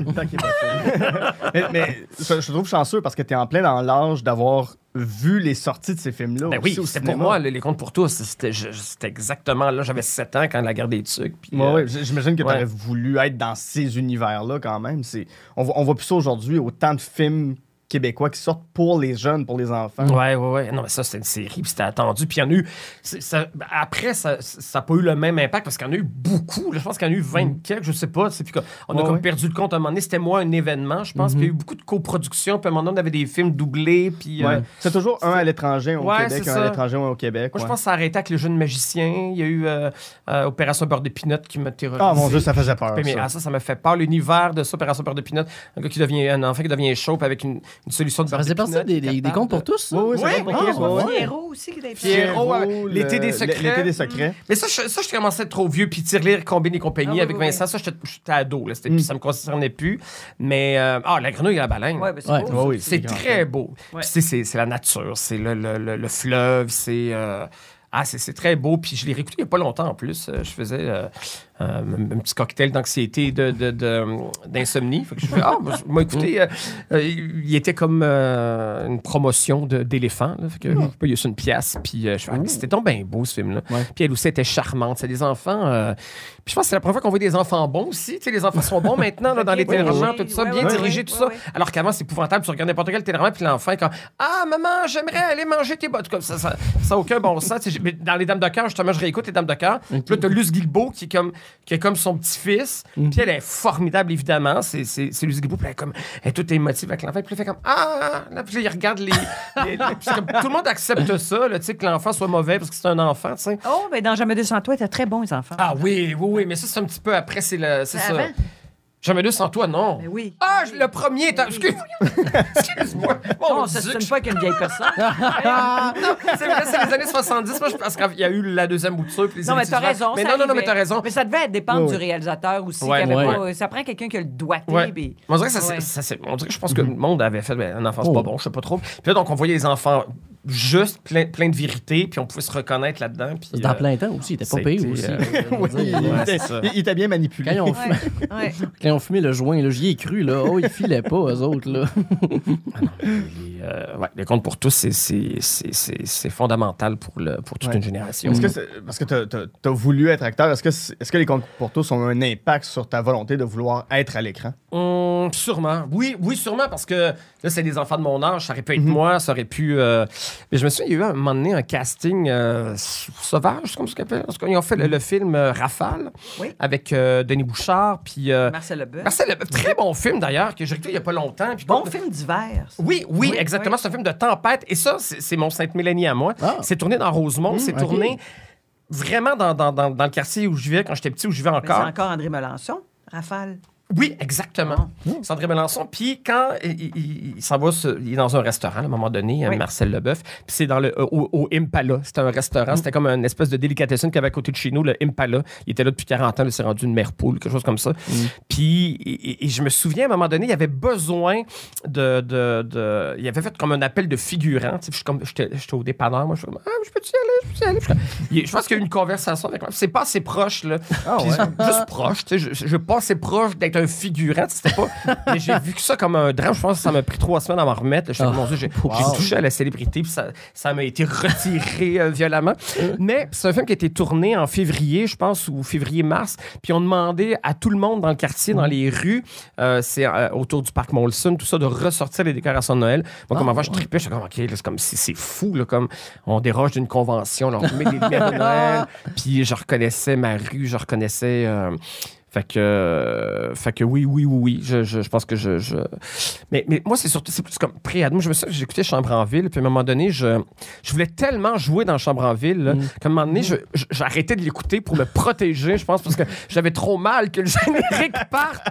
mais, mais je, je te trouve chanceux parce que t'es en plein dans l'âge d'avoir vu les sorties de ces films-là.
Ben
aussi
oui,
au
c'est
cinéma.
pour moi, les, les comptes pour tous. C'était je- c'était exactement là. J'avais 7 ans quand la guerre des trucs. Puis,
Ouais,
euh,
ouais, j- j'imagine que
ouais.
t'aurais voulu être dans ces univers-là quand même. C'est, on, voit- on voit plus ça aujourd'hui, autant de films québécois qui sortent pour les jeunes, pour les enfants.
Ouais, ouais, ouais. Non, mais ça, c'était une série, puis c'était attendu. Puis il y en a eu. c'est- ça- après, ça n'a pas eu le même impact parce qu'il y en a eu beaucoup. là. je pense qu'il y en a eu 20 quelques, je sais pas. c'est- puis comme- on a
Mm. Ouais,
comme
ouais.
perdu le compte à un moment donné. C'était moins un événement, je pense. Puis il y a eu beaucoup de coproductions. Puis à un moment donné, on avait des films doublés. Puis. euh,
Ouais. C'est toujours un à l'étranger au
Ouais,
Québec,
c'est
un à
ça.
l'étranger un au Québec.
moi, je
ouais.
pense que ça a arrêté avec le jeune magicien. Il y a eu euh, euh, Opération Beurre de Pinot qui m'a terrorisé.
Ah mon dieu, ça faisait peur.
Oui, mais
ça.
ah, ça, ça me fait peur. L'univers de ça, Opération Beurre de Pinot. Un gars qui devient un enfant qui devient chaud puis avec une, une solution de
Ça
beurre
faisait
de pinot,
partie des,
il est
des, des
capable
comptes
de-
pour tous, ça?
Oui, oui, ça
Ouais,
faisait
ah,
peur, ouais, ouais.
Pierrot aussi qui était
Pierrot, euh,
le-
l'été des
le-
secrets.
L'été des secrets.
Mais ça, je, ça, je commençais à être trop vieux, puis Tirelire, Combine et compagnie
Ah oui, Mm.
avec
oui,
Vincent, ça, j'étais j'étais ado, là, c'était- puis ça me concernait plus. Mais, euh, ah, la grenouille et la baleine.
Ouais, ben c'est
Ouais.
beau,
Ouais,
ça.
oui.
c'est très beau. Puis,
Ouais.
tu sais, c'est c'est la nature, c'est le, le- le- le fleuve, c'est. euh, ah, c'est c'est très beau. Puis je l'ai réécouté il n'y a pas longtemps en plus. Euh, Je faisais euh, euh, un un petit cocktail d'anxiété, de- de- de- d'insomnie. De, fait que je fais, ah, bah, je- moi, écoutez,
Mm.
euh, euh, il il était comme euh, une promotion de- d'éléphant. là. Fait que,
Mm.
je sais pas, il y a juste une pièce. Puis euh, je fais, ah, mais c'était donc bien beau ce film-là. Puis elle aussi était charmante. C'est des enfants. euh, puis je pense que c'est la première fois qu'on voit des enfants bons aussi. Tu sais, les enfants sont bons maintenant là, dans les
Oui, oui,
terrains,
oui.
tout ça,
Ouais,
bien
ouais,
dirigés,
ouais,
tout
ouais,
ça.
ouais.
Alors qu'avant, c'est épouvantable. Tu regardes n'importe quel téléroman, puis l'enfant, quand Ah, maman, j'aimerais aller manger tes bottes. Comme ça, ça n'a aucun bon sens. Tu sais, j'ai- mais Dans Les Dames de Cœur, justement, je réécoute Les Dames de Cœur. Puis là, t'as Luce Guilbeault qui est comme, qui est comme son petit-fils.
Mm.
Puis elle est formidable, évidemment. C'est, c'est, c'est Luce Guilbeault. Puis elle est, comme, elle est toute émotive avec l'enfant. Puis là, elle fait comme Ah, là, puis là, il regarde les. les- les- puis c'est comme, tout le monde accepte ça, là, tu sais, que l'enfant soit mauvais parce que c'est un enfant, tu sais.
Oh, ben dans Jamais 200 toi, t'as très bons, les enfants.
Ah oui, oui, oui, mais ça, c'est un petit peu après, c'est le. C'est
C'est
ça.
avant?
Jamais deux sans toi, non.
Ben oui.
Ah, je- le premier est... Excuse-moi. Excuse-moi. Mon
Non,
Dieu.
ça ne pas qu'une vieille personne.
Non, c'est vrai, c'est les années 70. Moi, je pense qu'il y a eu la deuxième bouture. puis les
Non, mais
étudiants.
t'as raison.
Mais
ça
non, non, non,
arrivait.
mais t'as raison.
Mais ça devait dépendre
Ouais,
du
ouais.
réalisateur aussi.
Ouais,
qui avait
ouais.
pas- euh, Ça prend quelqu'un qui a le doigté.
Ouais.
puis-
Mais On dirait que ça, c'est-
Ouais. Mhm. Oh.
ça, c'est- on dirait que je pense que le monde avait fait ben, un enfant, c'est pas bon, je sais pas trop. Puis là, donc, on voyait les enfants juste plein, plein de vérités, puis on pouvait se reconnaître là-dedans. Puis,
Dans
euh,
plein temps aussi, il était pas
c'était,
payé aussi.
euh,
je veux
Il-
dire.
il
Ouais,
t'a-
c'est ça.
il il t'a bien
Quand
manipulé.
ils ont
Ouais, ouais.
Quand ils ont fumé le joint, là, j'y ai cru, là. Oh, ils filaient pas, eux autres, là.
les, euh, ouais, les comptes pour tous, c'est- c'est- c'est c'est- c'est fondamental pour, le, pour toute
Ouais.
une génération.
Est-ce que c'est- parce que t'as- t'as t'as voulu être acteur, est-ce que, c'est- est-ce que les concours pour tous ont un impact sur ta volonté de vouloir être à l'écran?
Hum, sûrement. Oui, oui, sûrement, parce que là, c'est des enfants de mon âge. Ça aurait
Mhm.
pu être moi, ça aurait pu. euh, Mais je me souviens, il y a eu un moment donné un casting euh, sauvage, comme ce qu'on appelle. En tout cas, ils ont fait le, le film euh, Rafale
Mhm. Oui.
avec euh, Denis Bouchard. Puis. euh,
Marcel Leboeuf.
Marcel, Leboeuf, très bon film d'ailleurs, que j'ai écouté il n'y a pas longtemps. Puis
Bon
comme-
film d'hiver. ça.
Oui, oui,
Oui,
exactement.
oui.
C'est un film de tempête. Et ça, c'est c'est mon Sainte-Mélanie à moi.
Ah.
C'est tourné dans
Mhm,
Rosemont. c'est
ok.
tourné vraiment dans, dans, dans, dans le quartier où je vivais quand j'étais petit, où je vivais
Mais C'est
encore.
encore André Melançon, Rafale.
Oui, exactement. C'est André Melançon. Puis quand il, il- il- il s'en va, sur- il est dans un restaurant à un moment donné,
Oui.
Marcel Leboeuf. Puis c'est dans le, au, au Impala. C'était un restaurant. C'était comme une espèce de délicatessen qu'il y avait à côté de chez nous, le Impala. Il était là depuis 40 ans. Il s'est rendu une mère poule, quelque chose comme ça. Puis et, et- et je me souviens, à un moment donné, il y avait besoin de, de, de- Il avait fait comme un appel de figurant. Tu sais, je suis comme- J'étais j'étais au dépanneur. Moi, je suis comme, ah, je peux-tu y aller? Je peux-tu y aller? Je suis comme- il- Je pense qu'il y a eu une conversation avec moi. C'est pas assez proche, là.
Ah
Puis Juste proche, tu sais, je, je passais proche d'être un figurant, tu sais, c'était pas. mais j'ai vu que ça comme un drame. Je pense que ça m'a pris trois semaines à m'en remettre. Je suis
Ah.
mon Dieu, j'ai j'ai
Wow.
touché à la célébrité, puis ça, ça m'a été retiré euh, violemment. Mais c'est un film qui a été tourné en février, je pense, ou février-mars. Puis on demandait à tout le monde dans le quartier, dans les rues, euh, c'est euh, autour du parc Molson, tout ça, de ressortir les décorations de Noël. Moi, comme avant, je tripais, je suis comme, OK, là, c'est comme, c'est c'est fou, là, comme on déroge d'une convention, là, on remet des lumières de Noël. Puis je reconnaissais ma rue, je reconnaissais. euh, fait que, euh, fait que oui, oui, oui, oui. Je, je, je pense que je. je- Mais, mais moi, c'est surtout, c'est plus comme pré Moi, je me souviens, j'écoutais Chambre en ville, puis à un moment donné, je, je voulais tellement jouer dans Chambre en ville, là, qu'à un moment donné, je- je- j'arrêtais de l'écouter pour me protéger, je pense, parce que j'avais trop mal que le générique parte.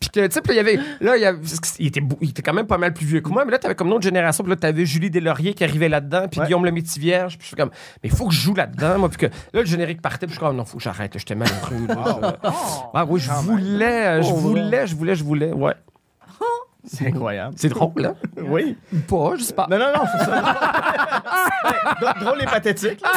Puis que, tu sais, puis là, il y avait. Là, il, y avait- il était, beau- il était quand même pas mal plus vieux que moi, mais là, t'avais comme une autre génération, puis là, t'avais Julie Deslauriers qui arrivait là-dedans, puis
Ouais.
Guillaume le Métivierge, puis je suis comme, mais il faut que je joue là-dedans, moi, puis que. Là, le générique partait, puis je suis comme, non, faut que j'arrête, là, j'étais malheureux. là, je- ah oui, je voulais, euh, je voulais, je voulais, je voulais, ouais.
C'est incroyable.
C'est drôle, là?
Oui.
Ou pas, je sais pas.
Non, non, non, c'est ça. Dr- Drôle et pathétique. là.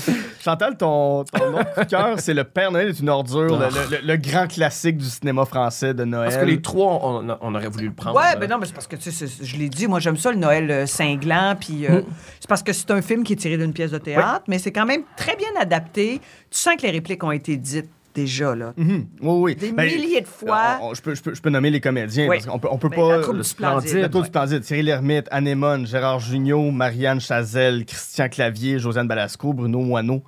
Chantal, ton, ton autre coup de cœur, c'est Le Père Noël est une ordure, le, le- le- le grand classique du cinéma français de Noël.
Ah. Parce que les trois, on, on- on aurait voulu le prendre.
Ouais, ben non, mais c'est parce que, tu sais, c'est- je l'ai dit, moi, j'aime ça, le Noël euh, cinglant, puis euh, c'est parce que c'est un film qui est tiré d'une pièce de théâtre, mais c'est quand même très bien adapté. Tu sens que les répliques ont été dites déjà, là.
Hum.
Mhm. Oui, oui.
Des
Ben,
milliers de fois.
on- on- je, peux, je peux- je peux nommer les comédiens.
Oui.
Parce qu'on peut, on peut
Ben,
pas.
la troupe
le
du splendide.
splendide.
Le tour du Splendide, Thierry Lhermitte, Anémone, Gérard Jugnot, Marianne Chazelle, Christian Clavier, Josiane Balasco, Bruno Moineau.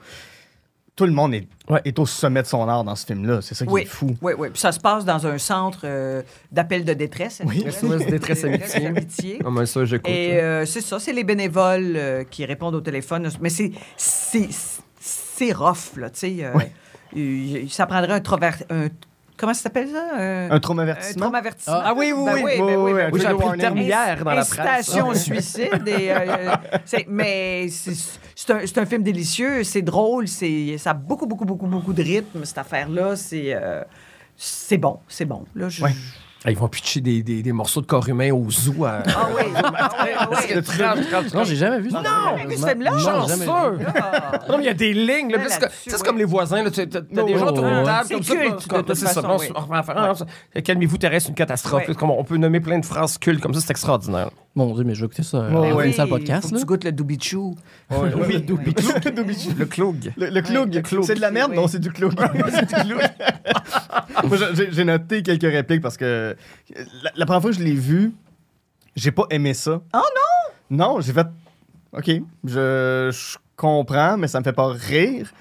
Tout le monde est,
Ouais.
est au sommet de son art dans ce film-là. C'est ça qui
Oui,
est fou.
oui, oui. Puis ça se passe dans un centre euh, d'appel de détresse.
Oui.
SOS Détresse Amitié.
Amitié.
Ah, mais ça, j'écoute.
Et euh, c'est ça, c'est les bénévoles euh, qui répondent au téléphone. Mais c'est c'est c'est rough là, tu sais. euh, il- il- Ça prendrait un travers- un- comment ça s'appelle ça Un,
Un traumavertissement.
traume avertissement.
Ah oui, oui,
Ben
oui.
oui,
Oui,
ben
oui,
oui, ben
un
Oui, j'ai
trigger
appris le
warning.
terme hier dans la presse.
Incitation au suicide. et, euh, c'est- mais c'est c'est un, c'est un film délicieux, c'est drôle, c'est- ça a beaucoup, beaucoup, beaucoup, beaucoup de rythme, cette affaire-là. C'est euh, c'est bon, c'est bon. Là, je-
Ouais.
Ah, Ils vont pitcher des, des- des morceaux de corps humain au zoo. euh, à-
Ah oui, ah oui, ah oui.
Le tram, tram, tram.
Non, j'ai jamais vu ça.
Non, mais ce film-là,
Non, jamais vu.
Chanceux!
Ah.
Non, mais il y a des lignes. Là,
Là,
parce que-
là-dessus,
tu sais, c'est
ouais.
comme les voisins. Là, tu- t'as t'as des
Ouais,
gens autour
ouais,
de
ouais.
table
C'est
comme ça.
culte,
comme-
de toute
c'est ça,
façon,
on
oui.
se reprend à faire, ah, ça- Calmez-vous, Thérèse, c'est une catastrophe.
Ouais.
Là, c'est comme on peut nommer plein de phrases cultes comme ça, c'est extraordinaire.
Mon Dieu, mais je vais écouter ça. euh,
Ouais,
dans
ouais.
une salle
Faut
podcast,
que
là.
Tu goûtes le doubichou.
Oui,
Le cloug. Le cloug.
Le, le cloug.
le cloug.
C'est de la merde?
Oui.
Non, c'est du cloug. C'est du cloug. Moi, je- j'ai- j'ai noté quelques répliques parce que la, la première fois que je l'ai vu, j'ai pas aimé ça.
Oh
Ah, non! Non, j'ai fait. Ok, je, je comprends, mais ça me fait pas rire.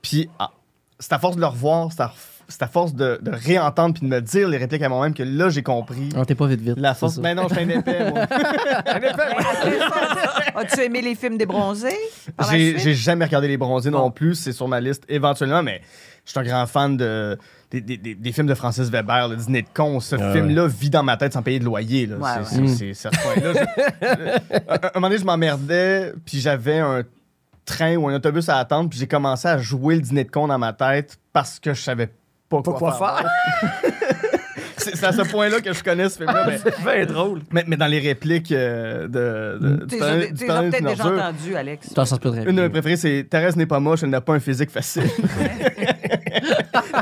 Puis, ah, c'est à force de le revoir, c'est à, c'est à force de, de réentendre puis de me dire les répliques à moi-même que là, j'ai compris.
On Ah, t'es pas vite vite.
La
c'est
force.
ça.
Mais non, je suis un épais, moi.
As-tu aimé les films des bronzés? par la
J'ai
suite?
j'ai jamais regardé Les Bronzés non
Bon.
plus. C'est sur ma liste éventuellement, mais je suis un grand fan de, des, des- des- des films de Francis Weber, Le Dîner de con. Ce film-là vit dans ma tête sans payer de loyer. là.
Ouais,
c'est c'est- c'est- c'est à ce point-là, je- je- un, un moment donné, je m'emmerdais, puis j'avais un train ou un autobus à attendre, puis j'ai commencé à jouer Le Dîner de con dans ma tête parce que je savais pas quoi,
quoi
faire. c'est c'est à ce point-là que je connais ce film-là. mais-
C'est bien drôle.
mais, mais dans les répliques euh, de, de, du
Tu les as-
talent-
tu
du
les
talent
as peut-être
d'une
déjà
ordure.
entendus, Alex.
Attends, ça se peut très
Une de mes
bien.
préférées, c'est Thérèse n'est pas moche, elle n'a pas un physique facile.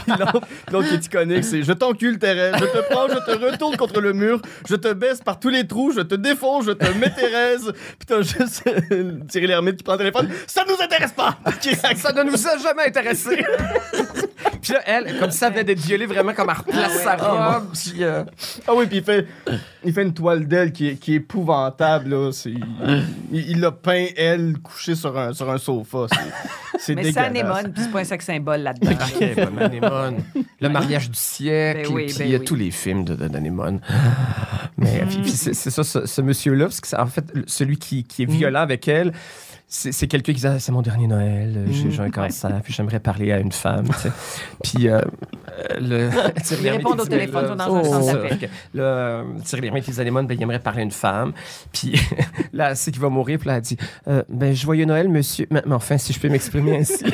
Puis l'autre- l'autre qui est iconique, c'est Je t'encule, Thérèse, je te prends, je te retourne contre le mur, je te baisse par tous les trous, je te défonce, je te mets Thérèse. Puis t'as juste euh, Thierry Lhermitte qui prend le téléphone Ça nous intéresse pas Qui réagit.
Ça ne nous a jamais intéressés. puis là, elle, comme ça, venait d'être violée vraiment comme elle replace sa robe. Puis, euh,
Ah oui, puis il fait, il fait une toile d'elle qui est, qui est épouvantable. Là. C'est- il, il l'a peint, elle, couchée sur un, sur un sofa. C'est- C'est
Mais c'est
dégueulasse.
anémone, puis c'est pas un sex symbole là-dedans.
Ok, bon, Anémone. Le mariage du siècle,
Ben oui,
puis
ben
il y a
oui.
tous les films de- de- d'Anémone. Mais puis- puis c'est c'est ça, ce, ce monsieur-là, parce que c'est en fait le- celui qui, qui est
Mm.
violent avec elle. C'est c'est quelqu'un qui dit Ah, C'est mon dernier Noël, euh,
Mm.
j'ai j'ai un cancer, puis j'aimerais parler à une femme. tu sais. Puis euh, euh, le. Thierry Lhermitte, il
répondent au
dit,
téléphone,
là,
sont dans un centre
ça,
d'appel.
fait que Là, euh, Thierry Lhermitte, il dit Anémone, ben, il aimerait parler à une femme. Puis là, c'est qu'il va mourir, puis là, elle dit Euh, Ben, joyeux Noël, monsieur. Mais, mais enfin, si je peux m'exprimer ainsi.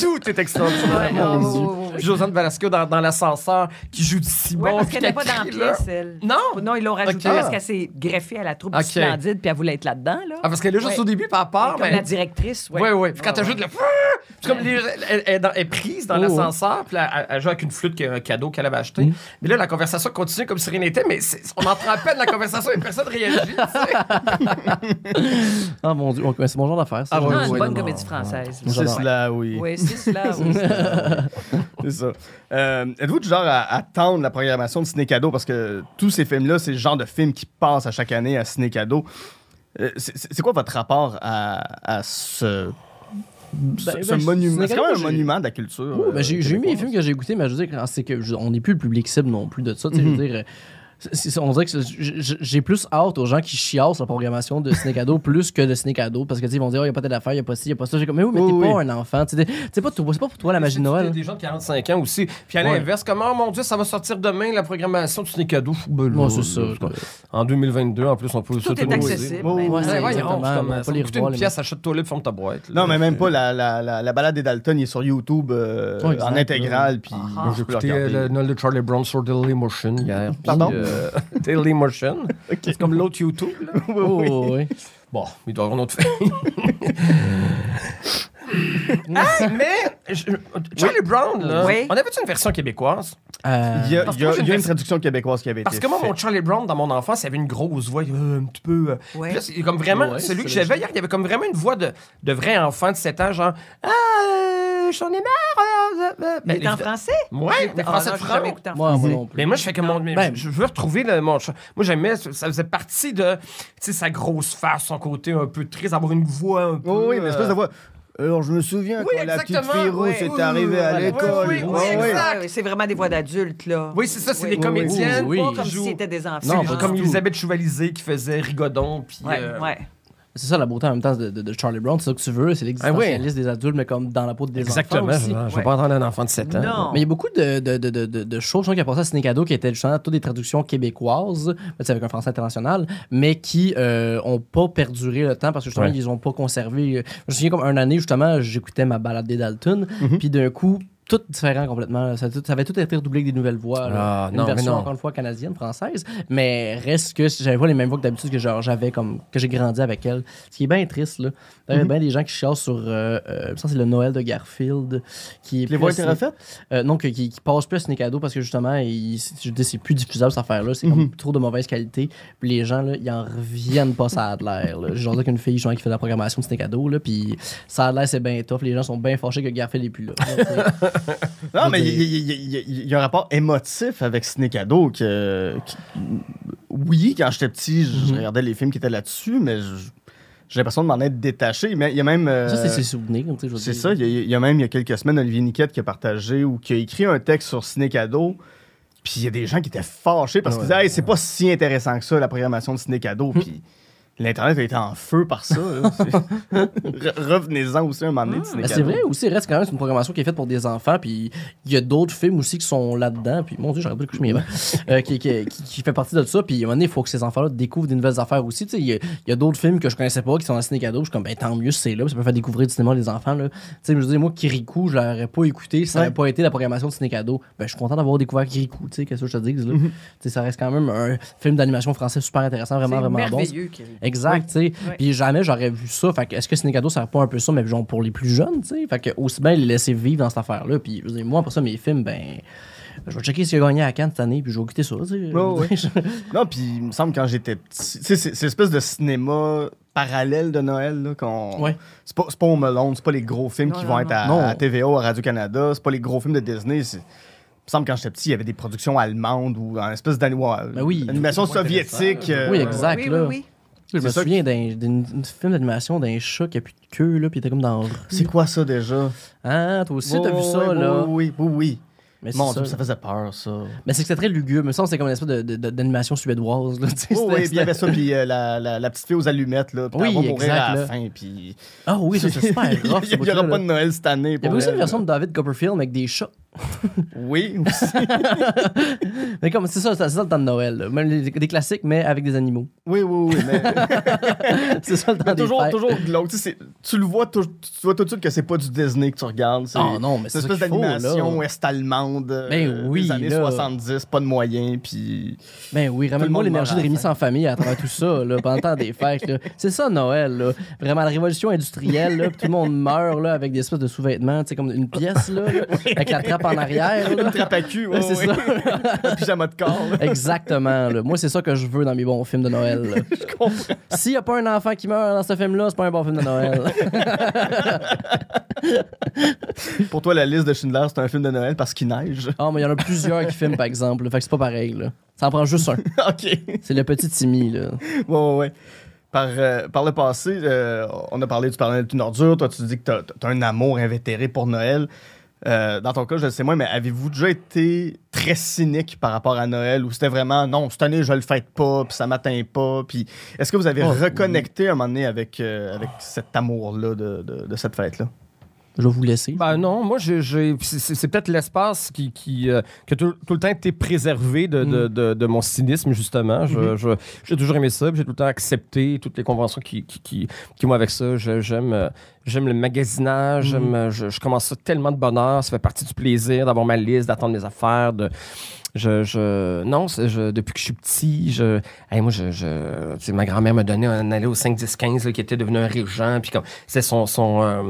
Tout est extraordinaire,
Ouais,
mon
oh,
Dieu.
oh, oh, oh.
Josiane Velasco dans, dans l'ascenseur qui joue du si
Oui,
bon.
parce
puis
qu'elle n'est
qu'elle
pas dans la
crie, là.
pièce, elle.
Non!
Non, ils l'ont rajouté
Ok.
parce qu'elle s'est greffée à la troupe
Ok.
du Splendide, puis elle voulait être là-dedans. Là.
Ah, parce qu'elle est juste
Ouais.
au début, par à part,
Comme
mais.
la directrice, Ah, oui.
Oui, oui. Puis quand elle joue de la. Puis comme les- elle, elle est dans- elle est prise dans
Oh.
l'ascenseur, puis là, elle, elle joue avec une flûte qui est un cadeau qu'elle avait acheté.
Mm.
Mais là, la conversation continue comme si rien n'était, mais c'est- on entend à peine la conversation et personne réagit.
Ah mon dieu, ok, c'est mon genre d'affaire. ça.
Ah, ouais,
Non,
ouais,
une
non,
bonne comédie française.
non.
C'est
J'adore.
cela, oui.
Oui, c'est cela, oui.
C'est ça. Euh, Êtes-vous du genre à attendre la programmation de Ciné Cadeau? Parce que tous ces films-là, c'est le genre de films qui passent à chaque année à Ciné Cadeau. Euh, c'est- c'est c'est quoi votre rapport à, à ce, ce,
ben,
ce
Ciné
monument? C'est
Cadeau,
quand même un
j'ai-
monument de la culture.
Oui,
euh,
ben, j'ai j'ai eu mes
québécoise.
films que j'ai écoutés, mais je veux dire, quand c'est que je- on n'est plus le public cible non plus de ça. tu sais, je veux dire, euh, c'est- c'est- on dirait que c'est- j- j- j'ai plus hâte aux gens qui chiassent la programmation de Ciné Cadeau plus que de Ciné Cadeau parce que tu sais, ils vont dire, il n'y a pas telle affaire, il n'y a pas ci, il n'y a pas ça. J'ai comme, mais oui, mais
Oui,
t'es
oui.
pas un enfant. tu sais, C'est pas, toi- c'est pas pour toi la magie de Noël.
gens de 45 ans aussi. Puis à
Ouais.
l'inverse, comme oh mon Dieu, ça va sortir demain la programmation du Sneakado.
Moi, c'est ça.
En 2022, en plus, on peut
Tout est accessible.
Oui, oui,
maintenant.
Ouais,
oui. Ouais,
ouais,
exactement.
on va
On va pas les revoir,
une
les
pièce, achète-toi-le, puis ferme ta boîte. là.
Non, mais même pas la, la, la, la balade des Dalton, il est sur YouTube euh,
Ouais, exact,
en intégrale. Puis
Ah.
moi,
J'ai
je peux le
écouté euh,
regarder.
le Noël de Charlie Brown sur Dailymotion hier. puis,
Pardon?
euh, Dailymotion. C'est comme l'autre YouTube. là.
Oh, oui.
Bon, il doit y avoir un autre film. Hey, Ah, mais je- Charlie Brown, là,
Oui.
on avait-tu une version québécoise?
Euh,
Il y a,
Parce que
il y a-
moi, j'ai
il y a
une
une traduction québécoise qui avait
Parce
été
que moi,
faite.
mon Charlie Brown, dans mon enfance, il avait une grosse voix euh, un petit peu. euh,
Ouais.
puis là, c'est comme vraiment,
Ouais,
celui
c'est
que j'avais hier, il y avait comme vraiment une voix de, de vrai enfant de 7 ans, genre Ah, euh, j'en ai marre. euh, euh, euh.
Mais
Ben,
il est en français?
Ouais, mais
Ah,
français
non,
de
j'ai jamais
France.
écouté en
Moi,
français.
moi non plus.
Mais moi, je fais comme mon. mais
Ben,
je, je veux retrouver le, mon. je- Moi, j'aimais. Ça faisait partie de. Tu sais, sa grosse face, son côté un peu triste, avoir une voix un peu.
Oui, oui, une espèce de
euh,
voix. Alors, je me souviens
Oui,
quand la petite
exactement,
fille
oui.
rousse
Oui,
est arrivée à
oui,
l'école.
oui,
Ouais,
oui,
ouais.
exact.
Ouais, ouais, C'est vraiment des voix d'adultes, là.
Oui, c'est ça, c'est
Oui,
des
oui,
comédiennes.
oui, oui.
pas
Comme
qui
s'ils
jouent-
étaient des enfants.
Non,
c'est
pas
comme
du tout.
Elisabeth Chevalisé qui faisait Rigodon. Puis.
Ouais,
euh,
ouais.
C'est ça la beauté en même temps de, de- de Charlie Brown, c'est ça que tu veux, c'est l'existentialisme des adultes, mais comme dans la peau des enfants.
Exactement,
aussi.
je vais
Ouais.
pas entendre un enfant de 7 ans.
Non.
Mais il y a beaucoup de, de, de, de, de, de shows, je crois qu'il y a passé à Ciné-Cadeau qui étaient justement toutes des traductions québécoises, mais c'est avec un français international, mais qui euh, ont pas perduré le temps parce que justement,
Ouais.
ils ont pas conservé. euh, Je me souviens comme un année, justement, j'écoutais ma balade des Dalton,
Mhm.
puis d'un coup, tout différent complètement. Ça, tout- ça avait tout été redoublé avec des nouvelles voix. là.
Ah,
Une
non, mais
version,
non.
encore une fois, canadienne, française, mais reste que j'avais pas les mêmes voix que d'habitude que genre, j'avais comme que j'ai grandi avec elle. Ce qui est bien triste, là. Il
Mhm.
y a bien des gens qui chialent sur. euh, euh, ça, c'est le Noël de Garfield. Qui est
Les voix
plus-
étaient refaites?
euh, non, que- qui, qui passe plus à cadeaux parce que justement, il- je dis, c'est plus diffusable cette affaire-là. C'est
Mhm.
comme trop de mauvaise qualité. Puis les gens, là, ils en reviennent pas, ça a de l'air. là. Genre, là, qu'une fille genre, qui fait de la programmation de ciné cadeau, là, puis ça a de l'air, c'est bien tough. Les gens sont bien fâchés que Garfield n'est plus là.
Non, mais
Je
il
veux
y, il y- il y- il y a un rapport émotif avec Ciné Cadeau
Mhm.
que, qui- Oui, quand j'étais petit, je je regardais les films qui étaient là-dessus, mais je, j'ai l'impression de m'en être détaché. Mais il y a même. euh,
Ça, c'est ses souvenirs. tu sais, je veux
c'est
dire.
ça, il y, a- il y a même il y a quelques semaines, Olivier Niquette qui a partagé ou qui a écrit un texte sur Ciné Cadeau. Puis il y a des gens qui étaient fâchés parce qu'ils disaient Hey, c'est pas si intéressant que ça, la programmation de Ciné Cadeau.
Hmm.
Puis l'Internet a été en feu par ça. là. C'est- Re- Revenez-en aussi un moment donné de Ciné
Ben, c'est vrai aussi, il reste quand même c'est une programmation qui est faite pour des enfants, puis il y a d'autres films aussi qui sont là-dedans, puis mon Dieu, j'aurais pas le couche mais euh, qui, qui, qui- qui fait partie de ça, puis à un moment donné, il faut que ces enfants-là découvrent des nouvelles affaires aussi. Tu sais, il y a, il y a d'autres films que je connaissais pas qui sont dans le ciné cadeau, je suis comme, ben tant mieux, c'est là, puis ça peut faire découvrir du cinéma les enfants. Là. Tu sais, je veux dire, moi, Kirikou, je l'aurais pas écouté si ça n'avait
Ouais.
pas été la programmation de ciné cadeau. Ben, je suis content d'avoir découvert Kirikou, tu sais, qu'est-ce que je te dis, là. Tu sais, ça reste quand même un film d'animation français super intéressant, vraiment,
C'est
vraiment bon.
merveilleux, Kirikou.
Exact, tu sais.
Ouais.
Puis jamais j'aurais vu ça. Fait que est-ce que Ciné Cadeau, ça sert pas un peu ça, mais genre pour les plus jeunes, tu sais? Fait que aussi bien les laisser vivre dans cette affaire-là. Puis je veux dire, moi, pour ça, mes films, ben. Je vais checker s'il a gagné à Cannes cette année, puis je vais écouter ça, tu sais.
Oh, ouais. Non, puis il me semble quand j'étais petit, tu sais, c'est c'est espèce de cinéma parallèle de Noël là, qu'on.
Ouais.
C'est pas, c'est pas Home Alone, c'est pas les gros films
Non,
qui
non,
vont être à,
non.
à TVA ou à Radio-Canada, c'est pas les gros films de Disney. c'est- Il me semble que quand j'étais petit, il y avait des productions allemandes ou en espèce d'animation
Ben oui.
animation soviétique. euh,
Oui, exact,
Oui,
là.
oui, oui.
Je me
C'est ça
souviens d'un d'un- d'un film d'animation d'un chat qui a plus de queue, là, puis il était comme dans. la rue.
C'est quoi ça déjà?
Ah, toi aussi, t'as vu
Oh,
ça,
oui,
là.
Oui, oui, oui.
Mais c'est
Mon
ça,
Dieu, ça
là.
faisait peur, ça.
Mais c'est que c'était très lugubre. Me semble que c'est comme une espèce de- de- de- d'animation suédoise, là. tu sais,
Oui,
c'était-
oui, puis il y
c'était-
avait ça, puis euh, la, la, la petite fille aux allumettes, là. Puis
Oui,
elle va mourir
exact,
à la
là.
fin, puis.
Ah oui, ça, c'est super rough, ce
Il n'y aura
bout-là,
pas
là.
de Noël cette année.
Il y avait aussi une version de David Copperfield avec des chats.
Oui, aussi.
Mais comme c'est ça, c'est ça le temps de Noël. là. Même les- des classiques, mais avec des animaux.
Oui, oui, oui. Mais,
C'est ça le temps
mais
des
toujours,
fêtes.
toujours glauque. Tu, sais, c'est- tu le vois, tou- tu vois tout de suite que c'est pas du Disney que tu regardes. C'est
Ah non, mais
c'est
c'est
une espèce
ça qu'il faut,
d'animation
là.
est-allemande. euh,
Ben oui,
Des années
là.
70, pas de moyens, puis. Tout le
Ben oui,
monde
ramène-moi l'énergie
meurt
de
à la
Rémi
fin.
sans famille à travers tout ça, là, pendant le temps des fêtes. là. C'est ça Noël, là. Vraiment, la révolution industrielle, là, puis tout le monde meurt là, avec des espèces de sous-vêtements, tu sais, comme une pièce, là, là, avec la trappe en arrière. là.
Une trappe à cul,
Ouais,
ouais,
Ben, c'est
ouais.
ça.
Un pyjama de corps, là.
Exactement. là. Moi, c'est ça que je veux dans mes bons films de Noël. là. S'il n'y a pas un enfant qui meurt dans ce film-là, c'est pas un bon film de Noël.
Pour toi, la liste de Schindler, c'est un film de Noël parce qu'il neige.
Ah, mais il y en a plusieurs qui filment, par exemple. là. Fait que c'est pas pareil, là. Ça en prend juste un.
OK. Ouais,
C'est le petit Timmy, là.
ouais, ouais. Par, euh, par le passé, euh, on a parlé du parallèle d'une ordure. Toi, tu dis que t'as as un amour invétéré pour Noël. Euh, dans ton cas, je le sais moins, mais avez-vous déjà été très cynique par rapport à Noël ou c'était vraiment non, cette année, je le fête pas, puis ça m'atteint pas? Puis est-ce que vous avez
Oh,
reconnecté un moment donné avec, euh, avec cet amour-là de, de- de cette fête-là?
Je vais vous laisser.
Ben non, moi, j'ai- j'ai- c'est c'est- c'est peut-être l'espace qui, qui, euh, qui a tout, tout le temps été préservé de, de- de- de mon cynisme, justement. Je- je- J'ai toujours aimé ça, puis j'ai tout le temps accepté toutes les conventions qui, qui, qui, qui vont avec ça. Je- J'aime euh, j'aime le magasinage, j'aime, euh, je, je commence ça tellement de bonheur, ça fait partie du plaisir d'avoir ma liste, d'attendre mes affaires, de... Je, je- non, c'est- je- depuis que je suis petit, je, hey, moi, je, je- tu sais, ma grand-mère m'a donné un aller au 5-10-15 là, qui était devenu un régent, puis comme, c'est son, son euh,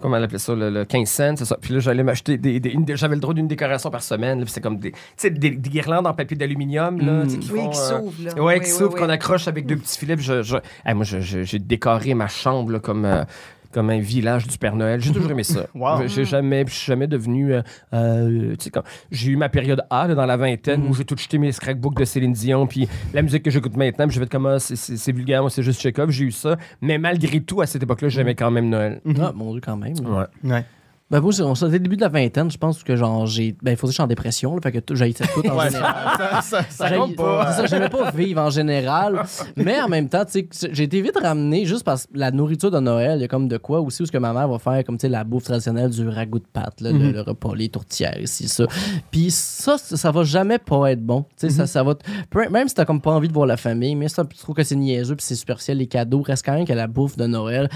comment elle appelait ça, le, le 15 cents, c'est ça. Puis là, j'allais m'acheter des, des- une- j'avais le droit d'une décoration par semaine, là, puis c'est comme des, tu sais, des, des guirlandes en papier d'aluminium, là, tu sais, qui
Oui,
font,
qui
euh,
s'ouvre, là.
Ouais,
Oui,
qui
oui,
s'ouvre,
oui.
qu'on accroche avec deux petits filets. puis je, je- Hey, moi, je- je- j'ai décoré ma chambre là, comme, euh, comme un village du Père Noël. J'ai toujours aimé ça.
Wow.
Je- J'ai jamais, puis je suis jamais devenu. euh, euh, tu sais, quand- j'ai eu ma période A là, dans la vingtaine où j'ai tout jeté mes scrapbooks de Céline Dion, puis la musique que j'écoute maintenant, puis je vais être comme ah, c'est- c'est c'est vulgaire, moi, c'est juste Chekhov. J'ai eu ça. Mais malgré tout, à cette époque-là, j'aimais quand même Noël.
Ah, mon Dieu, quand même.
Ouais.
Ouais.
Ben, moi, c'est- on sortait le début de la vingtaine, je pense que genre, j'ai. Ben, il faut dire que je suis en dépression, là, fait que tout- j'haïssais tout en
Ouais,
général.
ça, ça- ça- ça
J'haïs-
compte pas.
C'est ça, j'aimais pas vivre en général. Mais en même temps, tu sais, que j'ai été vite ramené juste parce que la nourriture de Noël, il y a comme de quoi aussi où ce que ma mère va faire, comme tu sais, la bouffe traditionnelle du ragoût de pâte, là, le- le, repas, les tourtières, ici, ça. Puis ça, ça ça va jamais pas être bon. Tu sais, ça, ça va. t- peu- Même si t'as comme pas envie de voir la famille, mais ça, tu trouves que c'est niaiseux, puis c'est superficiel, les cadeaux, reste quand même que la bouffe de Noël,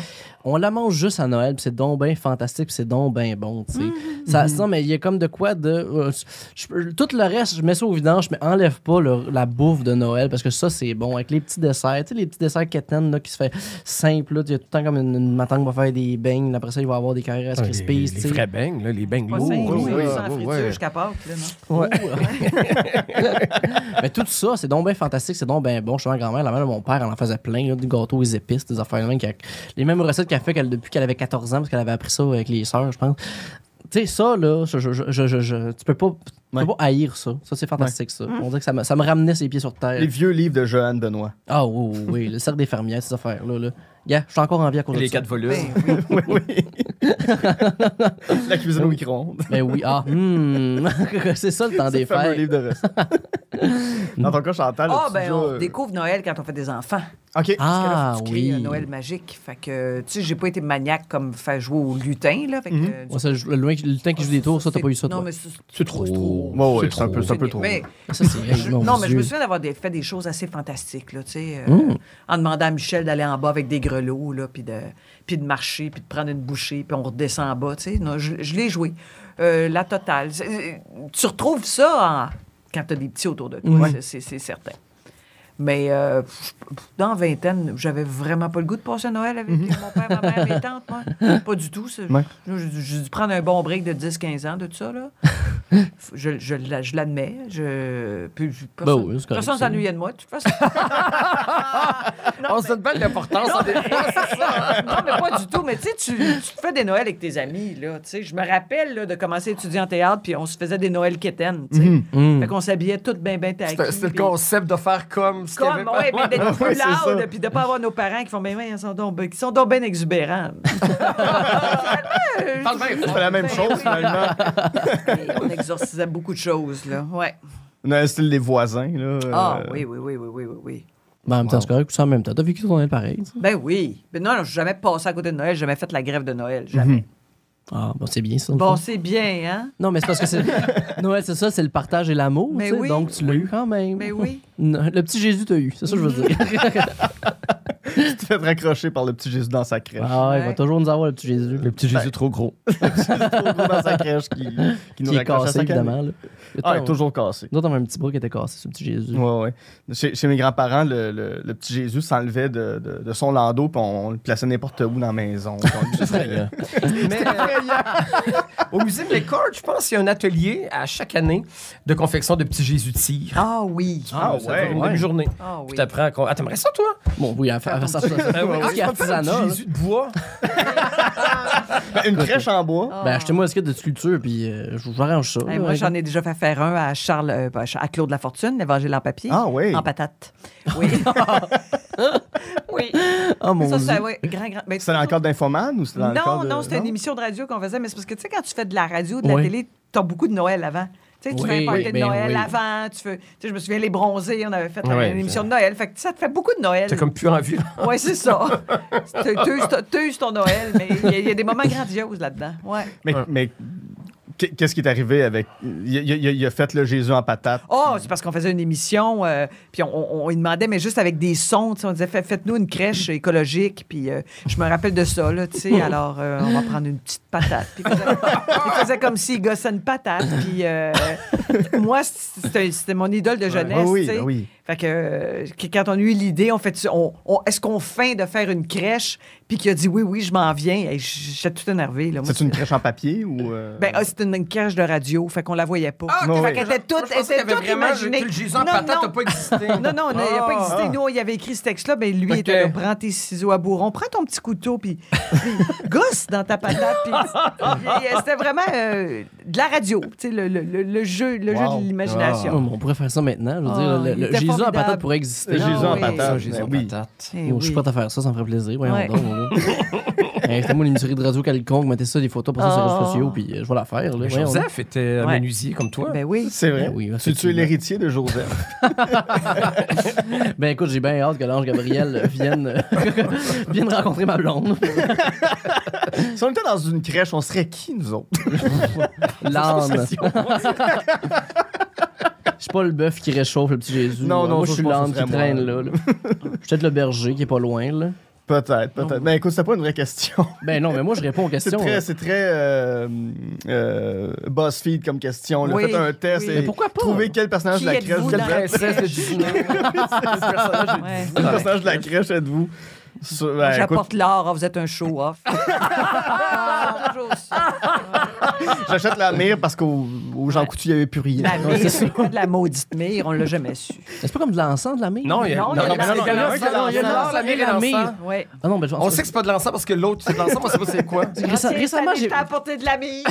on la mange juste à Noël, puis c'est donc bien fantastique, puis c'est donc bien bon, tu sais. Ça, ça, mais il y a comme de quoi de. euh, je peux- tout le reste, je mets ça au vidange, mais enlève pas le- la bouffe de Noël, parce que ça, c'est bon. Avec les petits desserts, tu sais, les petits desserts Keten, là, qui se fait simple, là, il y a tout le temps comme une, une ma tante va faire des beignes, après ça, il va avoir des carrières
Ah, les,
crispies, tu
les
sais.
vrais beignes, là, les beignes
Pas
lourds,
sain,
là,
oui,
oui,
oui,
sans
ouais,
friture
ouais.
jusqu'à Pâques, là, non? hein.
Mais tout ça, c'est donc bien fantastique, c'est donc bien bon. Je suis ma grand-mère, la mère de mon père, elle en faisait plein, là, du gâteau aux épices, des affaires de même, qu'elle- les mêmes recettes qu'elle fait qu'elle- depuis qu'elle avait 14 ans, parce qu'elle avait appris ça avec les sœurs, je pense. tu sais, ça, là, je, je- je- je- je- tu peux pas, tu peux
Ouais.
pas haïr ça. Ça, c'est fantastique, ça. On dirait que ça me, ça me ramenait ses pieds sur terre.
Les vieux livres de Joanne Benoît.
Ah oui, oui, oui, le cercle des fermières, ces affaires-là. Là. Yeah, je suis encore en vie à cause de
Les
ça.
quatre volumes.
oui, oui. La cuisine au micro-ondes.
Ben oui, ah, hmm. c'est ça le temps des
C'est le fameux
fêtes.
livre de recettes. Dans ton cas, Chantal,
Ah,
tu
ben,
joues,
on
euh,
découvre Noël quand on fait des enfants.
OK.
Parce que là,
Ah
faut que tu crées
oui.
un euh, Noël magique. Fait que, tu sais, j'ai pas été maniaque comme faire jouer au lutin, là. Fait que, euh, du
Mhm. Ouais, ça, je- le, loin- le temps que je joue des tours, ça, t'as pas eu ça,
Non,
toi.
mais c'est
C'est trop.
Ouais, ouais,
C'est
c'est un peu, c'est un peu trop.
Mais,
Ah, Ça, c'est...
je-
mon
non, mais je me
Dieu. Mm.
souviens d'avoir des- fait des choses assez fantastiques, là, tu sais. euh, En demandant à Michel d'aller en bas avec des grelots, là, puis de, puis de marcher, puis de prendre une bouchée, puis on redescend en bas, tu sais. Non, Je, je l'ai joué. Euh, la totale. C'est- c'est- euh, Tu retrouves ça en- quand t'as des petits autour de toi, c'est- c'est c'est certain. Mais euh, pff, pff, dans la vingtaine, j'avais vraiment pas le goût de passer Noël avec mon père, ma mère, mes tantes. Moi. Pas du tout. ça.
Ouais.
J'ai dû- j'ai dû prendre un bon break de 10-15 ans de tout ça. Là. je je, la- je l'admets. Je... Puis, je- personne
oui, c'est correct,
personne
ça.
s'ennuyait de moi, de toute façon. non,
On
mais-
se donne l'importance. hein,
non, mais, non, mais pas du tout. Mais tu sais, tu, tu te fais des Noëls avec tes amis, là. Tu sais, je me rappelle là, de commencer à étudier en théâtre, puis on se faisait des Noëls quétaines, tu sais. Fait qu'on s'habillait toutes bien, bien taquilles.
C'était c'était le
puis-
concept de faire comme. si t'avais
comme,
pas-
ouais, mais d'être
Ouais,
plus
c'est ça.
loud, puis de pas avoir nos parents qui font, mais ouais, ils sont donc, ben- ils sont donc bien exubérants.
Parle bien
C'est
fort.
la même
Ben
chose,
oui.
finalement.
Et on exorcisait beaucoup de choses, là. Ouais.
On a un style des voisins, là.
Ah,
euh,
oui, oui, oui, oui, oui, oui, oui.
Ben, en même temps, c'est correct, ça, en même temps. T'as vécu ton Noël pareil, ça.
Ben oui. Ben non, non, j'ai jamais passé à côté de Noël, j'ai jamais fait la grève de Noël, jamais.
Ah, bon, c'est bien, ça. dans le
Bon,
fond.
c'est bien, hein?
Non, mais c'est parce que c'est. Noël, c'est ça, c'est le partage et l'amour.
Mais
tu sais,
oui.
Donc, tu l'as eu quand même.
Mais Ben oui.
Non, le petit Jésus t'a eu, c'est ça que je veux dire.
Tu te fais raccrocher par le petit Jésus dans sa crèche.
ah, il va
Ouais.
toujours nous avoir le petit Jésus.
Le petit Jésus trop gros.
Trop gros dans sa crèche qui, qui nous
qui est
raccroche à
cassé,
sa canne.
évidemment. Là.
Ah, il est
Attends,
toujours cassé.
Nous autres, on avait un petit bras qui était cassé, ce petit Jésus.
Ouais, ouais. Chez, chez mes grands-parents, le, le- le petit Jésus s'enlevait de, de- de son landeau, puis on, le plaçait n'importe où dans la maison. Donc, juste-
Mais, euh, au musée de l'école, je pense qu'il y a un atelier à chaque année de confection de petits Jésus de cire.
Ah oui.
Ah,
Ça
ouais,
dure une
ouais.
demi-journée.
Ah oui.
Puis t'apprends à con- Ah, t'aimerais ça, toi?
Bon, oui, à faire à faire ça.
Ah oui, tu
Qu'est-ce qu'il y a
vas faire un petit
artisanat? là?
Jésus de bois.
Ben, une crèche en bois.
Ah.
Ben, achetez-moi un skate de sculpture, puis euh, je vous arrange ça.
Eh, moi, j'en ai déjà fait faire un à Charles, euh, pas à Charles- à Claude La Fortune, l'Évangile en papier.
Ah oui.
En patate. Oui. oui.
Oh mon
Ça,
dieu.
ça, ouais, grand, grand. ben,
C'était dans le cadre d'Infoman ou c'était dans le cadre
Non,
de-
non, c'était une émission de radio qu'on faisait, mais c'est parce que, tu sais, quand tu fais de la radio, de la
Oui.
télé, t'as beaucoup de Noël avant. Tu sais, tu
Oui,
fais un party
oui,
de
ben
Noël
oui.
avant, tu fais... Tu sais, je me souviens, Les Bronzés, on avait fait
Ah ouais,
une émission
ça-
de Noël. Fait que ça te fait beaucoup de Noël.
T'as comme plus envie.
Oui, c'est ça. T'as- t'euses- t'as- T'euses ton Noël, mais il y a- il y, a des moments grandioses là-dedans. Ouais.
Mais, mais qu'est- qu'est-ce qui est arrivé avec. Il, il- il- il a fait le Jésus en patate.
Oh, c'est parce qu'on faisait une émission, euh, puis on, on, on lui demandait, mais juste avec des sons, tu sais, on disait, Fait- faites-nous une crèche écologique, puis euh, je me rappelle de ça, là, tu sais, alors euh, on va prendre une petite patate. Puis il faisait, il faisait comme s'il gossait une patate, puis euh, moi, c'était c'était mon idole de jeunesse,
Ah oui,
tu sais.
ah oui.
Fait que, euh, que- quand on a eu l'idée, on fait, on, on- est-ce qu'on feint de faire une crèche, puis qu'il a dit, oui, oui, je m'en viens, et j'étais tout énervé. Là, Moi,
C'est une crèche en papier ou. euh,
ben, ah, c'était une, une cage de radio, fait qu'on la voyait pas.
ok,
fait
oui.
qu'elle était toute, elle était toute imaginée.
Le Jésus en
non,
patate
non.
n'a pas existé.
Non, non, on a- il n'a pas
Ah,
existé.
ah.
Nous, il y avait écrit ce texte-là, mais lui, il
Ok.
était là, prends tes ciseaux à bourron, prends ton petit couteau, puis puis gosse dans ta patate. puis- puis, euh, C'était vraiment euh, de la radio, tu sais, le, le- le- le jeu, le
Wow.
jeu de l'imagination.
Oh, mais on pourrait faire ça maintenant. Je veux
Ah,
dire,
il
le- le,
était
Jésus en
formidable.
patate pourrait exister.
Le
Ah,
Jésus en
oui.
patate.
Jésus
ben
en
oui.
patate.
Eh
Oh, Je suis
oui.
prêt à faire ça, ça me ferait plaisir. Voyons
Ouais.
donc. là. Eh, Faites-moi une série de radio quelconque, mettez ça, des photos, pour ça sur les
Ah.
réseaux sociaux, puis euh, je vais la faire. Là, voyons, là.
Joseph était un
Ouais.
menuisier comme toi.
Ben oui.
C'est vrai.
Ben oui,
tu, tu es
effectivement.
l'héritier de Joseph.
Ben écoute, j'ai bien hâte que l'ange Gabriel vienne, euh, vienne rencontrer ma blonde.
si on était dans une crèche, on serait qui, nous autres?
L'âne. Je suis pas le bœuf qui réchauffe le petit Jésus.
Non,
Moi,
non,
je
ça,
suis
je pense
l'âne
que
qui
ce serait
traîne là. là. Je suis peut-être le berger qui est pas loin là.
Peut-être, peut-être. Ben écoute, c'est pas une vraie question.
Ben non, mais moi je réponds aux
C'est
questions.
très,
là.
c'est très euh, euh, BuzzFeed comme question. là.
Oui,
Faites un test
oui.
et
Mais pourquoi pas?
trouvez quel personnage
Qui
de la crèche,
êtes-vous
quel
dans la
prince-
Princesse de
crèche?
Disney.
Ouais.
quel personnage de la crèche êtes-vous? Sur- ben, écoute,
oh, J'apporte l'or, ah, vous êtes un show-off. Ah, toujours ça.
J'achète la mire parce qu'au au Jean Coutu, il n'y avait plus rien.
La mire, c'est pas de la maudite mire, on l'a jamais su.
C'est pas comme de l'encens de la mire?
Non, il y a- non,
Non, il y a
non,
de la-
non, non,
il y a de
non,
l'encens,
non, non, il y a de l'encens, la mire et la mire.
Ouais.
Ah non, ben, je pense
On sait que c'est pas de l'encens parce que l'autre, c'est de l'encens. Moi, c'est pas c'est quoi.
Récem- récemment, j'ai-
apporté de la mire.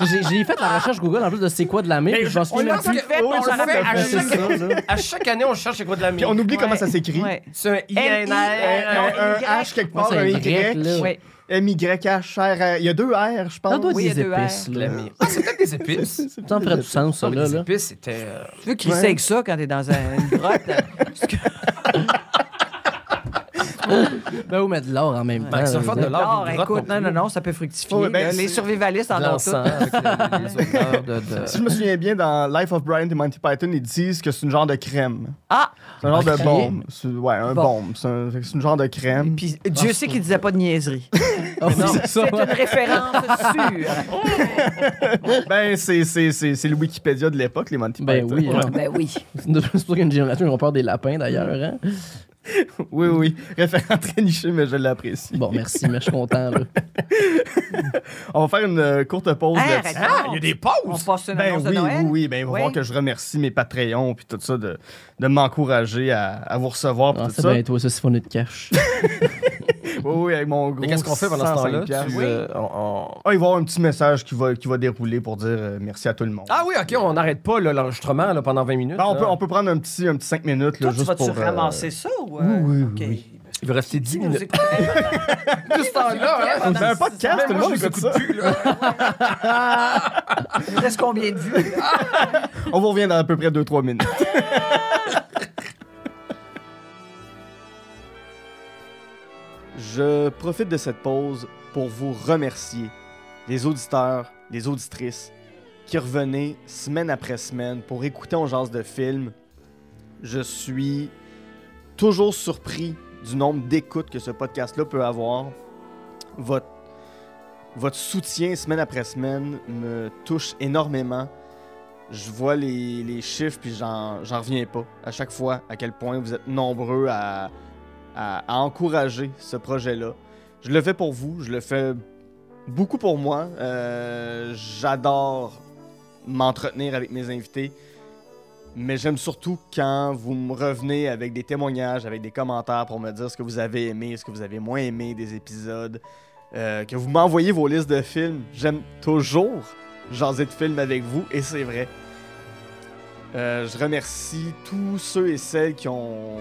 j'ai j'ai fait la recherche Google en plus de c'est quoi de la mire. puis Eh, je m'en souviens même
lance
plus.
le-
fait,
on
on
le
l'a
fait à
Ben,
fait.
chaque- à chaque année, on cherche c'est quoi de la
Puis
mire.
on oublie comment ça s'écrit.
Ouais.
C'est un I,
N,
N,
I,
R,
euh,
R, R.
Un H quelque
Moi,
part,
c'est
un
un grec, là. Ah,
Y.
Ouais.
M-Y-H-R. Il y a deux R, je pense.
Ça doit être
Oui,
des
il y a deux
épices,
R.
De la
là.
mire. Ah, c'est peut-être des épices.
Ça me ferait du sens, ça, là.
Les
là.
épices, c'était. euh,
Tu veux crisser
Ouais.
avec ça quand t'es dans un- une grotte? Parce que-
Ben, ou mettre de l'or en même temps.
Ben, c'est
là,
le fun de
là.
l'or.
Non,
d'une grotte
écoute,
non
non,
plus.
non, non, ça peut fructifier.
Ouais, ben,
là. les
c'est-
survivalistes en ont
L'encens
tout.
avec les- les odeurs de- de-
Si je me souviens bien, dans Life of Brian et Monty Python, ils disent que c'est une genre de crème.
Ah!
C'est un genre
Ok.
de bombe. C'est- Ouais, un
Bon.
bombe. C'est un- c'est une genre de crème.
Puis Dieu sait qu'il disait pas de niaiserie.
Ah, c'est ça.
C'est une référence sûre.
Ben, c'est c'est- c'est- c'est le Wikipédia de l'époque, les Monty
Ben
Python.
oui, hein.
ben oui.
C'est pour qu'une génération, ils ont peur des lapins, d'ailleurs. Hein?
Oui, oui. Référent très niché, mais je l'apprécie.
Bon, merci, mais je suis content, là.
On va faire une euh, courte pause
Hey,
là-dessus.
arrête.
Ah, il y a des
On
pauses!
passe une
Ben
annonce
oui,
de
oui,
Noël?
oui, ben il va
Oui.
falloir que je remercie mes Patreons puis tout ça de, de m'encourager à, à vous recevoir puis
Ah,
tout
c'est
ça.
bien, toi, ça, c'est fourni de cash.
Oui, oui, avec mon gros.
Mais qu'est-ce qu'on fait pendant ce temps-là?
105 piastres.
Tu, euh, on- on-
Ah, il va y avoir un petit message qui va, qui va dérouler pour dire euh, merci à tout le monde.
Ah oui, ok, on n'arrête pas là, l'enregistrement là, pendant 20 minutes.
Ben, on,
là.
peut, on peut prendre un petit, un petit 5 minutes
Toi,
là,
tu
juste
vas-tu
pour. euh,
ramasser ça ou... euh,
oui, oui,
OK.
oui.
Il veut rester 10
Nous
minutes.
écouterons.
Tout ce temps-là, hein?
C'est Ben, un podcast, tout le monde écoute ça.
Il nous reste combien de vues?
On vous revient dans à peu près 2-3 minutes. Je profite de cette pause pour vous remercier, les auditeurs, les auditrices, qui revenez semaine après semaine pour écouter On Jase de films. Je suis toujours surpris du nombre d'écoutes que ce podcast-là peut avoir. Votre, votre soutien semaine après semaine me touche énormément je vois les, les chiffres puis j'en j'en reviens pas à chaque fois à quel point vous êtes nombreux à, à- à encourager ce projet-là. Je le fais pour vous, je le fais beaucoup pour moi. Euh, J'adore m'entretenir avec mes invités, mais j'aime surtout quand vous me revenez avec des témoignages, avec des commentaires pour me dire ce que vous avez aimé, ce que vous avez moins aimé des épisodes, euh, que vous m'envoyez vos listes de films. J'aime toujours jaser de films avec vous et c'est vrai. Euh, je remercie tous ceux et celles qui ont,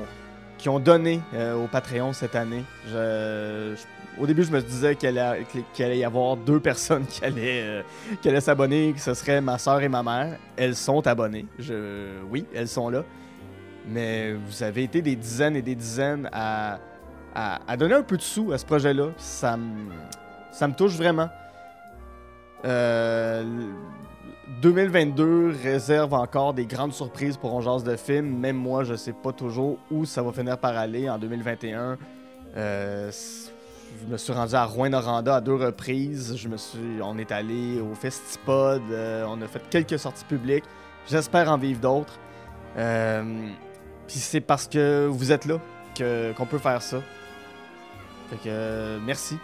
qui ont donné euh, au Patreon cette année. Je- je- au début, je me disais qu'il allait, qu'il allait y avoir deux personnes qui allaient, euh, qui allaient s'abonner, que ce serait ma soeur et ma mère. Elles sont abonnées. Je, oui, elles sont là. Mais vous avez été des dizaines et des dizaines à, à, à donner un peu de sous à ce projet-là. Ça me- ça me touche vraiment. Euh, 2022 réserve encore des grandes surprises pour On jase de films. Même moi, je sais pas toujours où ça va finir par aller en 2021. Euh, c- je me suis rendu à Rouen-Noranda à deux reprises. Je me suis, on est allé au Festipod. euh, on a fait quelques sorties publiques. J'espère en vivre d'autres. Euh, Puis c'est parce que vous êtes là que- qu'on peut faire ça. Fait que euh, merci.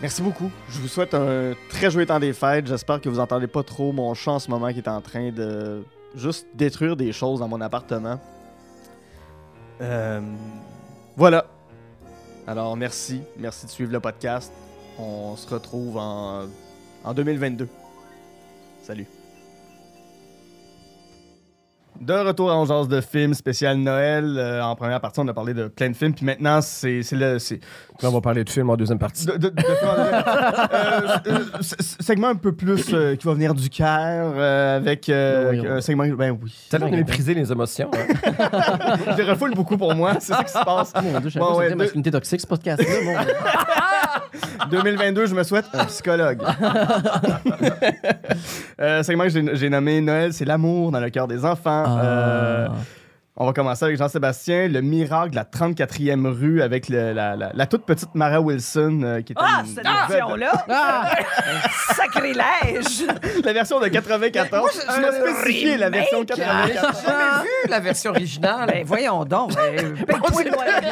Merci beaucoup. Je vous souhaite un très joyeux temps des fêtes. J'espère que vous entendez pas trop mon chant en ce moment qui est en train de juste détruire des choses dans mon appartement. Euh, voilà. Alors merci, merci de suivre le podcast. On se retrouve en, en 2022. Salut. De retour en genre de film spécial Noël. euh, en première partie, on a parlé de plein de films. Puis maintenant, c'est le,
Là, on va parler de film en deuxième partie.
de, de- de- euh, euh, s- s- segment un peu plus euh, qui va venir du cœur euh, avec euh,
Oui, oui.
un segment. Ben oui.
T'as l'air de mépriser les émotions. hein.
Je les refoule beaucoup pour moi, c'est ça qui se passe.
Mon Dieu, je savais
Bon,
pas
ouais,
que c'était
deux-
masculinité toxique, ce podcast-là. mon Dieu.
2022, je me souhaite un psychologue. euh, segment que j'ai- j'ai nommé Noël, c'est l'amour dans le cœur des enfants. Euh,
Ah.
on va commencer avec Jean-Sébastien, le miracle de la 34e rue avec le- la, la- la toute petite Mara Wilson euh, qui est
Ah,
une-
cette
une vedette.
édition-là!
Ah!
Sacrilège!
la version de 94.
je-
je
le
l'ai spécifié, la
remake.
version 94.
J'ai jamais vu la version originale.
Ben voyons donc, ben, paye-toi le loyer.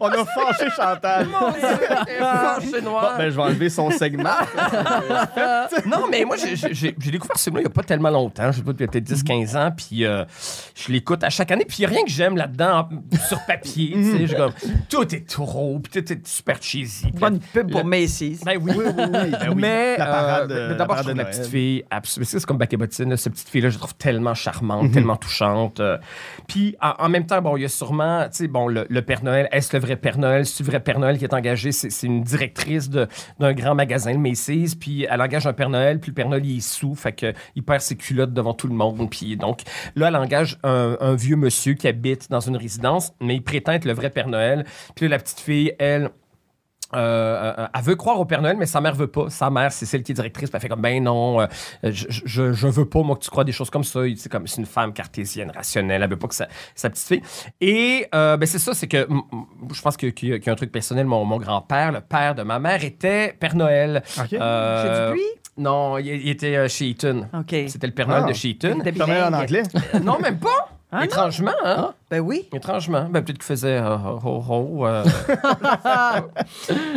On a fâché Chantal.
Fâché noir.
Bon, ben, je vais enlever son segment.
Non, mais moi, j'ai- j'ai j'ai- j'ai découvert ce film-là il n'y a pas tellement longtemps. Je sais pas, depuis peut-être 10-15 ans. Puis euh, je l'écoute à chaque année. Puis il n'y a rien que j'aime là-dedans en- sur papier. tu sais, j'ai comme, tout est trop, puis tout est super cheesy. puis
Bonne
la-
pub pour
la-
Macy's.
Ben oui, oui, oui.
Ben oui,
Mais
la parade,
euh,
euh,
mais
la
d'abord,
parade
je trouve
de
la
Noël.
petite fille absolument. C'est comme Bac et Bottine, là, cette petite fille-là, je la trouve tellement
Mhm.
charmante, tellement touchante. euh. Puis en, en même temps, bon, il y a sûrement, tu sais, bon, le, le Père Noël, est-ce le vrai Père Noël? C'est le vrai Père Noël qui est engagé. C'est c'est une directrice de- d'un grand magasin, le Macy's, puis elle engage un Père Noël, puis le Père Noël, il est sous, fait que il perd ses culottes devant tout le monde. Puis donc, là, elle engage un, un vieux monsieur qui habite dans une résidence, mais il prétend être le vrai Père Noël. Puis là, la petite fille, elle, euh, euh, elle veut croire au Père Noël, mais sa mère veut pas. Sa mère, c'est celle qui est directrice. puis Elle fait comme, ben non, euh, je, je, je veux pas, moi, que tu crois des choses comme ça. Il- C'est comme, c'est une femme cartésienne, rationnelle. Elle veut pas que sa, sa petite fille. Et euh, ben, c'est ça, c'est que mm, mm, je pense que- qu'il y, a- qu'il y a un truc personnel. Mon, mon grand-père, le père de ma mère, était Père Noël.
Ok.
Euh,
Chez Dupuis?
Non, il, il était euh, chez Eaton.
OK.
C'était le Père Noël
Ah.
de chez Eaton.
C'était
T'en mets en
bilingue.
anglais.
non, même pas.
Ah, non?
Étrangement, hein?
Ben oui.
Étrangement. Ben, peut-être qu'il faisait euh, ho ho. euh.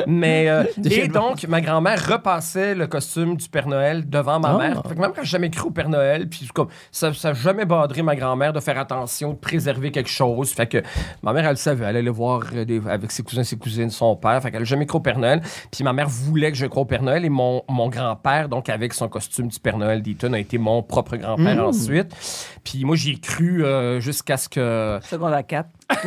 Mais. euh, et donc, ma grand-mère repassait le costume du Père Noël devant ma
Ah.
mère. Fait que ma mère n'a jamais cru au Père Noël. Puis, comme, ça n'a jamais badré ma grand-mère de faire attention, de préserver quelque chose. Fait que ma mère, elle le savait. Elle allait voir euh, des- avec ses cousins, ses cousines, son père. Fait qu'elle n'a jamais cru au Père Noël. Puis, ma mère voulait que je croie au Père Noël. Et mon, mon grand-père, donc, avec son costume du Père Noël d'Eaton, a été mon propre grand-père ensuite. Puis, moi, j'y ai cru euh, jusqu'à ce que.
Seconde à 4.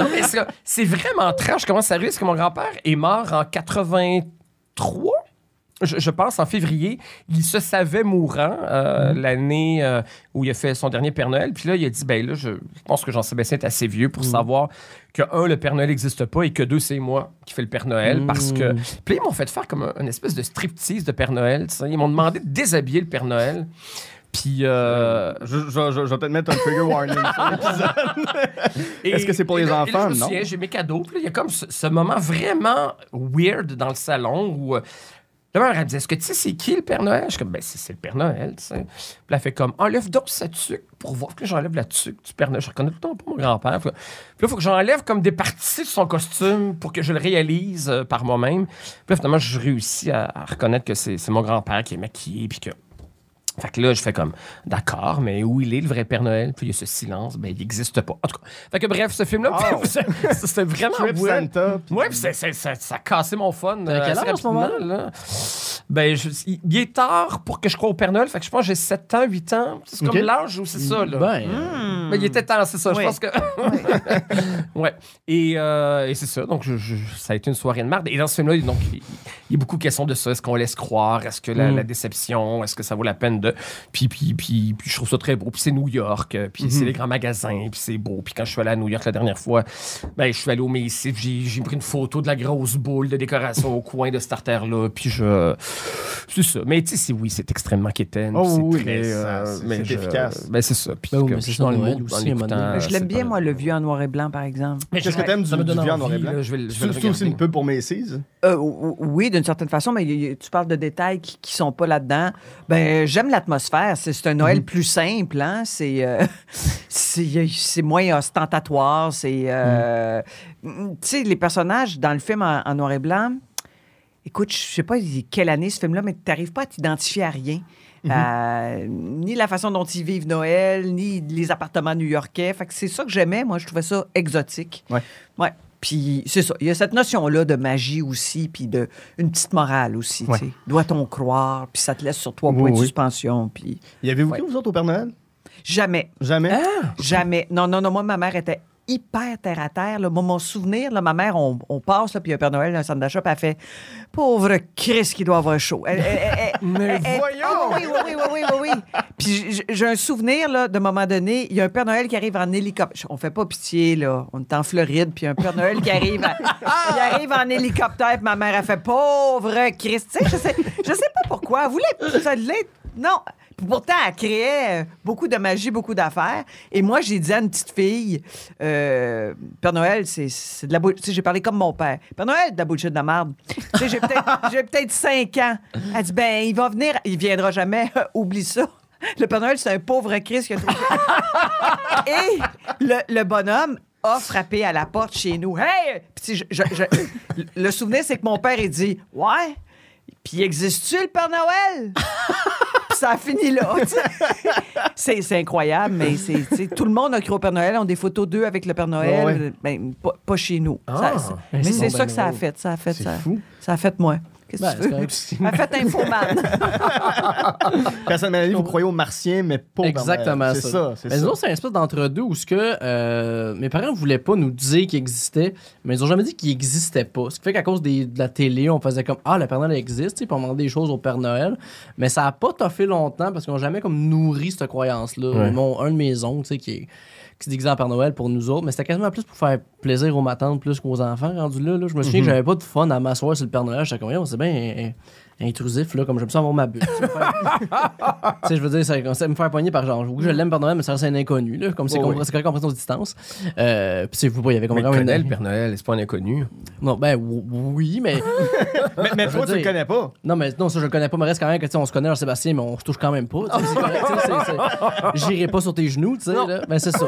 Non, mais c'est- c'est vraiment trash comment ça arrive. Parce que mon grand-père est mort en 83. Je, je pense en février, il se savait mourant euh, l'année euh, où il a fait son dernier Père Noël. Puis là, il a dit ben là, je, je pense que Jean-Sébastien est assez vieux pour savoir que un, le Père Noël n'existe pas et que deux, c'est moi qui fais le Père Noël parce que. Puis là, ils m'ont fait faire comme un, une espèce de striptease de Père Noël. tu sais. Ils m'ont demandé de déshabiller le Père Noël. Puis. euh,
Je, je- je- je vais peut-être mettre un trigger warning. sur l'épisode.
Et-
Est-ce que c'est pour
et
les
là- et là,
enfants?
je me
Non.
souviens, J'ai mes cadeaux. Puis là, il y a comme ce, ce moment vraiment weird dans le salon où. euh, La mère, elle me dit Est-ce que tu sais c'est qui le Père Noël Je suis comme Ben, c'est c'est le Père Noël, tu sais. Puis là, elle fait comme Enlève donc sa tuque pour voir. Puis là, j'enlève la tuque du Père Noël. Je reconnais tout le temps pas mon grand-père. Puis là, il faut que j'enlève comme des parties de son costume pour que je le réalise euh, par moi-même. Puis là, finalement, je réussis à, à reconnaître que c'est c'est mon grand-père qui est maquillé. Puis que fait que là, je fais comme, d'accord, mais où il est le vrai Père Noël? Puis il y a ce silence, ben il n'existe pas. En tout cas, fait que bref, ce film-là,
Ah,
Oh.
c'est c'était vraiment
Trip
weird.
Santa. puis-
ah, Ouais, puis c'est- c'est- ça, ça a cassé mon fun. euh,
T'avais quel
assez
âge à ce
rapidement,
moment-là?
là. Ben, je- il, il est tard pour que je croie au Père Noël. Fait que je pense que j'ai 7 ans, 8 ans. C'est
Ok.
comme l'âge où c'est ça, là.
Ben, euh,
Mais il était temps, c'est ça.
Oui.
Je pense que. ouais. Et, euh, et c'est ça. Donc, je- je- ça a été une soirée de marde. Et dans ce film-là, donc, il il y a beaucoup de questions de ça. Est-ce qu'on laisse croire Est-ce que la,
Mm.
la déception Est-ce que ça vaut la peine de. Puis, puis, puis, puis je trouve ça très beau. Puis c'est New York. euh, Puis c'est les grands magasins. Puis c'est beau. Puis quand je suis allé à New York la dernière fois, ben, je suis allé au Macy's. puis J'ai, j'ai pris une photo de la grosse boule de décoration au coin de cette artère-là. Puis je. C'est ça. Mais tu sais, c'est- oui, c'est extrêmement quétaine.
Oh
puis c'est
oui,
très,
mais, euh,
ça,
mais
je-
efficace.
ben, c'est ça. Puis
Ben
que
oui, mais
je
c'est
suis dans
ça,
le
Noël
mood,
aussi,
en
à un moment
l'écoutant,
donné.
euh,
je
c'est
l'aime bien,
pas-
moi, le vieux en noir et blanc, par exemple.
Mais
Qu'est-ce que t'aimes
ça
du-
me
du
donne
vieux en noir et
envie,
blanc?
là, Je vais, le- je vais le
C'est aussi
regarder.
une pub pour Macy's.
Euh, ou- ou- oui, d'une certaine façon, mais y- y- tu parles de détails qui, qui sont pas là-dedans. Ben, j'aime l'atmosphère. C'est c'est un Noël plus simple, hein. C'est euh, c'est y a- c'est moins ostentatoire. C'est euh, mm, tu sais les personnages dans le film en, en noir et blanc. Écoute, je sais pas quelle année ce film-là, mais t'arrives pas à t'identifier à rien. À- ni la façon dont ils vivent Noël, ni les appartements new-yorkais. Fait que c'est ça que j'aimais. Moi, je trouvais ça exotique.
Ouais.
Ouais. Puis c'est ça. Il y a cette notion-là de magie aussi, puis de une petite morale aussi.
Ouais.
tu sais. Doit-on croire? Puis ça te laisse sur trois
Oui,
points de
oui.
suspension. Puis
Y avez-vous cru, vous autres, au Père Noël?
jamais,
Jamais?
Ah, jamais. Non, non, non. Moi, ma mère était hyper terre à terre. Là. Moi, mon souvenir, là, ma mère, on, on passe, là, puis il y a un Père Noël, dans un centre d'achat, puis elle fait Pauvre Chris qui doit avoir chaud. Elle- elle- elle- elle-
Mais
elle- elle-
voyons!
Ah oui, oui, oui, oui, oui, oui, oui. Puis j- j- j'ai un souvenir, là, de moment donné, il y a un Père Noël qui arrive en hélicoptère. On fait pas pitié, là. On est en Floride, puis il y a un Père Noël qui arrive, en- il arrive en hélicoptère, puis ma mère a fait pauvre Christine. Je sais, je sais pas pourquoi. Elle voulait, ça l'est- non. Puis Pourtant, elle créait euh, beaucoup de magie, beaucoup d'affaires. Et moi, j'ai dit à une petite fille, euh, Père Noël, c'est c'est de la bullshit. Tu sais, j'ai parlé comme mon père. Père Noël, de la bullshit de la merde. Tu sais, j'ai peut-être j'ai peut-être 5 ans. Elle dit, ben, il va venir. Il viendra jamais. Oublie ça. Le Père Noël, c'est un pauvre Christ qui a trouvé- et le, le bonhomme a frappé à la porte chez nous. Hey! Puis tu sais, je- je- je- le souvenir, c'est que mon père, il dit Ouais, puis existe-tu le Père Noël? Puis ça a fini là. tu sais. c'est, c'est incroyable, mais c'est, tu sais, tout le monde a cru au Père Noël. On a des photos d'eux avec le Père Noël.
Ouais, ouais.
Ben, pas, pas chez nous. Ça-
Ah,
c'est-
mais
mais
c'est
c'est
bon,
ça
ben
que ça a
drôle.
fait. Ça a fait
C'est
ça.
fou.
Ça a fait moi. Qu'est-ce
Ben,
que
c'est
tu veux?
correct.
Ça a fait infomane.
Personnellement, vous croyez aux martiens, mais pas aux
Exactement
Bernadette.
ça.
C'est ça. C'est
mais
ça.
nous autres, c'est un espèce d'entre-deux où ce que, euh, mes parents voulaient pas nous dire qu'il existait, mais ils ont jamais dit qu'il existait pas. Ce qui fait qu'à cause des- de la télé, on faisait comme Ah, le Père Noël existe, tu sais, puis on demandait des choses au Père Noël. Mais ça a pas toffé longtemps parce qu'ils ont jamais comme nourri cette croyance-là.
Ouais.
Mon, un de mes oncles, tu sais, qui est qui se déguisait en Père Noël pour nous autres, mais c'était quasiment plus pour faire plaisir aux matantes plus qu'aux enfants rendu là. là. Je me souviens
Mhm.
que j'avais pas de fun à m'asseoir sur le Père Noël. J'étais comme, Voyons, c'est bien euh, intrusif, là, comme j'aime ça avoir ma bulle. Tu sais, faire- tu sais, je veux dire, ça commençait à me faire poigner par genre, oui, je l'aime Père Noël, mais ça reste un inconnu, là, comme c'est
Oh,
qu'on
oui.
c'est correct qu'on prenne nos distances. Euh, puis c'est vous, il y avait comme
Mais
vraiment
il connaît
une-
le Père Noël, c'est pas un inconnu.
Non, ben ou- oui, mais.
Mais, mais toi,
veux
tu le
dire-
connais pas.
non, mais non, ça, je le connais pas, mais reste quand même que, tu sais, on se connaît, Jean-Sébastien, mais on se touche quand même pas. tu sais, c'est correct, tu sais, c'est- c'est- J'irai pas sur tes genoux, tu sais, là. Ben, c'est ça.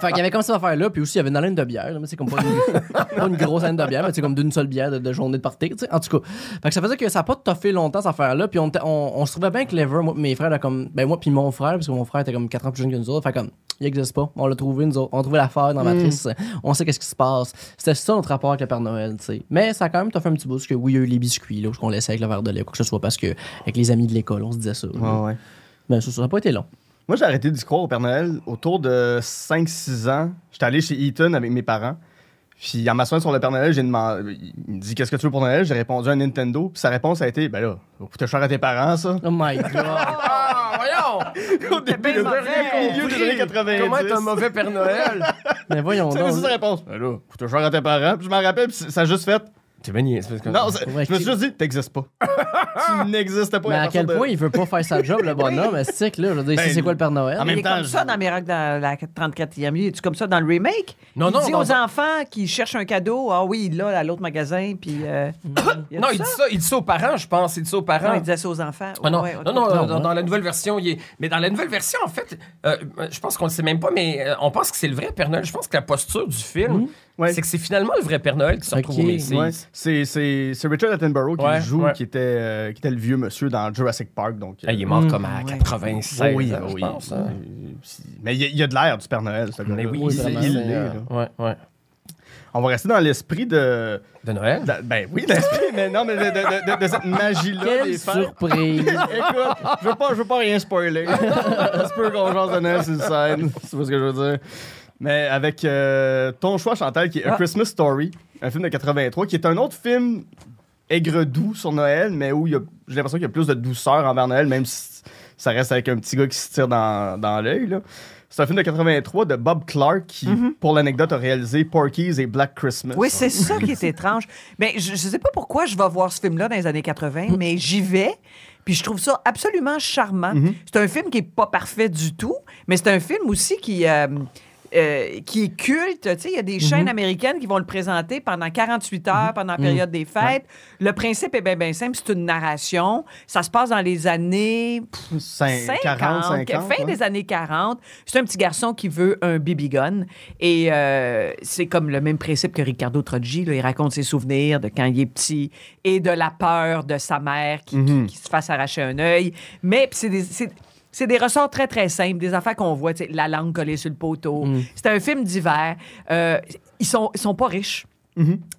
fait qu'il y avait comme cette affaire-là, puis aussi, il y avait une haleine de bière, là, mais c'est comme pas une, pas une grosse haleine de bière, mais c'est comme d'une seule bière de, de journée de partie, tu sais. En tout cas. Fait que ça faisait que ça a pas toffé longtemps, cette affaire-là, puis on, était- on, on se trouvait bien clever, moi, pis mes frères, là, comme. Ben, moi, puis mon frère, parce que mon frère était comme 4 ans plus jeune que nous autres, fait comme. Il existe pas. On l'a trouvé, nous autres. On a trouvé l'affaire dans la matrice. On sait qu'est-ce qui se passe. C'était ça notre rapport avec le Père Noël, tu sais. Mais ça a quand même fait un petit bout, parce que oui, il y a eu les biscuits, là, qu'on laissait avec le verre de lait, ou quoi que ce soit, parce que avec les amis de l'école, on se disait ça. là.
ouais.
Mais ça, ça n'a pas été long.
Moi, j'ai arrêté d'y croire au Père Noël autour de 5-6 ans. J'étais allé chez Eaton avec mes parents. Puis en m'assoyant sur le Père Noël, j'ai demandé, il me dit Qu'est-ce que tu veux pour Noël J'ai répondu à Nintendo. Puis sa réponse a été Ben là, ça va coûter cher à tes parents, ça.
Oh my god! Ah,
Au début,
bien
le
mauvais.
milieu des années 90.
Comment être un mauvais Père Noël?
Mais voyons
C'est
donc.
sa réponse. Ben là, coûte cher à tes parents. Puis je m'en rappelle, puis ça a juste fait.
T'es bien niaise, parce que-
Non, c'est-
Ouais,
je me suis
qui-
juste dit T'existes pas. tu n'existes pas.
Mais à
partir
quel
de-
point il veut pas faire sa job, le bonhomme, est que là? Je veux dire,
Ben,
c'est quoi le Père Noël?
en
Il
même
est
temps,
comme
je-
ça dans Miracle dans la 34e lieu. Es-tu comme ça dans le remake?
Non,
il
non,
dit
dans-
aux enfants qui cherchent un cadeau, ah oui, il l'a à l'autre magasin, puis... euh, y a
Non,
tout
il dit
ça?
ça, il dit ça aux parents, je pense. Il dit ça aux
Non,
parents.
il disait ça aux enfants.
Ah non,
Ouais, ouais,
non, non,
ok.
dans, dans la nouvelle version, il est... mais dans la nouvelle version, en fait, euh, je pense qu'on ne sait même pas, mais euh, on pense que c'est le vrai Père Noël. Je pense que la posture du film,
Ouais.
c'est que c'est finalement le vrai Père Noël qui se retrouve
Ok,
au Macy's.
Ouais, c'est- c'est c'est Richard Attenborough qui
Ouais,
le joue,
ouais.
qui, était, euh, qui était le vieux monsieur dans Jurassic Park. Donc, euh,
Ah, il est mort
Mm,
comme à
ouais.
96,
oui,
hein, je
oui.
pense. hein.
Euh, si- Mais il y a- il y a de l'air du Père Noël, ce gars-là.
Mais oui,
Il-
c'est-
il
c'est-
l'est, là.
Ouais, ouais.
On va rester dans l'esprit de,
De Noël?
de- Ben oui, l'esprit, mais non, mais de, de- de- de cette magie-là des
Quelle
fêtes.
surprise!
Écoute, je veux pas, je veux pas rien spoiler. C'est peu qu'on jase de Noël sur scène, c'est pas ce que je veux dire. Mais avec euh, ton choix, Chantal, qui est A
Ah.
Christmas Story, un film de 83, qui est un autre film aigre-doux sur Noël, mais où il y a- j'ai l'impression qu'il y a plus de douceur envers Noël, même si ça reste avec un petit gars qui se tire dans, dans l'œil. là. C'est un film de 83 de Bob Clark qui, pour l'anecdote, a réalisé Porky's et Black Christmas.
Mm-hmm. Oui, c'est ça qui est étrange. Mais je, je sais pas pourquoi je vais voir ce film-là dans les années 80, mais j'y vais. Puis je trouve ça absolument charmant. C'est un film qui est pas parfait du tout, mais c'est un film aussi qui, euh, euh, qui est culte. Tu sais, il y a des chaînes américaines qui vont le présenter pendant 48 heures, pendant la période des fêtes. Le principe est bien ben simple, c'est une narration. Ça se passe dans les années
Cin-
50,
40, 50. ouais.
fin des années 40. C'est un petit garçon qui veut un BB gun. Et euh, c'est comme le même principe que Ricardo Troggi. là. il raconte ses souvenirs de quand il est petit et de la peur de sa mère qui, qui- qui se fasse arracher un œil. Mais puis c'est des... c'est- c'est des ressorts très, très simples, des affaires qu'on voit, tu sais, la langue collée sur le poteau. C'est un film d'hiver. Euh, ils sont, ils sont pas riches.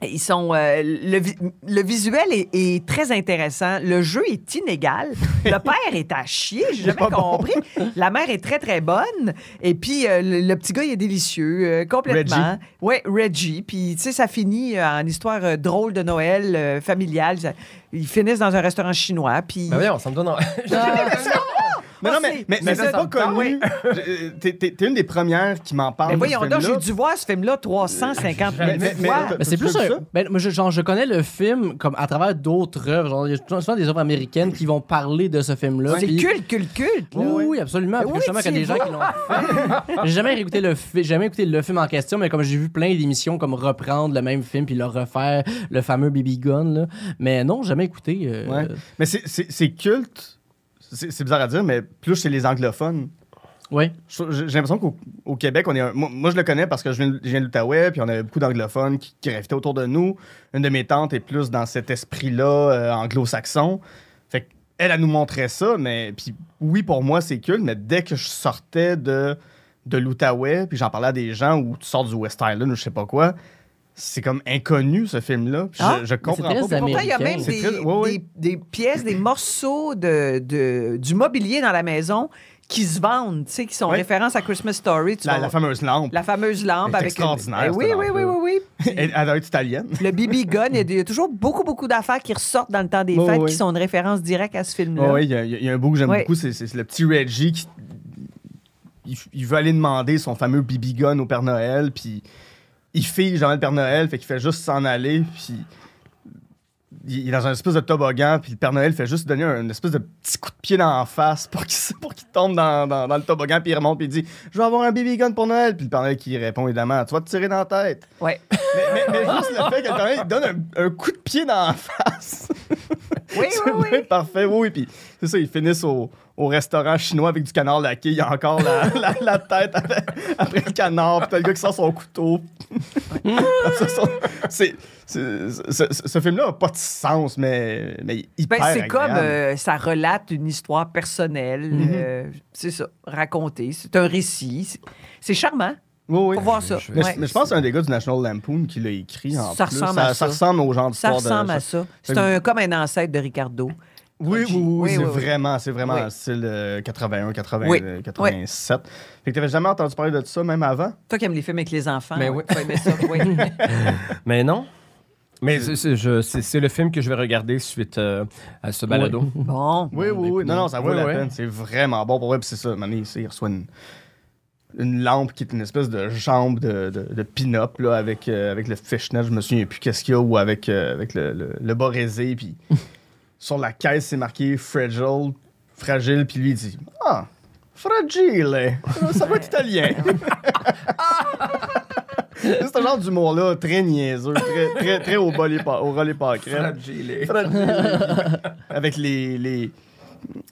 Ils sont. euh, le, vi- le visuel est, est très intéressant. Le jeu est inégal. Le père est à chier. J'ai jamais compris. La mère est très, très bonne. Et puis, euh, le, le petit gars, il est délicieux, euh, complètement. Oui, Reggie. Puis, tu sais, ça finit euh, en histoire euh, drôle de Noël, euh, familiale. Ça- ils finissent dans un restaurant chinois. Puis.
Ben voyons, ça me donne... envie.
Mais non,
Ah,
mais,
c'est-
mais,
c'est
mais
ça,
c'est pas
ça me parle,
connu. Je- euh, T'es t'es- t'es une des premières qui m'en parle.
Mais
de
ben voyons
ce
donc, j'ai
film-là.
dû voir ce film-là 350 000
Mais- mais- mais-
fois.
Mais c'est
T'as-tu
plus
vu
un-
ça?
ben, moi, je, genre, je connais le film comme à travers d'autres œuvres. Genre, Il y a souvent des œuvres américaines qui vont parler de ce film-là.
C'est
puis-
culte, culte, culte. là.
Oui, oui, absolument.
Mais
Parce que
oui,
justement,
tu
qu'il y a
y
des gens qui l'ont fait. J'ai jamais écouté le fi- j'ai jamais écouté le film en question, mais comme j'ai vu plein d'émissions comme reprendre le même film puis le refaire, le fameux Baby Gun, là. Mais non, jamais écouté. euh,
Ouais. Mais c'est- c'est c'est culte. C'est c'est bizarre à dire, mais plus chez les anglophones.
Oui.
Je- J'ai j'ai l'impression qu'au au Québec, on est un- moi, moi, je le connais parce que je viens, de- je viens de l'Outaouais, puis on avait beaucoup d'anglophones qui, qui gravitaient autour de nous. Une de mes tantes est plus dans cet esprit-là euh, anglo-saxon. Fait que elle, elle nous montrait ça, mais puis oui, pour moi, c'est cool, mais dès que je sortais de, de l'Outaouais, puis j'en parlais à des gens où tu sors du West Island ou je sais pas quoi, c'est comme inconnu ce film-là. Puis
Ah,
je, je comprends
très
pas. pourquoi.
Pourtant, il y a
américain.
même
C'est
des,
très- ouais, ouais.
des- des pièces, des morceaux de, de- du mobilier dans la maison qui se vendent, tu sais, qui sont
Ouais.
référence à Christmas Story. Tu
La,
vas-
la fameuse lampe.
la fameuse lampe
Elle est
avec. une-
extraordinaire,
Eh oui,
cette
oui, oui,
lampe-là.
oui, oui.
Elle, elle doit être italienne.
Le BB Gun, il y a des- il y a toujours beaucoup, beaucoup d'affaires qui ressortent dans le temps des
Oui,
fêtes
oui.
qui sont une référence directe à ce film-là.
oui, il y a- il y, a- il y a un bout que j'aime
Ouais.
beaucoup, c'est- c'est c'est le petit Reggie qui. Il, il veut aller demander son fameux BB gun au Père Noël, puis il file jamais le Père Noël, fait qu'il fait juste s'en aller, puis il il est dans un espèce de toboggan, puis le Père Noël fait juste donner un une espèce de petit coup de pied dans la face pour qu'il se- pour qu'il tombe dans, dans- dans le toboggan, puis il remonte, puis il dit Je vais avoir un BB gun pour Noël, puis le Père Noël qui répond évidemment Tu vas te tirer dans la tête.
Ouais.
Mais, mais- mais juste le fait que le Père Noël il donne un- un coup de pied dans la face.
Oui,
C'est
oui,
bien
oui.
parfait, oui. Puis c'est ça, ils finissent au, au restaurant chinois avec du canard laqué. Il y a encore la, la- la tête après, après le canard. Puis t'as le gars qui sort son couteau. Ça, ça, c'est- c'est- c'est- ce- ce- ce film-là n'a pas de sens, mais, mais hyper
Ben, c'est comme
agréable.
euh, ça relate une histoire personnelle, euh, c'est ça, racontée. C'est un récit. C'est- C'est charmant.
Oui, oui.
Faut voir ça.
je-
Mais,
Ouais.
mais je pense que c'est un des gars du National Lampoon qui l'a écrit en
Ça
plus.
ressemble à ça.
ressemble au genre
Ça
d'histoire de...
ressemble à ça. C'est un, comme un ancêtre de Ricardo.
Oui, oui, oui,
Oui,
c'est
oui, oui.
vraiment, c'est vraiment
Oui.
un style euh, 81, 80,
Oui.
87. Fait que t'avais jamais entendu parler de ça, même avant?
Toi qui aimes les films avec les enfants,
Ben
ouais, tu vas aimer ça. oui.
Mais non. Mais c'est- c'est je- c'est- c'est le film que je vais regarder suite euh, à ce balado.
Bon.
Oui, oui, oui. Non, non, ça vaut
Oui,
la
oui.
peine. C'est vraiment bon pour vrai. Puis c'est ça, Mané, ici, il reçoit une, une lampe qui est une espèce de jambe de, de, de pin-up là, avec, euh, avec le fishnet, je me souviens plus qu'est-ce qu'il y a, ou avec, euh, avec le, le, le bas raisé. Puis sur la caisse, c'est marqué fragile, fragile. Puis lui, il dit Ah, fragile. Ça va être italien. c'est ce genre d'humour-là, très niaiseux, très, très, très au, bas les pa- au relais pâquerette. Avec les. les,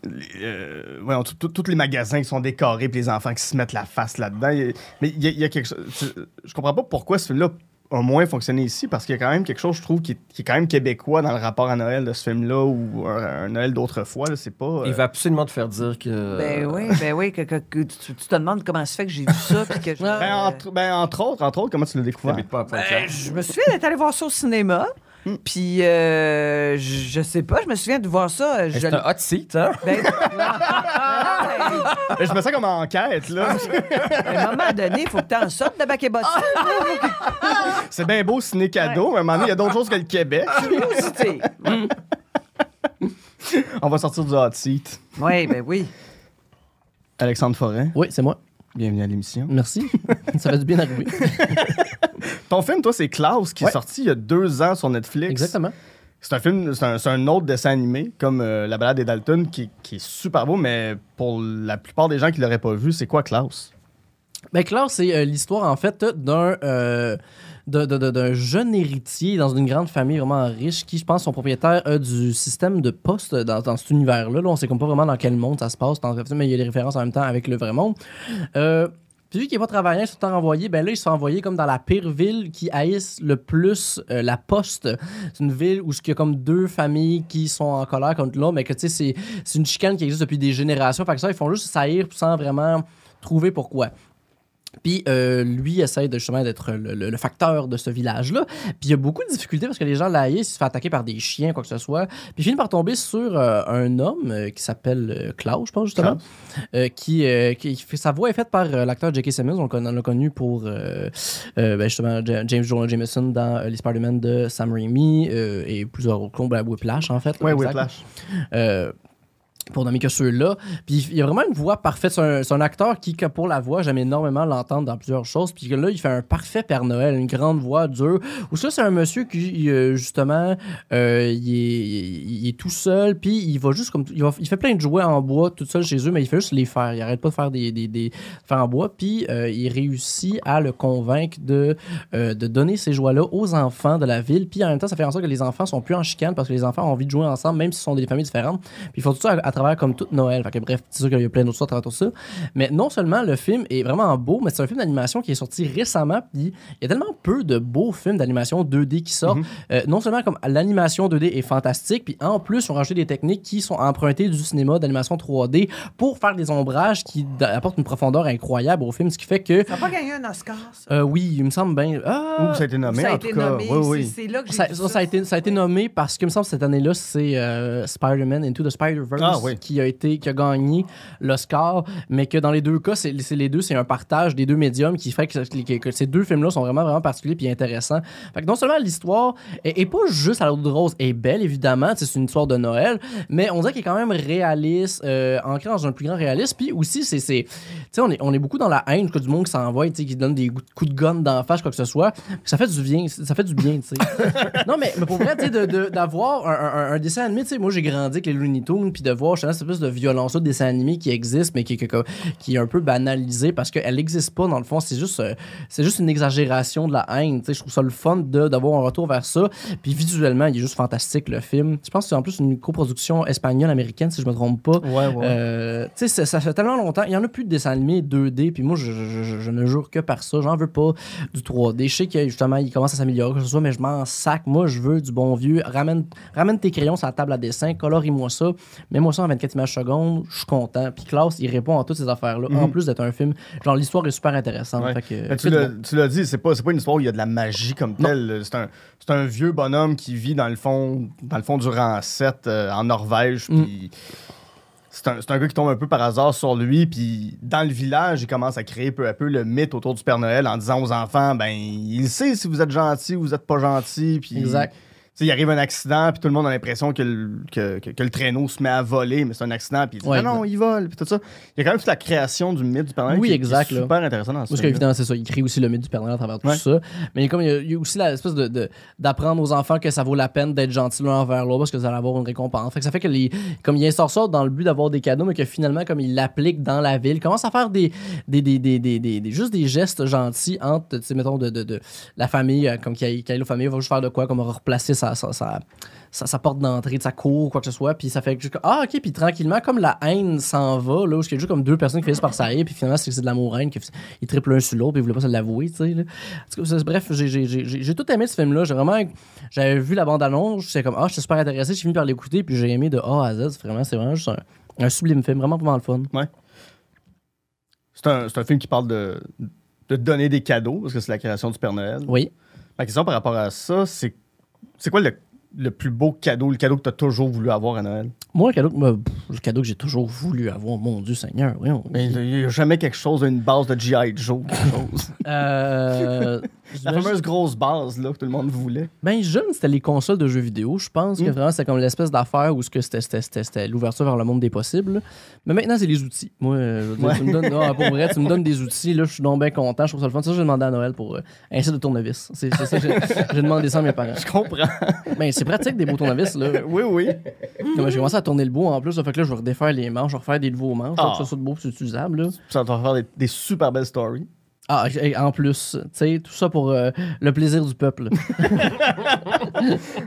les, euh, voyons, tout- tout- tous les magasins qui sont décorés, puis les enfants qui se mettent la face là-dedans. Il y a- Mais il y, a- il y a quelque chose. tu- Je comprends pas pourquoi ce film-là a moins fonctionné ici, parce qu'il y a quand même quelque chose, je trouve, qui est, qui est quand même québécois dans le rapport à Noël de ce film-là, ou un, un Noël d'autrefois. là, C'est pas. euh,
Il va absolument te faire dire que. euh,
Ben oui, ben oui, que, que- que tu, tu te demandes comment se fait que j'ai vu ça. puis que je,
Ben, entre, ben, entre autres, entre autres, comment tu l'as découvert?
T'habites pas à Pointe-Claire.
Ben, je me souviens d'être allé voir ça au cinéma.
Mm.
Puis, euh, je, je sais pas, je me souviens de voir ça. euh, Je,
C'est un hot seat, hein?
ben,
Ben, je me sens comme en enquête, là.
à un moment donné, il faut que tu en sortes de bac et bottes.
C'est bien beau ciné cadeau, mais à un moment donné, il y a d'autres choses que le Québec.
Curiosité.
On va sortir du hot seat.
Oui, ben oui.
Alexandre Forêt,
Oui, c'est moi.
bienvenue à l'émission.
Merci. ça va du bien arriver.
Ton film, toi, c'est Klaus qui
Ouais.
est sorti il y a deux ans sur Netflix.
Exactement.
C'est un film, c'est un, c'est un autre dessin animé, comme euh, La balade des Dalton, qui, qui est super beau, mais pour la plupart des gens qui l'auraient pas vu, c'est quoi Klaus?
Ben, Claire, c'est euh, l'histoire, en fait, d'un. euh, d'un- d'un- d'un- d'un jeune héritier dans une grande famille vraiment riche qui, je pense, sont propriétaires euh, du système de poste dans, dans cet univers-là. Là, on sait comme pas vraiment dans quel monde ça se passe, dans- mais il y a des références en même temps avec le vrai monde. Euh, puis vu qu'il est pas travaillant, ils sont tout le temps renvoyés. Ben là, ils sont envoyés comme dans la pire ville qui haïssent le plus euh, la poste. C'est une ville où il y a comme deux familles qui sont en colère contre l'autre, mais que tu sais, c'est- c'est une chicane qui existe depuis des générations. Fait que ça, ils font juste s'haïr sans vraiment trouver pourquoi. Puis euh, lui essaie de, justement d'être le, le- le facteur de ce village-là. Puis il y a beaucoup de difficultés parce que les gens l'haïssent, il se fait attaquer par des chiens, quoi que ce soit. Puis il finit par tomber sur euh, un homme euh, qui s'appelle euh, Klaus, je pense justement. Euh, qui, euh, qui- qui fait- sa voix est faite par euh, l'acteur J.K. Simmons, on le con- on l'a connu pour euh, euh, ben, justement J- James Jonah Jameson dans euh, les Spider-Man de Sam Raimi euh, et plusieurs autres combats à Whiplash en fait.
Ouais,
Exact.
Whiplash.
Euh, pour nommer que ceux-là. Puis il y a vraiment une voix parfaite. C'est un, c'est un acteur qui, que pour la voix, j'aime énormément l'entendre dans plusieurs choses. Puis que là, il fait un parfait Père Noël, une grande voix dure. Ou ça, c'est un monsieur qui, euh, justement, euh, il, est, il est tout seul. Puis il va juste comme. Il, va- il fait plein de jouets en bois tout seul chez eux, mais il fait juste les faire. Il arrête pas de faire des. des, des- faire en bois. Puis euh, il réussit à le convaincre de, euh, de donner ces joies-là aux enfants de la ville. Puis en même temps, ça fait en sorte que les enfants sont plus en chicane parce que les enfants ont envie de jouer ensemble, même si ce sont des familles différentes. Puis ils font tout ça à, à travers travers comme toute Noël. Fait que bref, c'est sûr qu'il y a plein d'autres choses à travers tout ça. Mais non seulement le film est vraiment beau, mais c'est un film d'animation qui est sorti récemment. Puis il y a tellement peu de beaux films d'animation 2D qui sortent. Euh, non seulement comme l'animation 2D est fantastique, puis en plus, on rajoute des techniques qui sont empruntées du cinéma d'animation 3D pour faire des ombrages qui d- apportent une profondeur incroyable au film, ce qui fait que.
Ça n'a pas gagné un Oscar, ça.
euh, oui, il me semble bien. Ah!
Ou ça a été nommé,
ça a
en
été
tout cas.
nommé.
oui,
c'est-
oui.
C'est là que j'ai
Ça,
vu
ça, ça a été, ça a été nommé parce que, il me semble, cette année-là, c'est euh, Spider-Man Into the Spider-Verse
Ah, oui.
qui, a été, qui a gagné l'Oscar, mais que dans les deux cas, c'est c'est les deux, c'est un partage des deux médiums qui fait que, que- que ces deux films-là sont vraiment, vraiment particuliers et intéressants. Fait que non seulement l'histoire est, est pas juste à l'eau de rose, est belle, évidemment, tu sais, c'est une histoire de Noël, mais on dirait qu'elle est quand même réaliste, euh, ancrée dans un plus grand réalisme, puis aussi, c'est. c'est- Tu sais, on est, on est beaucoup dans la haine du monde qui s'envoie, tu sais, qui donne des coups de gun d'en face, quoi que ce soit. Ça fait du bien, ça fait du bien, tu sais. Non, mais, mais pour vrai, tu sais, de- de- d'avoir un, un- un dessin animé, tu sais, moi j'ai grandi avec les Looney Tunes, puis de voir justement cette espèce de violence de dessin animé qui existe, mais qui, qui, qui est un peu banalisée parce qu'elle n'existe pas dans le fond. C'est juste, euh, c'est juste une exagération de la haine, tu sais. Je trouve ça le fun de- d'avoir un retour vers ça. Puis visuellement, il est juste fantastique le film. Je pense que c'est en plus une coproduction espagnole-américaine, si je me trompe pas.
Ouais,
Euh, tu sais, ça, ça fait tellement longtemps. Il n'y en a plus de dessins animés 2D, puis moi, je, je- je- je ne jure que par ça. J'en veux pas du 3D. Je sais que justement, il commence à s'améliorer, que ce soit, mais je m'en sac. Moi, je veux du bon vieux. Ramène, ramène tes crayons sur la table à dessin, colorie-moi ça, mets-moi ça en 24 images secondes, je suis content. Puis Klaus, il répond à toutes ces affaires-là, en plus d'être un film. Genre, l'histoire est super intéressante.
Mhm. Ouais.
Fait que-
Mais Ben, tu l'as tu l'as dit, c'est pas, c'est pas une histoire où il y a de la magie comme telle. C'est un, c'est un vieux bonhomme qui vit dans le fond, dans le fond du rang 7 euh, en Norvège.
Mm.
puis C'est un, c'est un gars qui tombe un peu par hasard sur lui. Puis dans le village, il commence à créer peu à peu le mythe autour du Père Noël en disant aux enfants ben il sait si vous êtes gentil ou vous êtes pas gentil. Puis
Exact.
tu sais, il arrive un accident, puis tout le monde a l'impression que le, que, que- que le traîneau se met à voler, mais c'est un accident, puis il dit «Ah
Ouais,
non, non, il vole, puis tout ça. Il y a quand même toute la création du mythe du Père Noël
Oui,
qui, qui
exact,
est
là.
super intéressant dans ce
Parce
film-là.
qu'évidemment, c'est ça. Il crée aussi le mythe du Père Noël à travers tout
Ouais.
ça. Mais comme il y a, il y a aussi l'espèce de, de- d'apprendre aux enfants que ça vaut la peine d'être gentil l'un envers l'autre parce que vous allez avoir une récompense. Fait que ça fait que les, comme il instaure ça dans le but d'avoir des cadeaux, mais que finalement, comme il l'applique dans la ville, commence à faire des, des, des, des, des, des- des- juste des gestes gentils entre, tu sais, mettons, de, de, de la famille, euh, comme qu'il y a la famille, va juste faire de quoi, comme replacer sa, sa, sa, sa- sa porte d'entrée de sa cour, quoi que ce soit. Puis ça fait que, juste que, ah, ok, puis tranquillement, comme la haine s'en va, là, où il y a juste comme deux personnes qui finissent par s'haïr, puis finalement, c'est que c'est de l'amour-haine, que ils triplent l'un sur l'autre, puis ils voulaient pas se l'avouer, tu sais. là. En tout cas, c'est- Bref, j'ai j'ai- j'ai- j'ai- j'ai tout aimé ce film-là. J'ai vraiment. J'avais vu la bande-annonce, j'étais comme, ah, j'étais super intéressé, j'ai fini par l'écouter, puis j'ai aimé de A à Z. Vraiment, c'est vraiment juste un, un sublime film, vraiment vraiment le fun.
C'est un, c'est un film qui parle de, de donner des cadeaux, parce que c'est la création du Père Noël.
Oui.
Ma question par rapport à ça, c'est c'est quoi le, le plus beau cadeau, le cadeau que tu as toujours voulu avoir à Noël?
Moi, le cadeau, que- bah, pff, le cadeau que j'ai toujours voulu avoir, mon Dieu Seigneur, oui. on-
Mais il n'y a jamais quelque chose, une base de G.I. Joe, quelque chose.
Euh,
la
j'imagine-
fameuse grosse base là, que tout le monde voulait.
Ben, jeune, c'était les consoles de jeux vidéo. Je pense que
Mm.
vraiment, c'était comme l'espèce d'affaire où ce que c'était, c'était, c'était, c'était l'ouverture vers le monde des possibles. Mais maintenant, c'est les outils. Moi, euh, je veux dire, tu me donnes, non, pour vrai, tu me donnes des outils. Là, je suis donc bien content. Je trouve ça le fun. Ça, j'ai demandé à Noël pour euh, un set de tournevis. C'est, c'est ça, que j'ai, j'ai demandé ça à mes parents.
Je comprends.
Ben, c'est pratique des beaux tournevis. Là.
oui, oui.
Comme j'ai commencé à tourner le beau en plus. Ça fait que là, je vais redéfaire les manches, je vais refaire des nouveaux manches.
Ah.
Pour que ça soit beau et utilisable. Là.
Ça va te faire des, des super belles stories.
Ah, et en plus, tu sais, tout ça pour euh, le plaisir du peuple.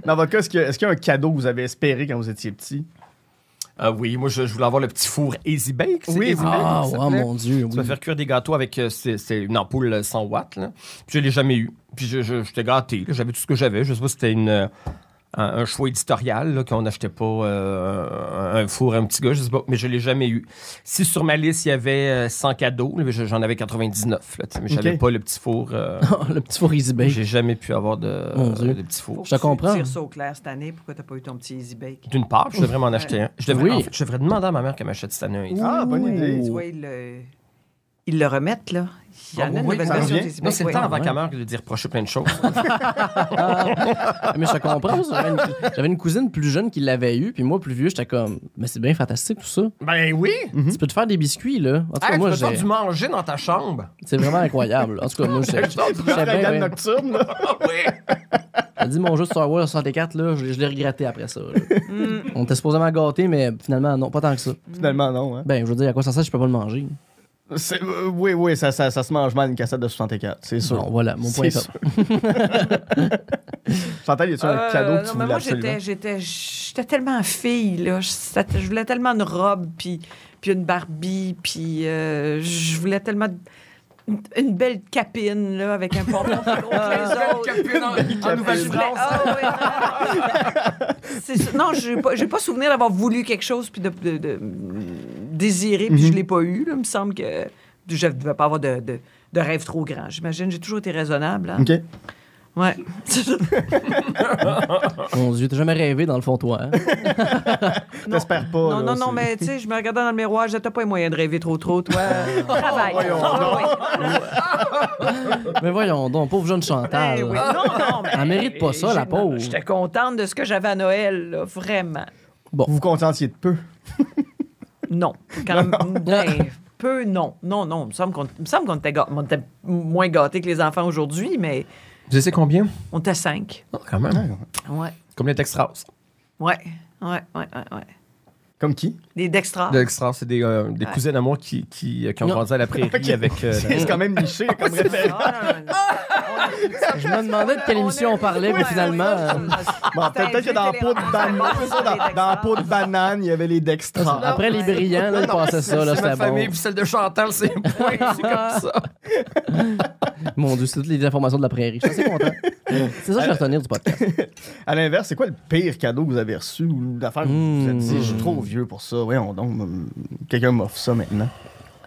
Dans votre cas, est-ce qu'il y a- est-ce qu'il y a un cadeau que vous avez espéré quand vous étiez petit?
Ah oui, moi, je, je voulais avoir le petit four Easy Bake. c'est
Oui,
Easy Bake,
Ah,
ça
ouais,
s'appelait?
mon Dieu.
Tu
oui.
peux faire cuire des gâteaux avec euh, c'est, c'est une ampoule 100 watts. Là. Puis je l'ai jamais eu. Puis je, je- j'étais gâté. là. J'avais tout ce que j'avais. Je sais pas si c'était une, euh, un, un choix éditorial là, qu'on n'achetait pas euh, un four à un petit gars. Je sais pas. Mais je l'ai jamais eu. Si sur ma liste, il y avait euh, 100 cadeaux, là, je- j'en avais 99. Là, tu sais, mais j'avais
Ok.
pas le petit four. euh,
le petit four Easy Bake.
j'ai jamais pu avoir de,
Oh, ben. Mon Dieu.
de petit four.
Je te comprends.
Tu tires ça au clair cette année. Pourquoi t'as pas eu ton petit Easy Bake?
D'une part, je devrais m'en acheter un. Je devrais,
Oui.
en fait, je devrais demander à ma mère qu'elle m'achète cette année un Easy
Ah, bonne idée.
Tu vois, ils le, ils le remettent, là. Il y
Ah
en
oui,
a une
oui,
nouvelle
ça
version
revient.
du Easy
Non,
Bake,
c'est le
oui.
temps avant
ouais.
qu'elle meure de dire reprocher plein de choses.
Ah, Mais je te comprends. parce que J'avais une, j'avais une cousine plus jeune qui l'avait eu, puis moi, plus vieux, j'étais comme, mais c'est bien fantastique tout ça.
ben oui!
Tu peux te faire des biscuits, là. En tout cas,
Hey,
moi,
tu peux
j'ai-
faire du manger dans ta chambre?
c'est vraiment incroyable. En tout cas, moi, j'ai- j'ai- j'ai
La
bien,
gamme
bien-
nocturne, là.
j'ai dit mon jeu de Star Wars 64, là, je, je l'ai regretté après ça. là. On était supposément gâté, mais finalement, non, pas tant que ça.
Finalement, non. hein.
Ben, je veux dire, à quoi ça sert, je peux pas le manger.
C'est- euh, oui, oui, ça, ça, ça se mange mal une cassette de 64, c'est sûr.
Bon, voilà, mon point
C'est
est
sûr. Chantal, y a-tu un
Euh,
cadeau que
non,
tu
mais
voulais
moi,
absolument?
j'étais, j'étais, j'étais tellement fille, là. Je, ça- je voulais tellement une robe, puis, puis une Barbie, puis euh, je voulais tellement de- une, une belle capine, là, avec un pompon plus gros que les autres.
en
Je voulais- Ah, oui, non. C'est ça. non, j'ai pas, j'ai pas souvenir d'avoir voulu quelque chose puis de, de- de- désirer puis je
Mhm.
l'ai pas eu. là. Il me semble que je devais pas avoir de, de- de rêve trop grand. J'imagine, j'ai toujours été raisonnable. hein.
OK.
Ouais.
Mon Dieu, t'as jamais rêvé dans le fond, toi. hein?
Non.
T'espères pas.
Non,
là,
non, non,
c'est-
mais tu sais, je me regardais dans le miroir, j'étais pas les moyens de rêver trop, trop, toi.
Oh,
Travaille.
voyons
Ah, oui.
Mais voyons donc, pauvre jeune
Eh
Chantal.
oui. Non, non, mais.
Elle mérite pas ça,
j'ai-
la pauvre.
J'étais contente de ce que j'avais à Noël, là, vraiment.
Vous vous contentiez de peu.
Non. Quand ben, peu, non. Non, non. Il me semble qu'on il me semble qu'on était, gâ- on était moins gâtés que les enfants aujourd'hui, mais
Tu sais combien?
on était cinq.
Oh, quand même.
Ouais.
Comme les Dextras.
Ouais. Ouais, ouais, ouais, ouais.
Comme qui?
Des dextras.
Les Dextras, c'est des, euh, des cousins à moi qui, qui, qui ont
Non.
grandi à la prairie
Ok.
avec. euh, la-
C'est quand même niché comme
Ah,
référence.
non, non, non.
Je me demandais de quelle émission on parlait, mais finalement. euh,
Bon, peut-être peut-être que dans la peau de banane, c'est ça, dans, dans la peau de banane, il y avait les dextras.
Après les brillants, là, ils passaient ça, là,
c'est ma
c'était bon.
famille, puis celle de Chantal, c'est point, c'est comme ça.
Mon Dieu, c'est toutes les informations de la prairie. Je suis assez content. C'est
Euh,
ça que je vais retenir du podcast.
À l'inverse, c'est quoi le pire cadeau que vous avez reçu ou l'affaire que vous vous êtes dit,
Hmm.
je suis trop vieux pour ça. Voyons donc, hum, quelqu'un m'offre ça maintenant.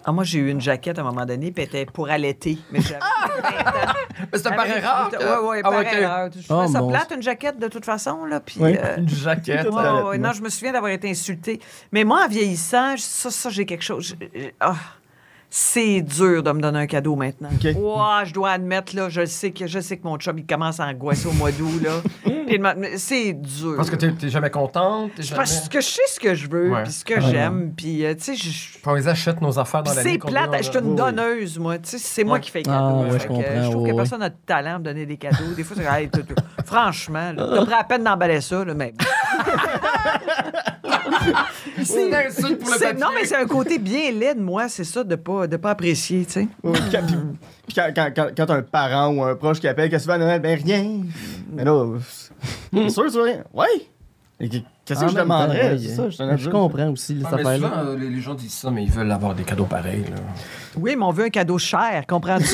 Ah, moi, j'ai eu une jaquette à un moment donné, puis elle était pour allaiter. Mais j'avais 20 ans.
Ah! Mais ça
Avec- Ouais, ouais,
Ah,
par
ok.
erreur. Je
Oh,
trouvais ça
mon
plate, une jaquette, de toute façon, là, puis...
Oui.
euh,
Une jaquette. euh,
ouais, ouais, ouais. non, je me souviens d'avoir été insultée. Mais moi, en vieillissant, je- ça, ça j'ai quelque chose. je- je- ah, c'est dur de me donner un cadeau maintenant.
OK.
Ouah, je dois admettre, là, je sais que, je sais que mon chum, il commence à angoisser au mois d'août, là. Puis il m'a- mais c'est dur.
Parce que t'es t'es jamais contente. t'es Jamais...
Parce que je sais ce que je veux,
Ouais.
puis ce que j'aime, puis, euh, tu sais, je-
Quand ils achètent nos affaires dans
puis
la
c'est plate, je suis une donneuse, moi. Tu sais, c'est moi
Ouais.
qui fais
Ah,
cadeau.
ouais, je comprends,
je trouve
ouais,
que
ouais.
personne n'a de talent à me donner des cadeaux. Des fois, c'est hey, t'as- t'as- franchement, là, t'as pris la peine d'emballer ça, là, mais.
C'est une insulte pour le
C'est-
papier.
non, mais c'est un côté bien laid de moi, c'est ça, de pas, de pas apprécier, tu sais.
Oui, quand- Puis puis quand, quand, quand, quand un parent ou un proche qui appelle, qu'est-ce que tu veux à Noël? Ben rien. Mais là, c'est sûr, tu rien. Ouais. Et que- Qu'est-ce que
En
je
même temps,
demanderais?
ouais,
C'est ça, je t'en
Je
ajoute.
comprends aussi les
Ah, mais
affaires-là.
souvent, euh, les les gens disent ça, mais ils veulent avoir des cadeaux pareils. Là.
Oui, mais on veut un cadeau cher, comprends-tu?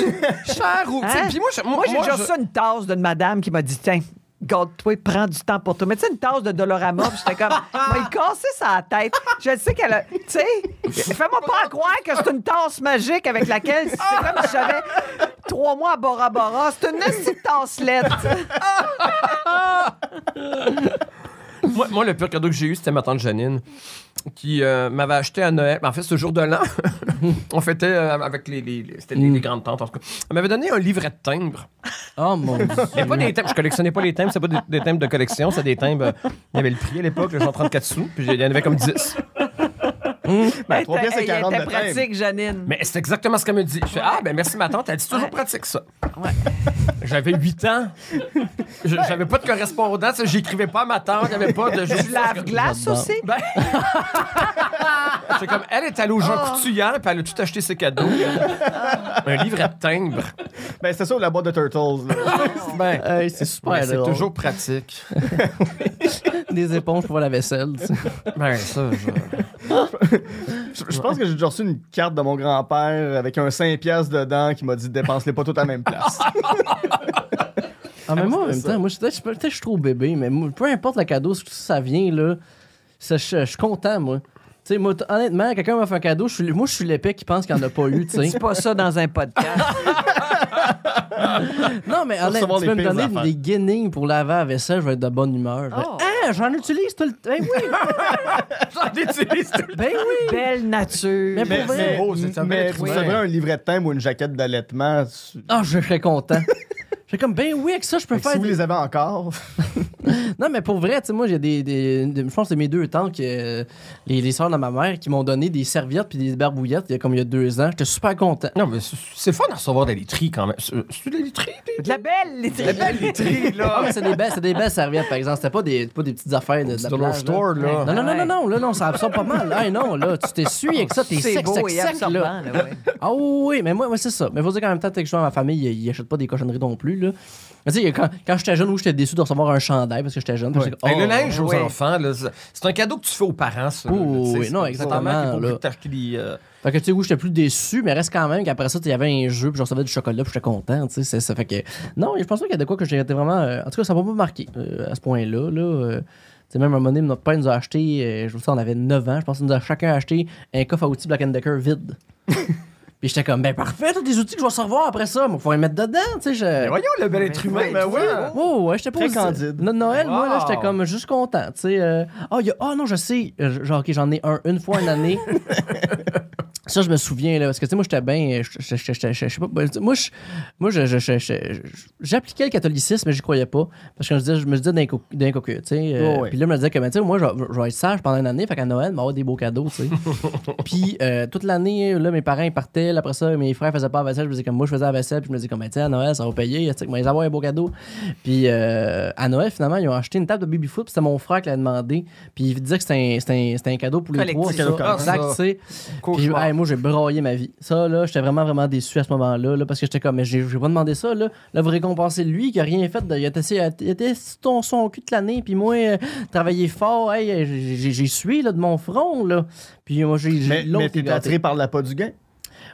Cher ou.
Hein?
Puis moi, je- moi,
Moi, j'ai
moi,
déjà
je-
ça, une tasse d'une madame qui m'a dit, tiens, garde-toi, prends du temps pour toi. Mais tu sais, une tasse de Dolorama, puis j'étais comme, m'a il cassé sa tête. Je sais qu'elle a, tu sais, fais-moi pas croire que c'est une tasse magique avec laquelle, c'est comme si j'avais trois mois à Bora Bora. C'est une petite tasselette.
Moi, moi, le pire cadeau que j'ai eu, c'était ma tante Janine, qui euh, m'avait acheté à Noël. Mais en fait, ce jour de l'an, on fêtait euh, avec les, les- les- c'était les- les grandes tantes. En tout cas. Elle m'avait donné un livret de timbres.
Oh mon Dieu.
Mais pas des timbres. Je collectionnais pas les timbres. C'est pas des, des timbres de collection. C'est des timbres. euh, Il y avait le prix à l'époque, le genre 34 sous. Puis il y en avait comme 10.
Ben, trois
Elle
pièces et
était- elle
40 de
était
thème.
pratique, Janine.
Mais c'est exactement ce qu'elle me dit. Je fais Ah, ben merci, ma tante. Elle dit toujours pratique ça. J'avais 8 ans. Je- J'avais pas de correspondance. J'écrivais pas à ma tante. Il y avait pas de.
Tu laves glace
J'adore.
aussi?
Ben. C'est comme, elle est allée au Jean Coutu hier, puis elle a tout acheté ses cadeaux. un livre à timbre.
Ben, c'est ça ou la boîte de Turtles. là.
Ben,
Hey, c'est super
c'est
drôle.
toujours pratique.
des éponges pour la vaisselle. tu sais.
Ben, ça, je...
je, je pense que j'ai déjà reçu une carte de mon grand-père avec un 5 piastres dedans qui m'a dit dépense-les pas toutes à la même place.
Ah, mais moi, en
c'est
même
ça.
temps, moi, je- peut-être peut-être que je suis trop bébé, mais moi, peu importe le cadeau, si ça vient, là, ça, je, je suis content, moi. Tu sais, moi, t- honnêtement, quelqu'un m'a fait un cadeau, je suis, moi, je suis l'épée qui pense qu'il n'y en a pas eu, tu sais.
C'est pas ça dans un podcast.
Non, mais honnêtement,
recevoir
tu
les
peux me
pires
donner
affaires.
des guinées pour laver la vaisselle, je vais être de bonne humeur. Je vais-
Oh.
Ah, j'en utilise tout le temps. Ben oui,
J'en utilise tout le
ben oui.
Belle nature.
Mais
Mais,
Pour vrai,
mais,
oh, c'est un
mais
bel
vous
être
savez,
humain.
un livret de thème ou une jaquette d'allaitement, si
Ah, je serais content. J'ai comme, ben oui, avec ça, je peux faire.
vous
des-
les avez encore,
Non, mais pour vrai, tu sais, moi, j'ai des. des- des- je pense que c'est mes deux tantes, que, euh, les, les soeurs de ma mère, qui m'ont donné des serviettes puis des barbouillettes il y a comme il y a deux ans. J'étais super content.
Non, mais c'est- c'est fun de recevoir des literies, quand même. C'est c'est des literies? des-
De la belle, les
Des belles literies,
Ah,
là!
mais c'est des, belles- c'est des belles serviettes, par exemple. C'était pas des, pas des petites affaires de, de la
C'est dans le
plage,
store, là.
là. Non, non, non,
Ouais.
non, non, là, non, ça absorbe pas mal. Hey, non, là, tu t'essuies avec ça, t'es
C'est
sec,
beau
sec,
et
sec,
absorbant,
là.
là, ouais.
Ah oui, mais moi, moi, c'est ça. Mais faut dire qu'en même temps, t'es que je suis dans ma famille, ils ils achètent pas des cochonneries non plus, là. Mais tu sais, il y a quand, quand j'étais jeune, où j'étais déçu de recevoir un chandail parce que j'étais jeune. puis
Ouais.
j'étais comme,
Hey, le
oh,
linge aux
ouais.
enfants, là, c'est- c'est un cadeau que tu fais aux parents, ça. là,
Oh,
tu sais,
oui,
c'est
non,
pas-
exactement,
c'est vraiment qu'il faut
là.
que t'as reculé, euh,
Fait que tu sais, où j'étais plus déçu, mais reste quand même qu'après ça, il y avait un jeu, puis je recevais du chocolat, puis j'étais content, tu sais. c'est- Ça fait que. Non, je pense pas qu'il y a de quoi que j'étais vraiment. euh, en tout cas, ça m'a pas marqué euh, à ce point-là. Là, euh, tu sais, même à un moment donné, notre père nous a acheté, euh, je vous dis, on avait 9 ans, je pense qu'il nous a chacun acheté un coffre à outils Black Decker vide. puis j'étais comme, ben parfait, tous les outils que je vais recevoir après ça, il faut les mettre dedans, tu sais.
mais
je-
voyons, le bel
Mais
être
oui,
humain.
mais
tu
oui.
vois.
Oh, ouais, j'étais pas
Très
aussi-
candide.
No- Noël, moi, là,
Wow.
j'étais comme juste content. Tu sais, euh, ah, il y a- ah, non, je sais. euh, Genre, ok, j'en ai un une fois une année. Ça, je me souviens, là, parce que, tu sais, moi, j'étais bien. euh, Je je- je- je- je- je sais pas. ben, tu sais, Moi, je- moi, je- je- je- je- je- j'appliquais le catholicisme, mais j'y croyais pas. Parce que je, disais- je me disais d'un coup, d'un coup que, tu sais. euh,
Ouais, ouais.
Puis là, je me disais que, ben, tu sais, moi, je vais- je vais être sage pendant une année, fait qu'à Noël, il va y avoir des beaux cadeaux, tu sais. Puis euh, toute l'année, là, mes parents ils partaient. Là, Après ça, mes frères faisaient pas la vaisselle. Je me disais comme moi, je faisais la vaisselle. Puis je me disais comme, ben, tu sais, à Noël, ça va payer. Tu sais, moi, ils avoir un beau cadeau. Puis euh, à Noël, finalement, ils ont acheté une table de baby foot. Puis c'était mon frère qui l'a demandé. Puis il disait que c'était un, c'était un- c'était un cadeau pour les
Collectif.
trois.
Cadeau
ça.
commun.
Exact, tu sais. Puis
Cauchemar.
hey, moi, j'ai braillé ma vie. Ça, là, j'étais vraiment, vraiment déçu à ce moment-là. là, parce que j'étais comme, mais j'ai j'ai pas demandé ça. Là, là vous récompensez lui qui a rien fait. de- il était il était sur ton son cul toute l'année. Puis moi, euh, travailler fort. Hey, j'ai- j'ai j'ai sué là, de mon front. Là. Puis moi, j'ai. j'ai-
Mais,
l'autre
mais
est
t'es
gâté.
attiré par la pas du gain.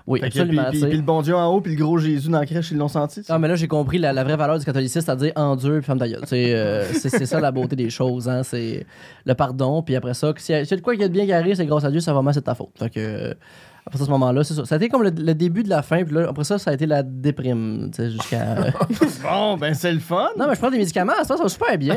Oui,
Fait que
absolument.
puis,
tu
puis-
sais.
puis le bon Dieu en haut, puis le gros Jésus dans la crèche, ils l'ont senti. ça.
Ah, mais là, j'ai compris la, la vraie valeur du catholicisme, c'est-à-dire endure puis femme d'ailleurs. C'est euh, c'est ça la beauté des choses. Hein, c'est le pardon, puis après ça, que s'il y a s'il y a de quoi qu'il y a de bien qui arrive, c'est grâce à Dieu, ça vraiment, c'est de ta faute. Fait que, euh, après ça, ce moment-là, c'est ça. Ça a été comme le, le début de la fin, puis là, après ça, ça a été la déprime. tu sais, jusqu'à.
Bon, ben c'est le fun.
non, mais je prends des médicaments, ça, ça va super bien.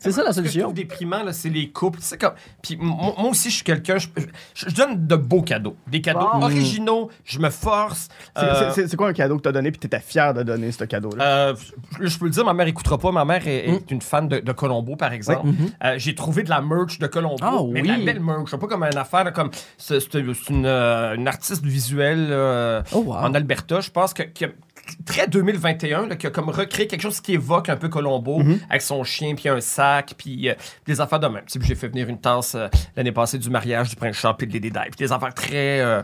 c'est ça la
Ce que je
solution.
trouve déprimant, là, c'est les couples. C'est comme... Puis m- moi moi aussi, je suis quelqu'un, je, je- je donne de beaux cadeaux. Des cadeaux
Bon.
originaux, je me force.
C'est-
Euh,
c'est- C'est c'est quoi un cadeau que t'as donné, puis t'étais fier de donner ce cadeau-là?
Euh, je je peux le dire, ma mère écoutera pas. Ma mère est,
Mm.
est une fan de, de Colombo, par exemple. Euh, J'ai trouvé de la merch de Colombo,
mm-hmm. Ah
mais
oui.
de la belle merch. C'est pas comme une affaire comme c'est c'est une, euh, une artiste visuelle euh,
Oh, wow.
en Alberta. Je pense que, que très 2021, là, qui a comme recréé quelque chose qui évoque un peu Colombo avec son chien, puis un sac, puis euh, des affaires de même. Tu sais, puis J'ai fait venir une tasse euh, l'année passée du mariage du prince Charles, puis de Lady Di, puis des affaires très, euh,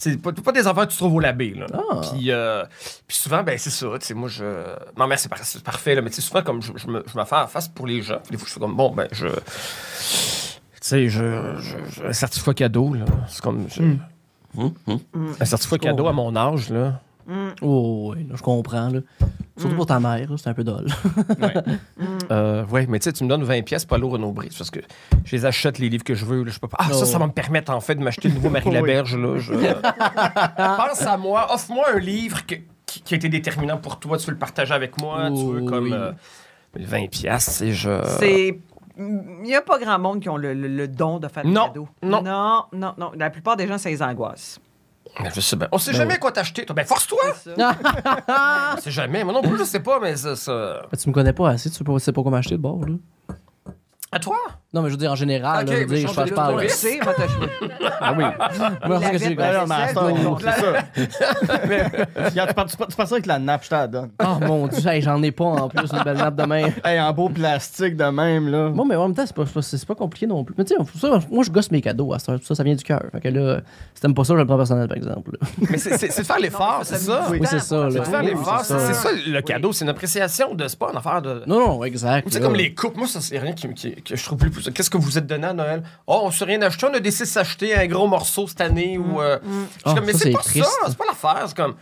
tu sais, pas, pas des affaires que tu trouves au labé. Là. Puis euh, puis souvent, ben, c'est ça. Tu sais, moi, je. Ma mère, c'est par- c'est parfait, là, mais tu sais, souvent, comme je, je me, je me fais en face pour les gens. Puis des fois, je suis comme, bon, ben, je. Tu sais, je, je- je- Un certificat cadeau, là. C'est comme. je- Un certificat cadeau à mon âge, là.
Oh, oui, là, je comprends. Là. Surtout pour ta mère, là, c'est un peu dole.
Ouais. Euh, ouais, mais tu sais, tu me donnes 20 pièces pas lourd Renaud Brice parce que je les achète les livres que je veux. Là, je peux pas... Ah, ça, ça va me permettre en fait de m'acheter le nouveau Marie Laberge. Là, je- Pense à moi, offre-moi un livre que- qui, qui a été déterminant pour toi. Tu veux le partager avec moi, tu veux comme
Oui.
euh, 20 pièces, c'est je.
C'est. Il n'y a pas grand monde qui ont le, le- le don de faire des
Non,
cadeaux.
non.
non, non, non. La plupart des gens, ça les angoisse.
Mais je sais bien. On sait jamais quoi t'acheter. toi. Ben force-toi.
Ça.
On sait jamais. Moi non plus, je sais pas, mais ça. ça-
tu me connais pas assez, tu sais pas, tu sais pas quoi m'acheter de bord. Là.
À toi.
Non, mais je veux dire, en général,
Ok,
là, je veux
mais
dire, je
change de
passe par.
Tu sais, moi, t'as-
Ah oui.
Moi,
La
c'est que
veste,
j'ai-
la
non, mais à
vaisselle,
cette heure,
donc,
Ah, ben, c'est ça. Regarde, tu pars- tu pars- tu pars ça avec la nappe, je t'en donne.
Oh mon dieu, hey, j'en ai pas en plus une belle nappe de main.
Hey, en beau plastique de même, là.
Bon, mais en même temps, c'est pas, c'est pas- c'est pas compliqué non plus. Mais tu sais, pour ça, moi, je gosse mes cadeaux à cette heure. Tout ça, ça vient du cœur. Fait que là, si t'aimes pas ça, je le prends personnel, par exemple. là.
Mais c'est- c'est c'est de faire l'effort, c'est ça.
Oui, c'est ça, là.
C'est de faire
Oui,
l'effort.
c'est ça.
C'est ça le cadeau. C'est une appréciation de. C'est pas une affaire de.
Non, non, exact.
Ou Tu sais,
là.
comme les couples, moi, ça, c'est rien qui, qui- que je trouve plus poussé. Qu'est-ce que vous êtes donné à Noël? Oh, on s'est rien acheté, on a décidé de s'acheter un gros morceau cette année. Ou, euh, je suis
Ah,
comme, mais
ça,
c'est
c'est
pas
triste.
ça, c'est pas l'affaire. C'est comme,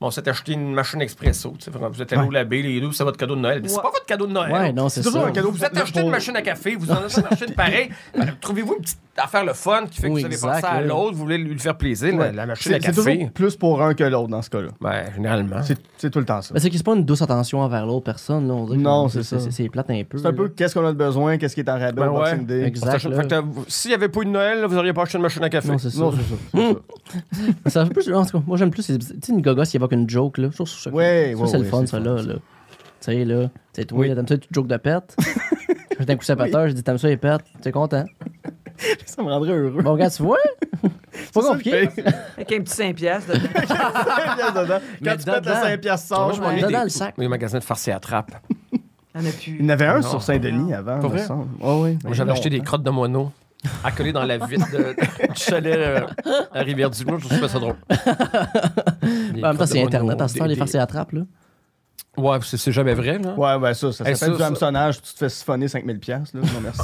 bon, on s'est acheté une machine expresso. tu sais, vraiment, Vous êtes allé au labé, les deux, c'est votre cadeau de Noël. Mais c'est
Ouais.
pas votre cadeau de Noël.
Ouais, non, c'est
toujours
ça.
un cadeau.
Vous êtes acheté une machine à café, vous en avez acheté une pareille. Euh, Trouvez-vous une petite affaire le fun qui fait que
Oui,
vous avez
exact,
pensé à
là.
l'autre, vous voulez lui faire plaisir, la, la machine à
C'est c'est
café.
toujours plus pour un que l'autre dans ce cas-là.
Ben, généralement.
C'est c'est tout le temps ça.
Mais c'est qu'il se pas une douce attention envers l'autre personne. Là, on dirait que
Non, c'est ça.
C'est, c'est plate un peu.
C'est un peu qu'est-ce qu'on a de besoin, qu'est-ce qui est en rabais
Ben
au Boxing
ouais.
Day.
Exact.
Fait que-
là.
fait que vous- S'il n'y avait pas eu de Noël, là, vous auriez pas acheté une machine à café.
Non, c'est ça.
Non, c'est ça. c'est ça.
Ça, plus, en tout cas, moi, j'aime plus. les- Tu sais, une gogosse qui évoque une joke, là. Je trouve ça-
Ouais,
ça,
ouais,
c'est le
ouais,
fun,
c'est
ça,
fun,
là.
ça.
là. Tu sais, là. Tu sais, toi,
Oui.
là, t'aimes ça, tu joke de pète. J'ai un coup sapateur, j'ai dit, t'aimes ça, il pète. T'es content.
Ça me rendrait heureux.
Bon, gars, tu vois? Pas
C'est ça,
compliqué.
le
Avec un petit 5 piastres. dedans.
pièce dedans. Quand
Mais
tu pètes le
dedans.
5 pièces sort,
Moi, je m'en ai Dedans, des- le euh, sac.
Les magasins de farce et attrape.
Il y en a plus.
Il y en avait un
Non.
sur Saint-Denis avant,
Pas
me
vrai?
semble. Ah oui.
Moi, j'avais acheté des crottes de moineaux. accolé dans la vitre de- du chalet euh, à Rivière-du-Loup. Je trouve pas ça drôle.
En même temps, c'est Internet. À ce temps, les farces et attrapes, là.
Ouais, c'est c'est jamais vrai. là.
Ouais, ben ça, ça
Hey,
s'appelle
ça,
du
ça-
hameçonnage, tu te fais siphonner 5000$, piastres, là. Non, merci.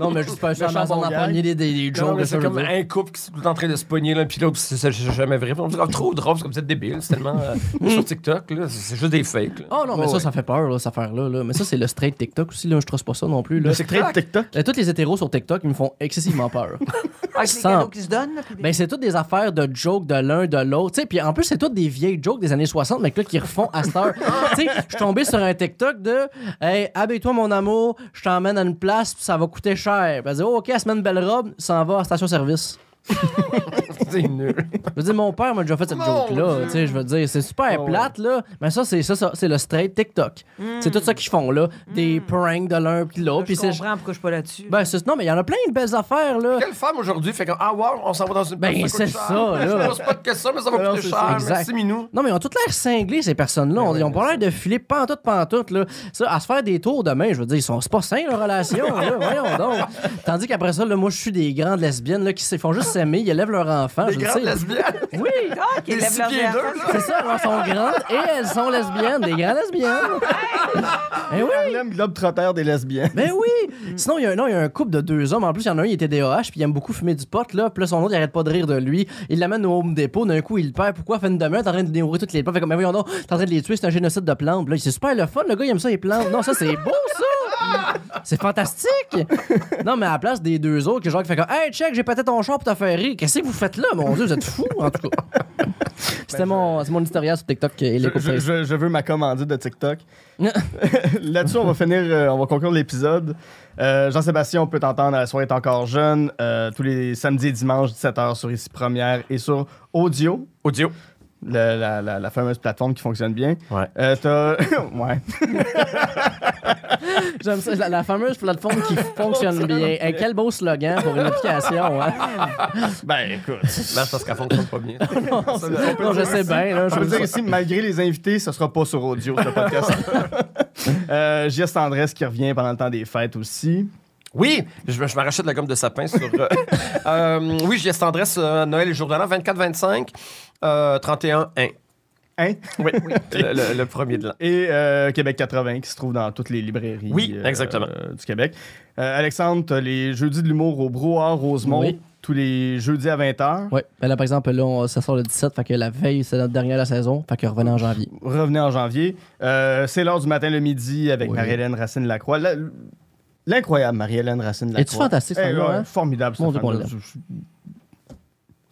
Non, mais juste pas
Le
faire
charbon
en
gag.
premier des, des, des
Non,
jokes.
mais
là,
c'est
ça, je
comme
veux dire.
un couple qui est tout en train de se pogner l'un puis l'autre, c'est c'est- c'est jamais vrai. On dirait oh, trop drôle, c'est comme vous êtes débiles, c'est tellement euh, sur TikTok, là, c'est c'est juste des fakes. là.
Oh non, mais
Ouais,
ça,
ouais.
ça fait peur, là, cette affaire-là. là. Mais ça, c'est le straight TikTok aussi. Là. Je trosse pas ça non plus. Là.
Le secret de TikTok.
Là, tous les hétéros sur TikTok, ils me font excessivement peur.
Ah, Avec les
Sans-
cadeaux qu'ils se donnent. là, puis des-
ben, c'est toutes des affaires de jokes de l'un, de l'autre. Tu sais, Puis en plus, c'est toutes des vieilles jokes des années 60, mais que là, qui refont à cette heure.
Ah!
Tu sais, je suis tombé sur un TikTok de Hey, habille-toi, mon amour, je t'emmène à une place, puis ça va coûter cher. Puis elle dit, oh, OK, elle se met une belle robe, s'en va à la station-service.
C'est nul.
Je veux dire, mon père m'a déjà fait cette joke-là. Tu sais, je veux dire, c'est super
Oh,
plate, là. Mais ça, c'est ça, ça, c'est le straight TikTok.
Hmm.
C'est tout ça qu'ils font, là. Des pranks de l'un puis de l'autre. oh, Puis
je
c'est.
comprends pourquoi je suis pas là-dessus.
Ben, c'est- non, mais il y en a plein de belles affaires, là.
Quelle femme aujourd'hui fait comme Ah, wow, on s'en va dans une
Ben,
place, coûte
c'est
cher.
ça, là.
Je pose pas de questions, mais ça va
Non,
coûter
c'est
cher.
ça, exact.
Merci, Minou.
Non, mais ils ont toutes l'air cinglés, ces personnes-là.
Ben
On- ils ont pas l'air de filer pantoute, pantoute, là. Ça, à se faire des tours demain, je veux dire, ils sont, c'est pas sain, leur relation, là. Voyons donc. Tandis qu'après ça, là, moi, je suis des grandes lesbiennes, là, qui se font juste s'aimer, ils élèvent leur enfant.
Des
je le
grandes
sais.
lesbiennes.
Oui!
Ah, qu'ils
Des
lèvent
six
leurs
pieds
enfants.
deux, là.
C'est ça, elles sont grandes et elles sont lesbiennes, des grandes lesbiennes. Eh oui!
Harlem Globetrotter des lesbiennes.
Ben
Mm.
oui! Sinon, il y, a un- non, il y a un couple de deux hommes. En plus, il y en a un, il était DAH, puis il aime beaucoup fumer du pot, là. Puis là, son autre, il arrête pas de rire de lui. Il l'amène au Home Depot. D'un coup, il le perd. Pourquoi, fin de demain, t'es en train de nourrir toutes les plantes? Fait comme, mais voyons donc, t'es en train de les tuer, c'est un génocide de plantes. Puis Là, c'est super le fun, le gars, il aime ça, les plantes. Non, ça, c'est beau, ça! C'est fantastique! Non, mais à la place des deux autres, que genre, qui fait comme, hey, check, j'ai pété ton char pour te faire rire. Qu'est-ce que vous faites là, mon dieu? Vous êtes fous, en tout cas. C'était mon, c'est mon historial sur TikTok et les
Je, je- je- je veux ma commandite de TikTok. Là-dessus, on va finir, euh, on va conclure l'épisode. Euh, Jean-Sébastien, on peut t'entendre à la soirée est encore jeune, euh, tous les samedis et dimanches, 17h sur Ici Première et sur Audio,
Audio.
le- la, la- la fameuse plateforme qui fonctionne bien.
Ouais.
Euh, t'as- ouais.
J'aime ça, la, la fameuse plateforme qui fonctionne bien. Hey, quel beau slogan pour une application, hein?
Ben écoute.
Marche parce qu'elle fonctionne pas bien.
Non, je sais bien, là.
Je
Je
veux dire
veux ça.
ici, malgré les invités, ce sera pas sur audio, ce podcast. euh, J.S. Tendresse qui revient pendant le temps des fêtes aussi.
Oui, je, me- je me rachète la gomme de sapin sur. euh, euh, oui, j'y tendresse euh, Noël et jour de l'an, 24, 25, euh, 31, 1.
Hein?
Oui, le, le- le premier de l'an.
Et euh, Québec 80 qui se trouve dans toutes les librairies
Oui,
euh,
exactement.
euh, du Québec. Euh, Alexandre, t'as les jeudis de l'humour au Brouhaha Rosemont,
Oui.
tous les jeudis à 20h.
Ouais. Ben là, par exemple, là, on- ça sort le 17, fait que la veille, c'est notre dernière de la saison, fait que revenez en janvier.
Revenez en janvier. Euh, c'est l'heure du matin, le midi, avec
Oui.
Marie-Hélène Racine-Lacroix. La- L'incroyable Marie-Hélène Racine-Lacroix.
Es-tu fantastique, cette
Eh,
femme-là,
ouais,
hein?
Formidable, cette
Mon Dieu, qu'on
femme-là.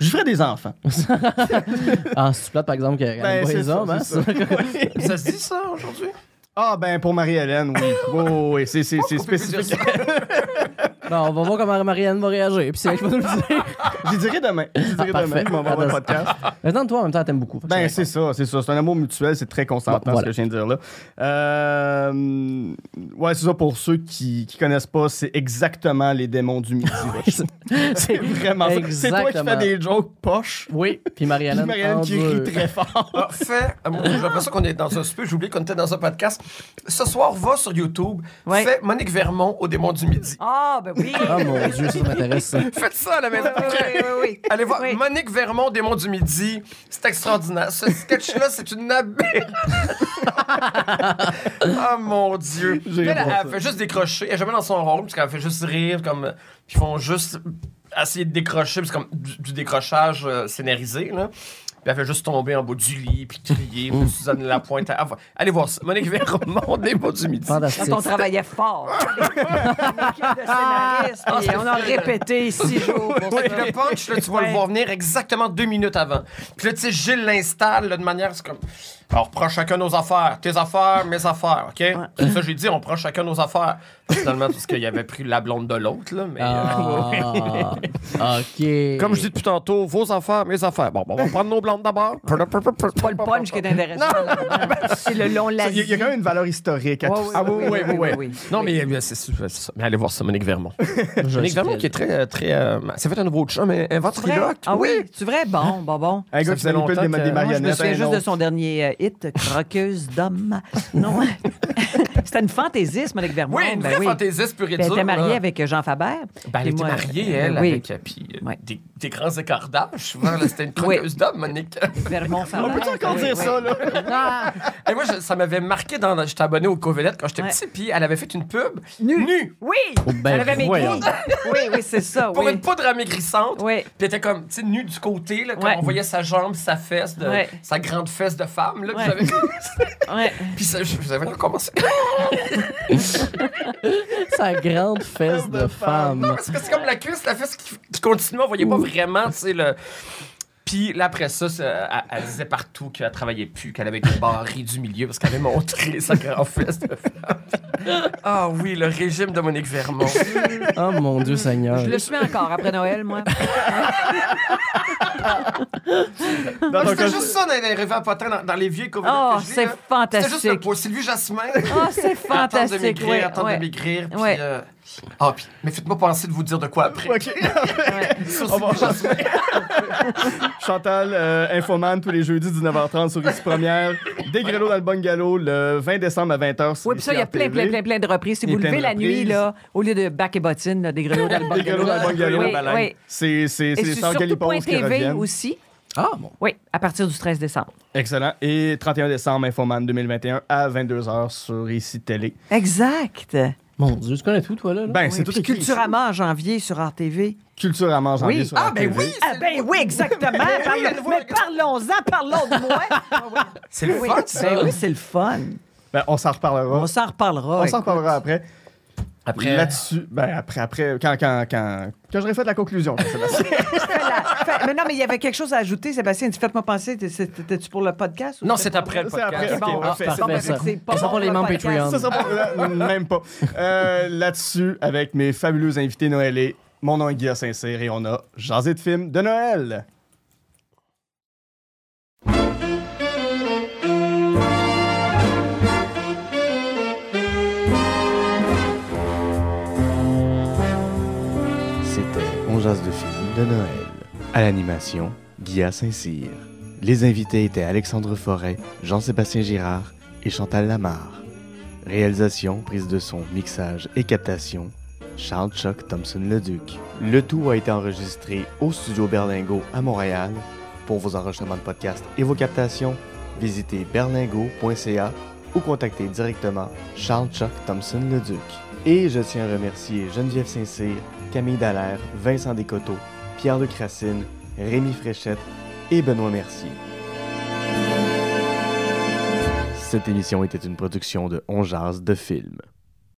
Je ferai des enfants.
Ah, si tu plates, par exemple, que
Ben,
ben,
c'est
les
ça,
hommes, hein?
c'est
c'est-
Ça se dit ça aujourd'hui?
Ah, ben pour Marie-Hélène, oui. Oui, oui, oui, c'est- c'est c'est spécifique.
Bon, on va voir comment Marianne va réagir, puis c'est elle qui va nous le dire.
J'y dirai demain. J'y dirai demain.
parfait.
On va avoir un
Ah,
podcast.
Maintenant, toi, en même temps, t'aimes beaucoup. fait que
Ben,
c'est
c'est ça, c'est ça. C'est un amour mutuel, c'est très consentant,
Bon, voilà.
ce que je viens de dire là. Euh, ouais, c'est ça pour ceux qui, qui connaissent pas, c'est exactement les démons du midi. Roche.
correct. C'est-
Vraiment ça. C'est toi qui
Exactement.
fais des jokes poches.
Oui, puis
Puis
Marianne.
Marianne qui rit très fort.
Parfait. Ah, moi, J'ai l'impression qu'on est dans un souper. J'ai oublié qu'on était dans un podcast. Ce soir, va sur YouTube.
Ouais.
Fais Monique Vermont au démon du midi.
Ah, ben oui.
Oh mon dieu, ça m'intéresse. ça.
Faites ça à la maison.
Oui, oui, oui.
Allez voir
Oui.
Monique Vermont, Démon du Midi. C'est extraordinaire. Ce sketch-là, c'est une aberration. Ah mon Dieu.
J'ai
Elle,
aimé
elle
ça.
fait juste décrocher. Elle est jamais dans son rôle, parce qu'elle fait juste rire. comme Ils font juste essayer de décrocher. puis C'est comme du, du décrochage euh, scénarisé. Là. Puis elle fait juste tomber en bas du lit, puis crier. puis Suzanne Lapointe. Ah, va- Allez voir ça. Monique Vermont, Démon du Midi.
Fantastique.
Quand on travaillait fort. de scénariste,
Ah,
puis on a répété six jours pour
Ouais,
ça.
puis le punch, là, tu vas le voir venir exactement deux minutes avant. Puis là, tu sais, Gilles l'installe là, de manière. C'est comme. Alors, on prend chacun nos affaires. Tes affaires, mes affaires, OK? Ça, j'ai dit, on prend chacun nos affaires. Finalement, parce qu'il avait pris la blonde de l'autre, là. Mais, euh,
Ah, ok.
Comme je dis depuis tantôt, vos affaires, mes affaires. Bon, bon, on va prendre nos blondes d'abord.
C'est pas le punch qui est intéressant. C'est le long
Il y, a- il y
lazy.
a quand même une valeur historique à tout ça.
Non, mais euh, c'est c'est ça. Mais allez voir ça, Monique Vermont.
Je
Monique
suis
Vermont
très-
qui est très. euh, très euh, c'est fait un nouveau chum, mais
Tu vrai?
ventriloque.
Ah oui, tu vrai? Bon, bon, bon.
Un gars
Ça
qui
faisait
manipule des,
longtemps
des
que-
Moi, je me
marionnettes.
souviens
un
juste de
autre.
son dernier euh, hit, Croqueuse d'homme. Non. C'était une fantaisisme avec Vermont.
Oui, une
ben
vraie fantaisiste pure et
Ben, Elle
dure,
était mariée
là.
avec Jean Faber.
Ben, elle
Et
était
moi,
mariée,
euh,
elle,
oui,
avec euh, puis, euh,
Ouais.
des, des grands écartages. Souvent, là, c'était une croqueuse d'hommes, Monique.
Vermont Faber.
On peut-tu encore
Oui,
dire
oui.
ça, là?
Et moi, je- ça m'avait marqué dans. J'étais abonné au Covelette quand j'étais
Ouais.
petit, puis elle avait fait une pub
Nu.
nue
Oui!
Oh, ben,
Elle avait maigri.
voyons.
Oui, oui, c'est ça.
pour
oui.
une poudre amaigrissante.
Oui.
Puis elle était comme, tu sais, nue du côté, là, quand
Ouais.
on voyait sa jambe, sa fesse, de-
Ouais.
sa grande fesse de femme. Là,
Ouais.
Puis j'avais
Ouais.
Puis ça, je- j'avais recommencé.
Sa grande fesse de femme.
Parce que c'est comme la cuisse, la fesse qui, qui continue, on voyait pas vraiment, tu sais, le. Puis là, après ça, ça- elle, elle disait partout qu'elle travaillait plus, qu'elle avait été barrée du milieu parce qu'elle avait montré sa grande fesse de femme. Ah oui, le régime de Monique Vermont.
Oh mon Dieu
Ah
Seigneur.
Je le suis encore après Noël, moi.
Dans ton
C'était
cas-
juste ça, on est arrivé à Potin dans, dans les vieux covenettes
Oh,
que je lis,
c'est
là. C'était juste le
fantastique.
pot. Sylvie Jasmin.
Oh, c'est
Attendre de
fantastique.
maigrir,
ouais,
attendre
ouais,
de maigrir. Puis,
Ouais.
euh, Ah, puis, mais faites-moi penser de vous dire de quoi après.
Ok.
ouais.
Sur
On va-
Sylvie Jasmin.
Chantal, euh, Infoman, tous les jeudis 19h30 sur Ici Première. Des grelots dans le bungalow le 20 décembre à 20h. sur
Oui, puis ça, il y a
ICR
plein,
TV.
plein, plein, plein de reprises. Si
Il y a
vous
plein
levez
de
la nuit,
reprises.
là, au lieu de bac et bottines, là, des grelots dans le
Des grelots dans le bungalow.
Oui,
baleine.
oui.
C'est c'est- c'est
Et
les
sur
sœurs
surtout
Galipos
point
qui
TV
reviennent.
aussi.
Ah bon.
Oui, à partir du 13 décembre.
Excellent. Et 31 décembre, Infoman 2021 à 22h sur Ici Télé.
Exact.
Mon Dieu, tu connais tout toi là. là?
Ben,
Oui,
c'est tout
puis
écrit.
Culturama en janvier sur RTV.
Culture à manger en
Oui.
ligne sur
Ah,
la
ben
TV.
oui!
Ah ben oui, exactement. Parle-
oui, à nouveau,
mais
regarde.
parlons-en, parlons de moi.
C'est le
Oui.
fun, ça.
Ben oui, c'est le fun.
Ben, on s'en reparlera.
On s'en reparlera.
On s'en
écoute.
reparlera après.
Après-
Là-dessus, ben après, après, quand, quand, quand, quand j'aurai fait la conclusion. ben, quand Sébastien.
Fais la- fais- mais non, mais il y avait quelque chose à ajouter, Sébastien. Tu fais-moi penser, t'es- t'étais-tu pour le podcast? ou
Non,
c'était-
c'est après le
C'est après,
podcast.
ok,
Bon,
parfait.
bon, ben,
ça.
c'est pas
Ça
bon
pour les
le
membres
podcast.
Patreon.
Ça, ça pas- Ah, même pas. Euh, Là-dessus, avec mes fabuleux invités Noël mon nom est Guillaume Saint-Cyr et on a Jasé de films de Noël.
C'était On jase de films de Noël. À l'animation, Guilla Saint-Cyr. Les invités étaient Alexandre Forêt, Jean-Sébastien Girard et Chantal Lamarre. Réalisation, prise de son, mixage et captation, Charles Chuck Thompson-Leduc. Le tout a été enregistré au studio Berlingo à Montréal. Pour vos enregistrements de podcasts et vos captations, visitez berlingo.ca ou contactez directement Charles Chuck Thompson-Leduc. Et je tiens à remercier Geneviève Saint-Cyr Camille Dallaire, Vincent Descoteaux, Pierre-Luc Racine, Rémi Fréchette et Benoît Mercier. Cette émission était une production de On Jase de Films.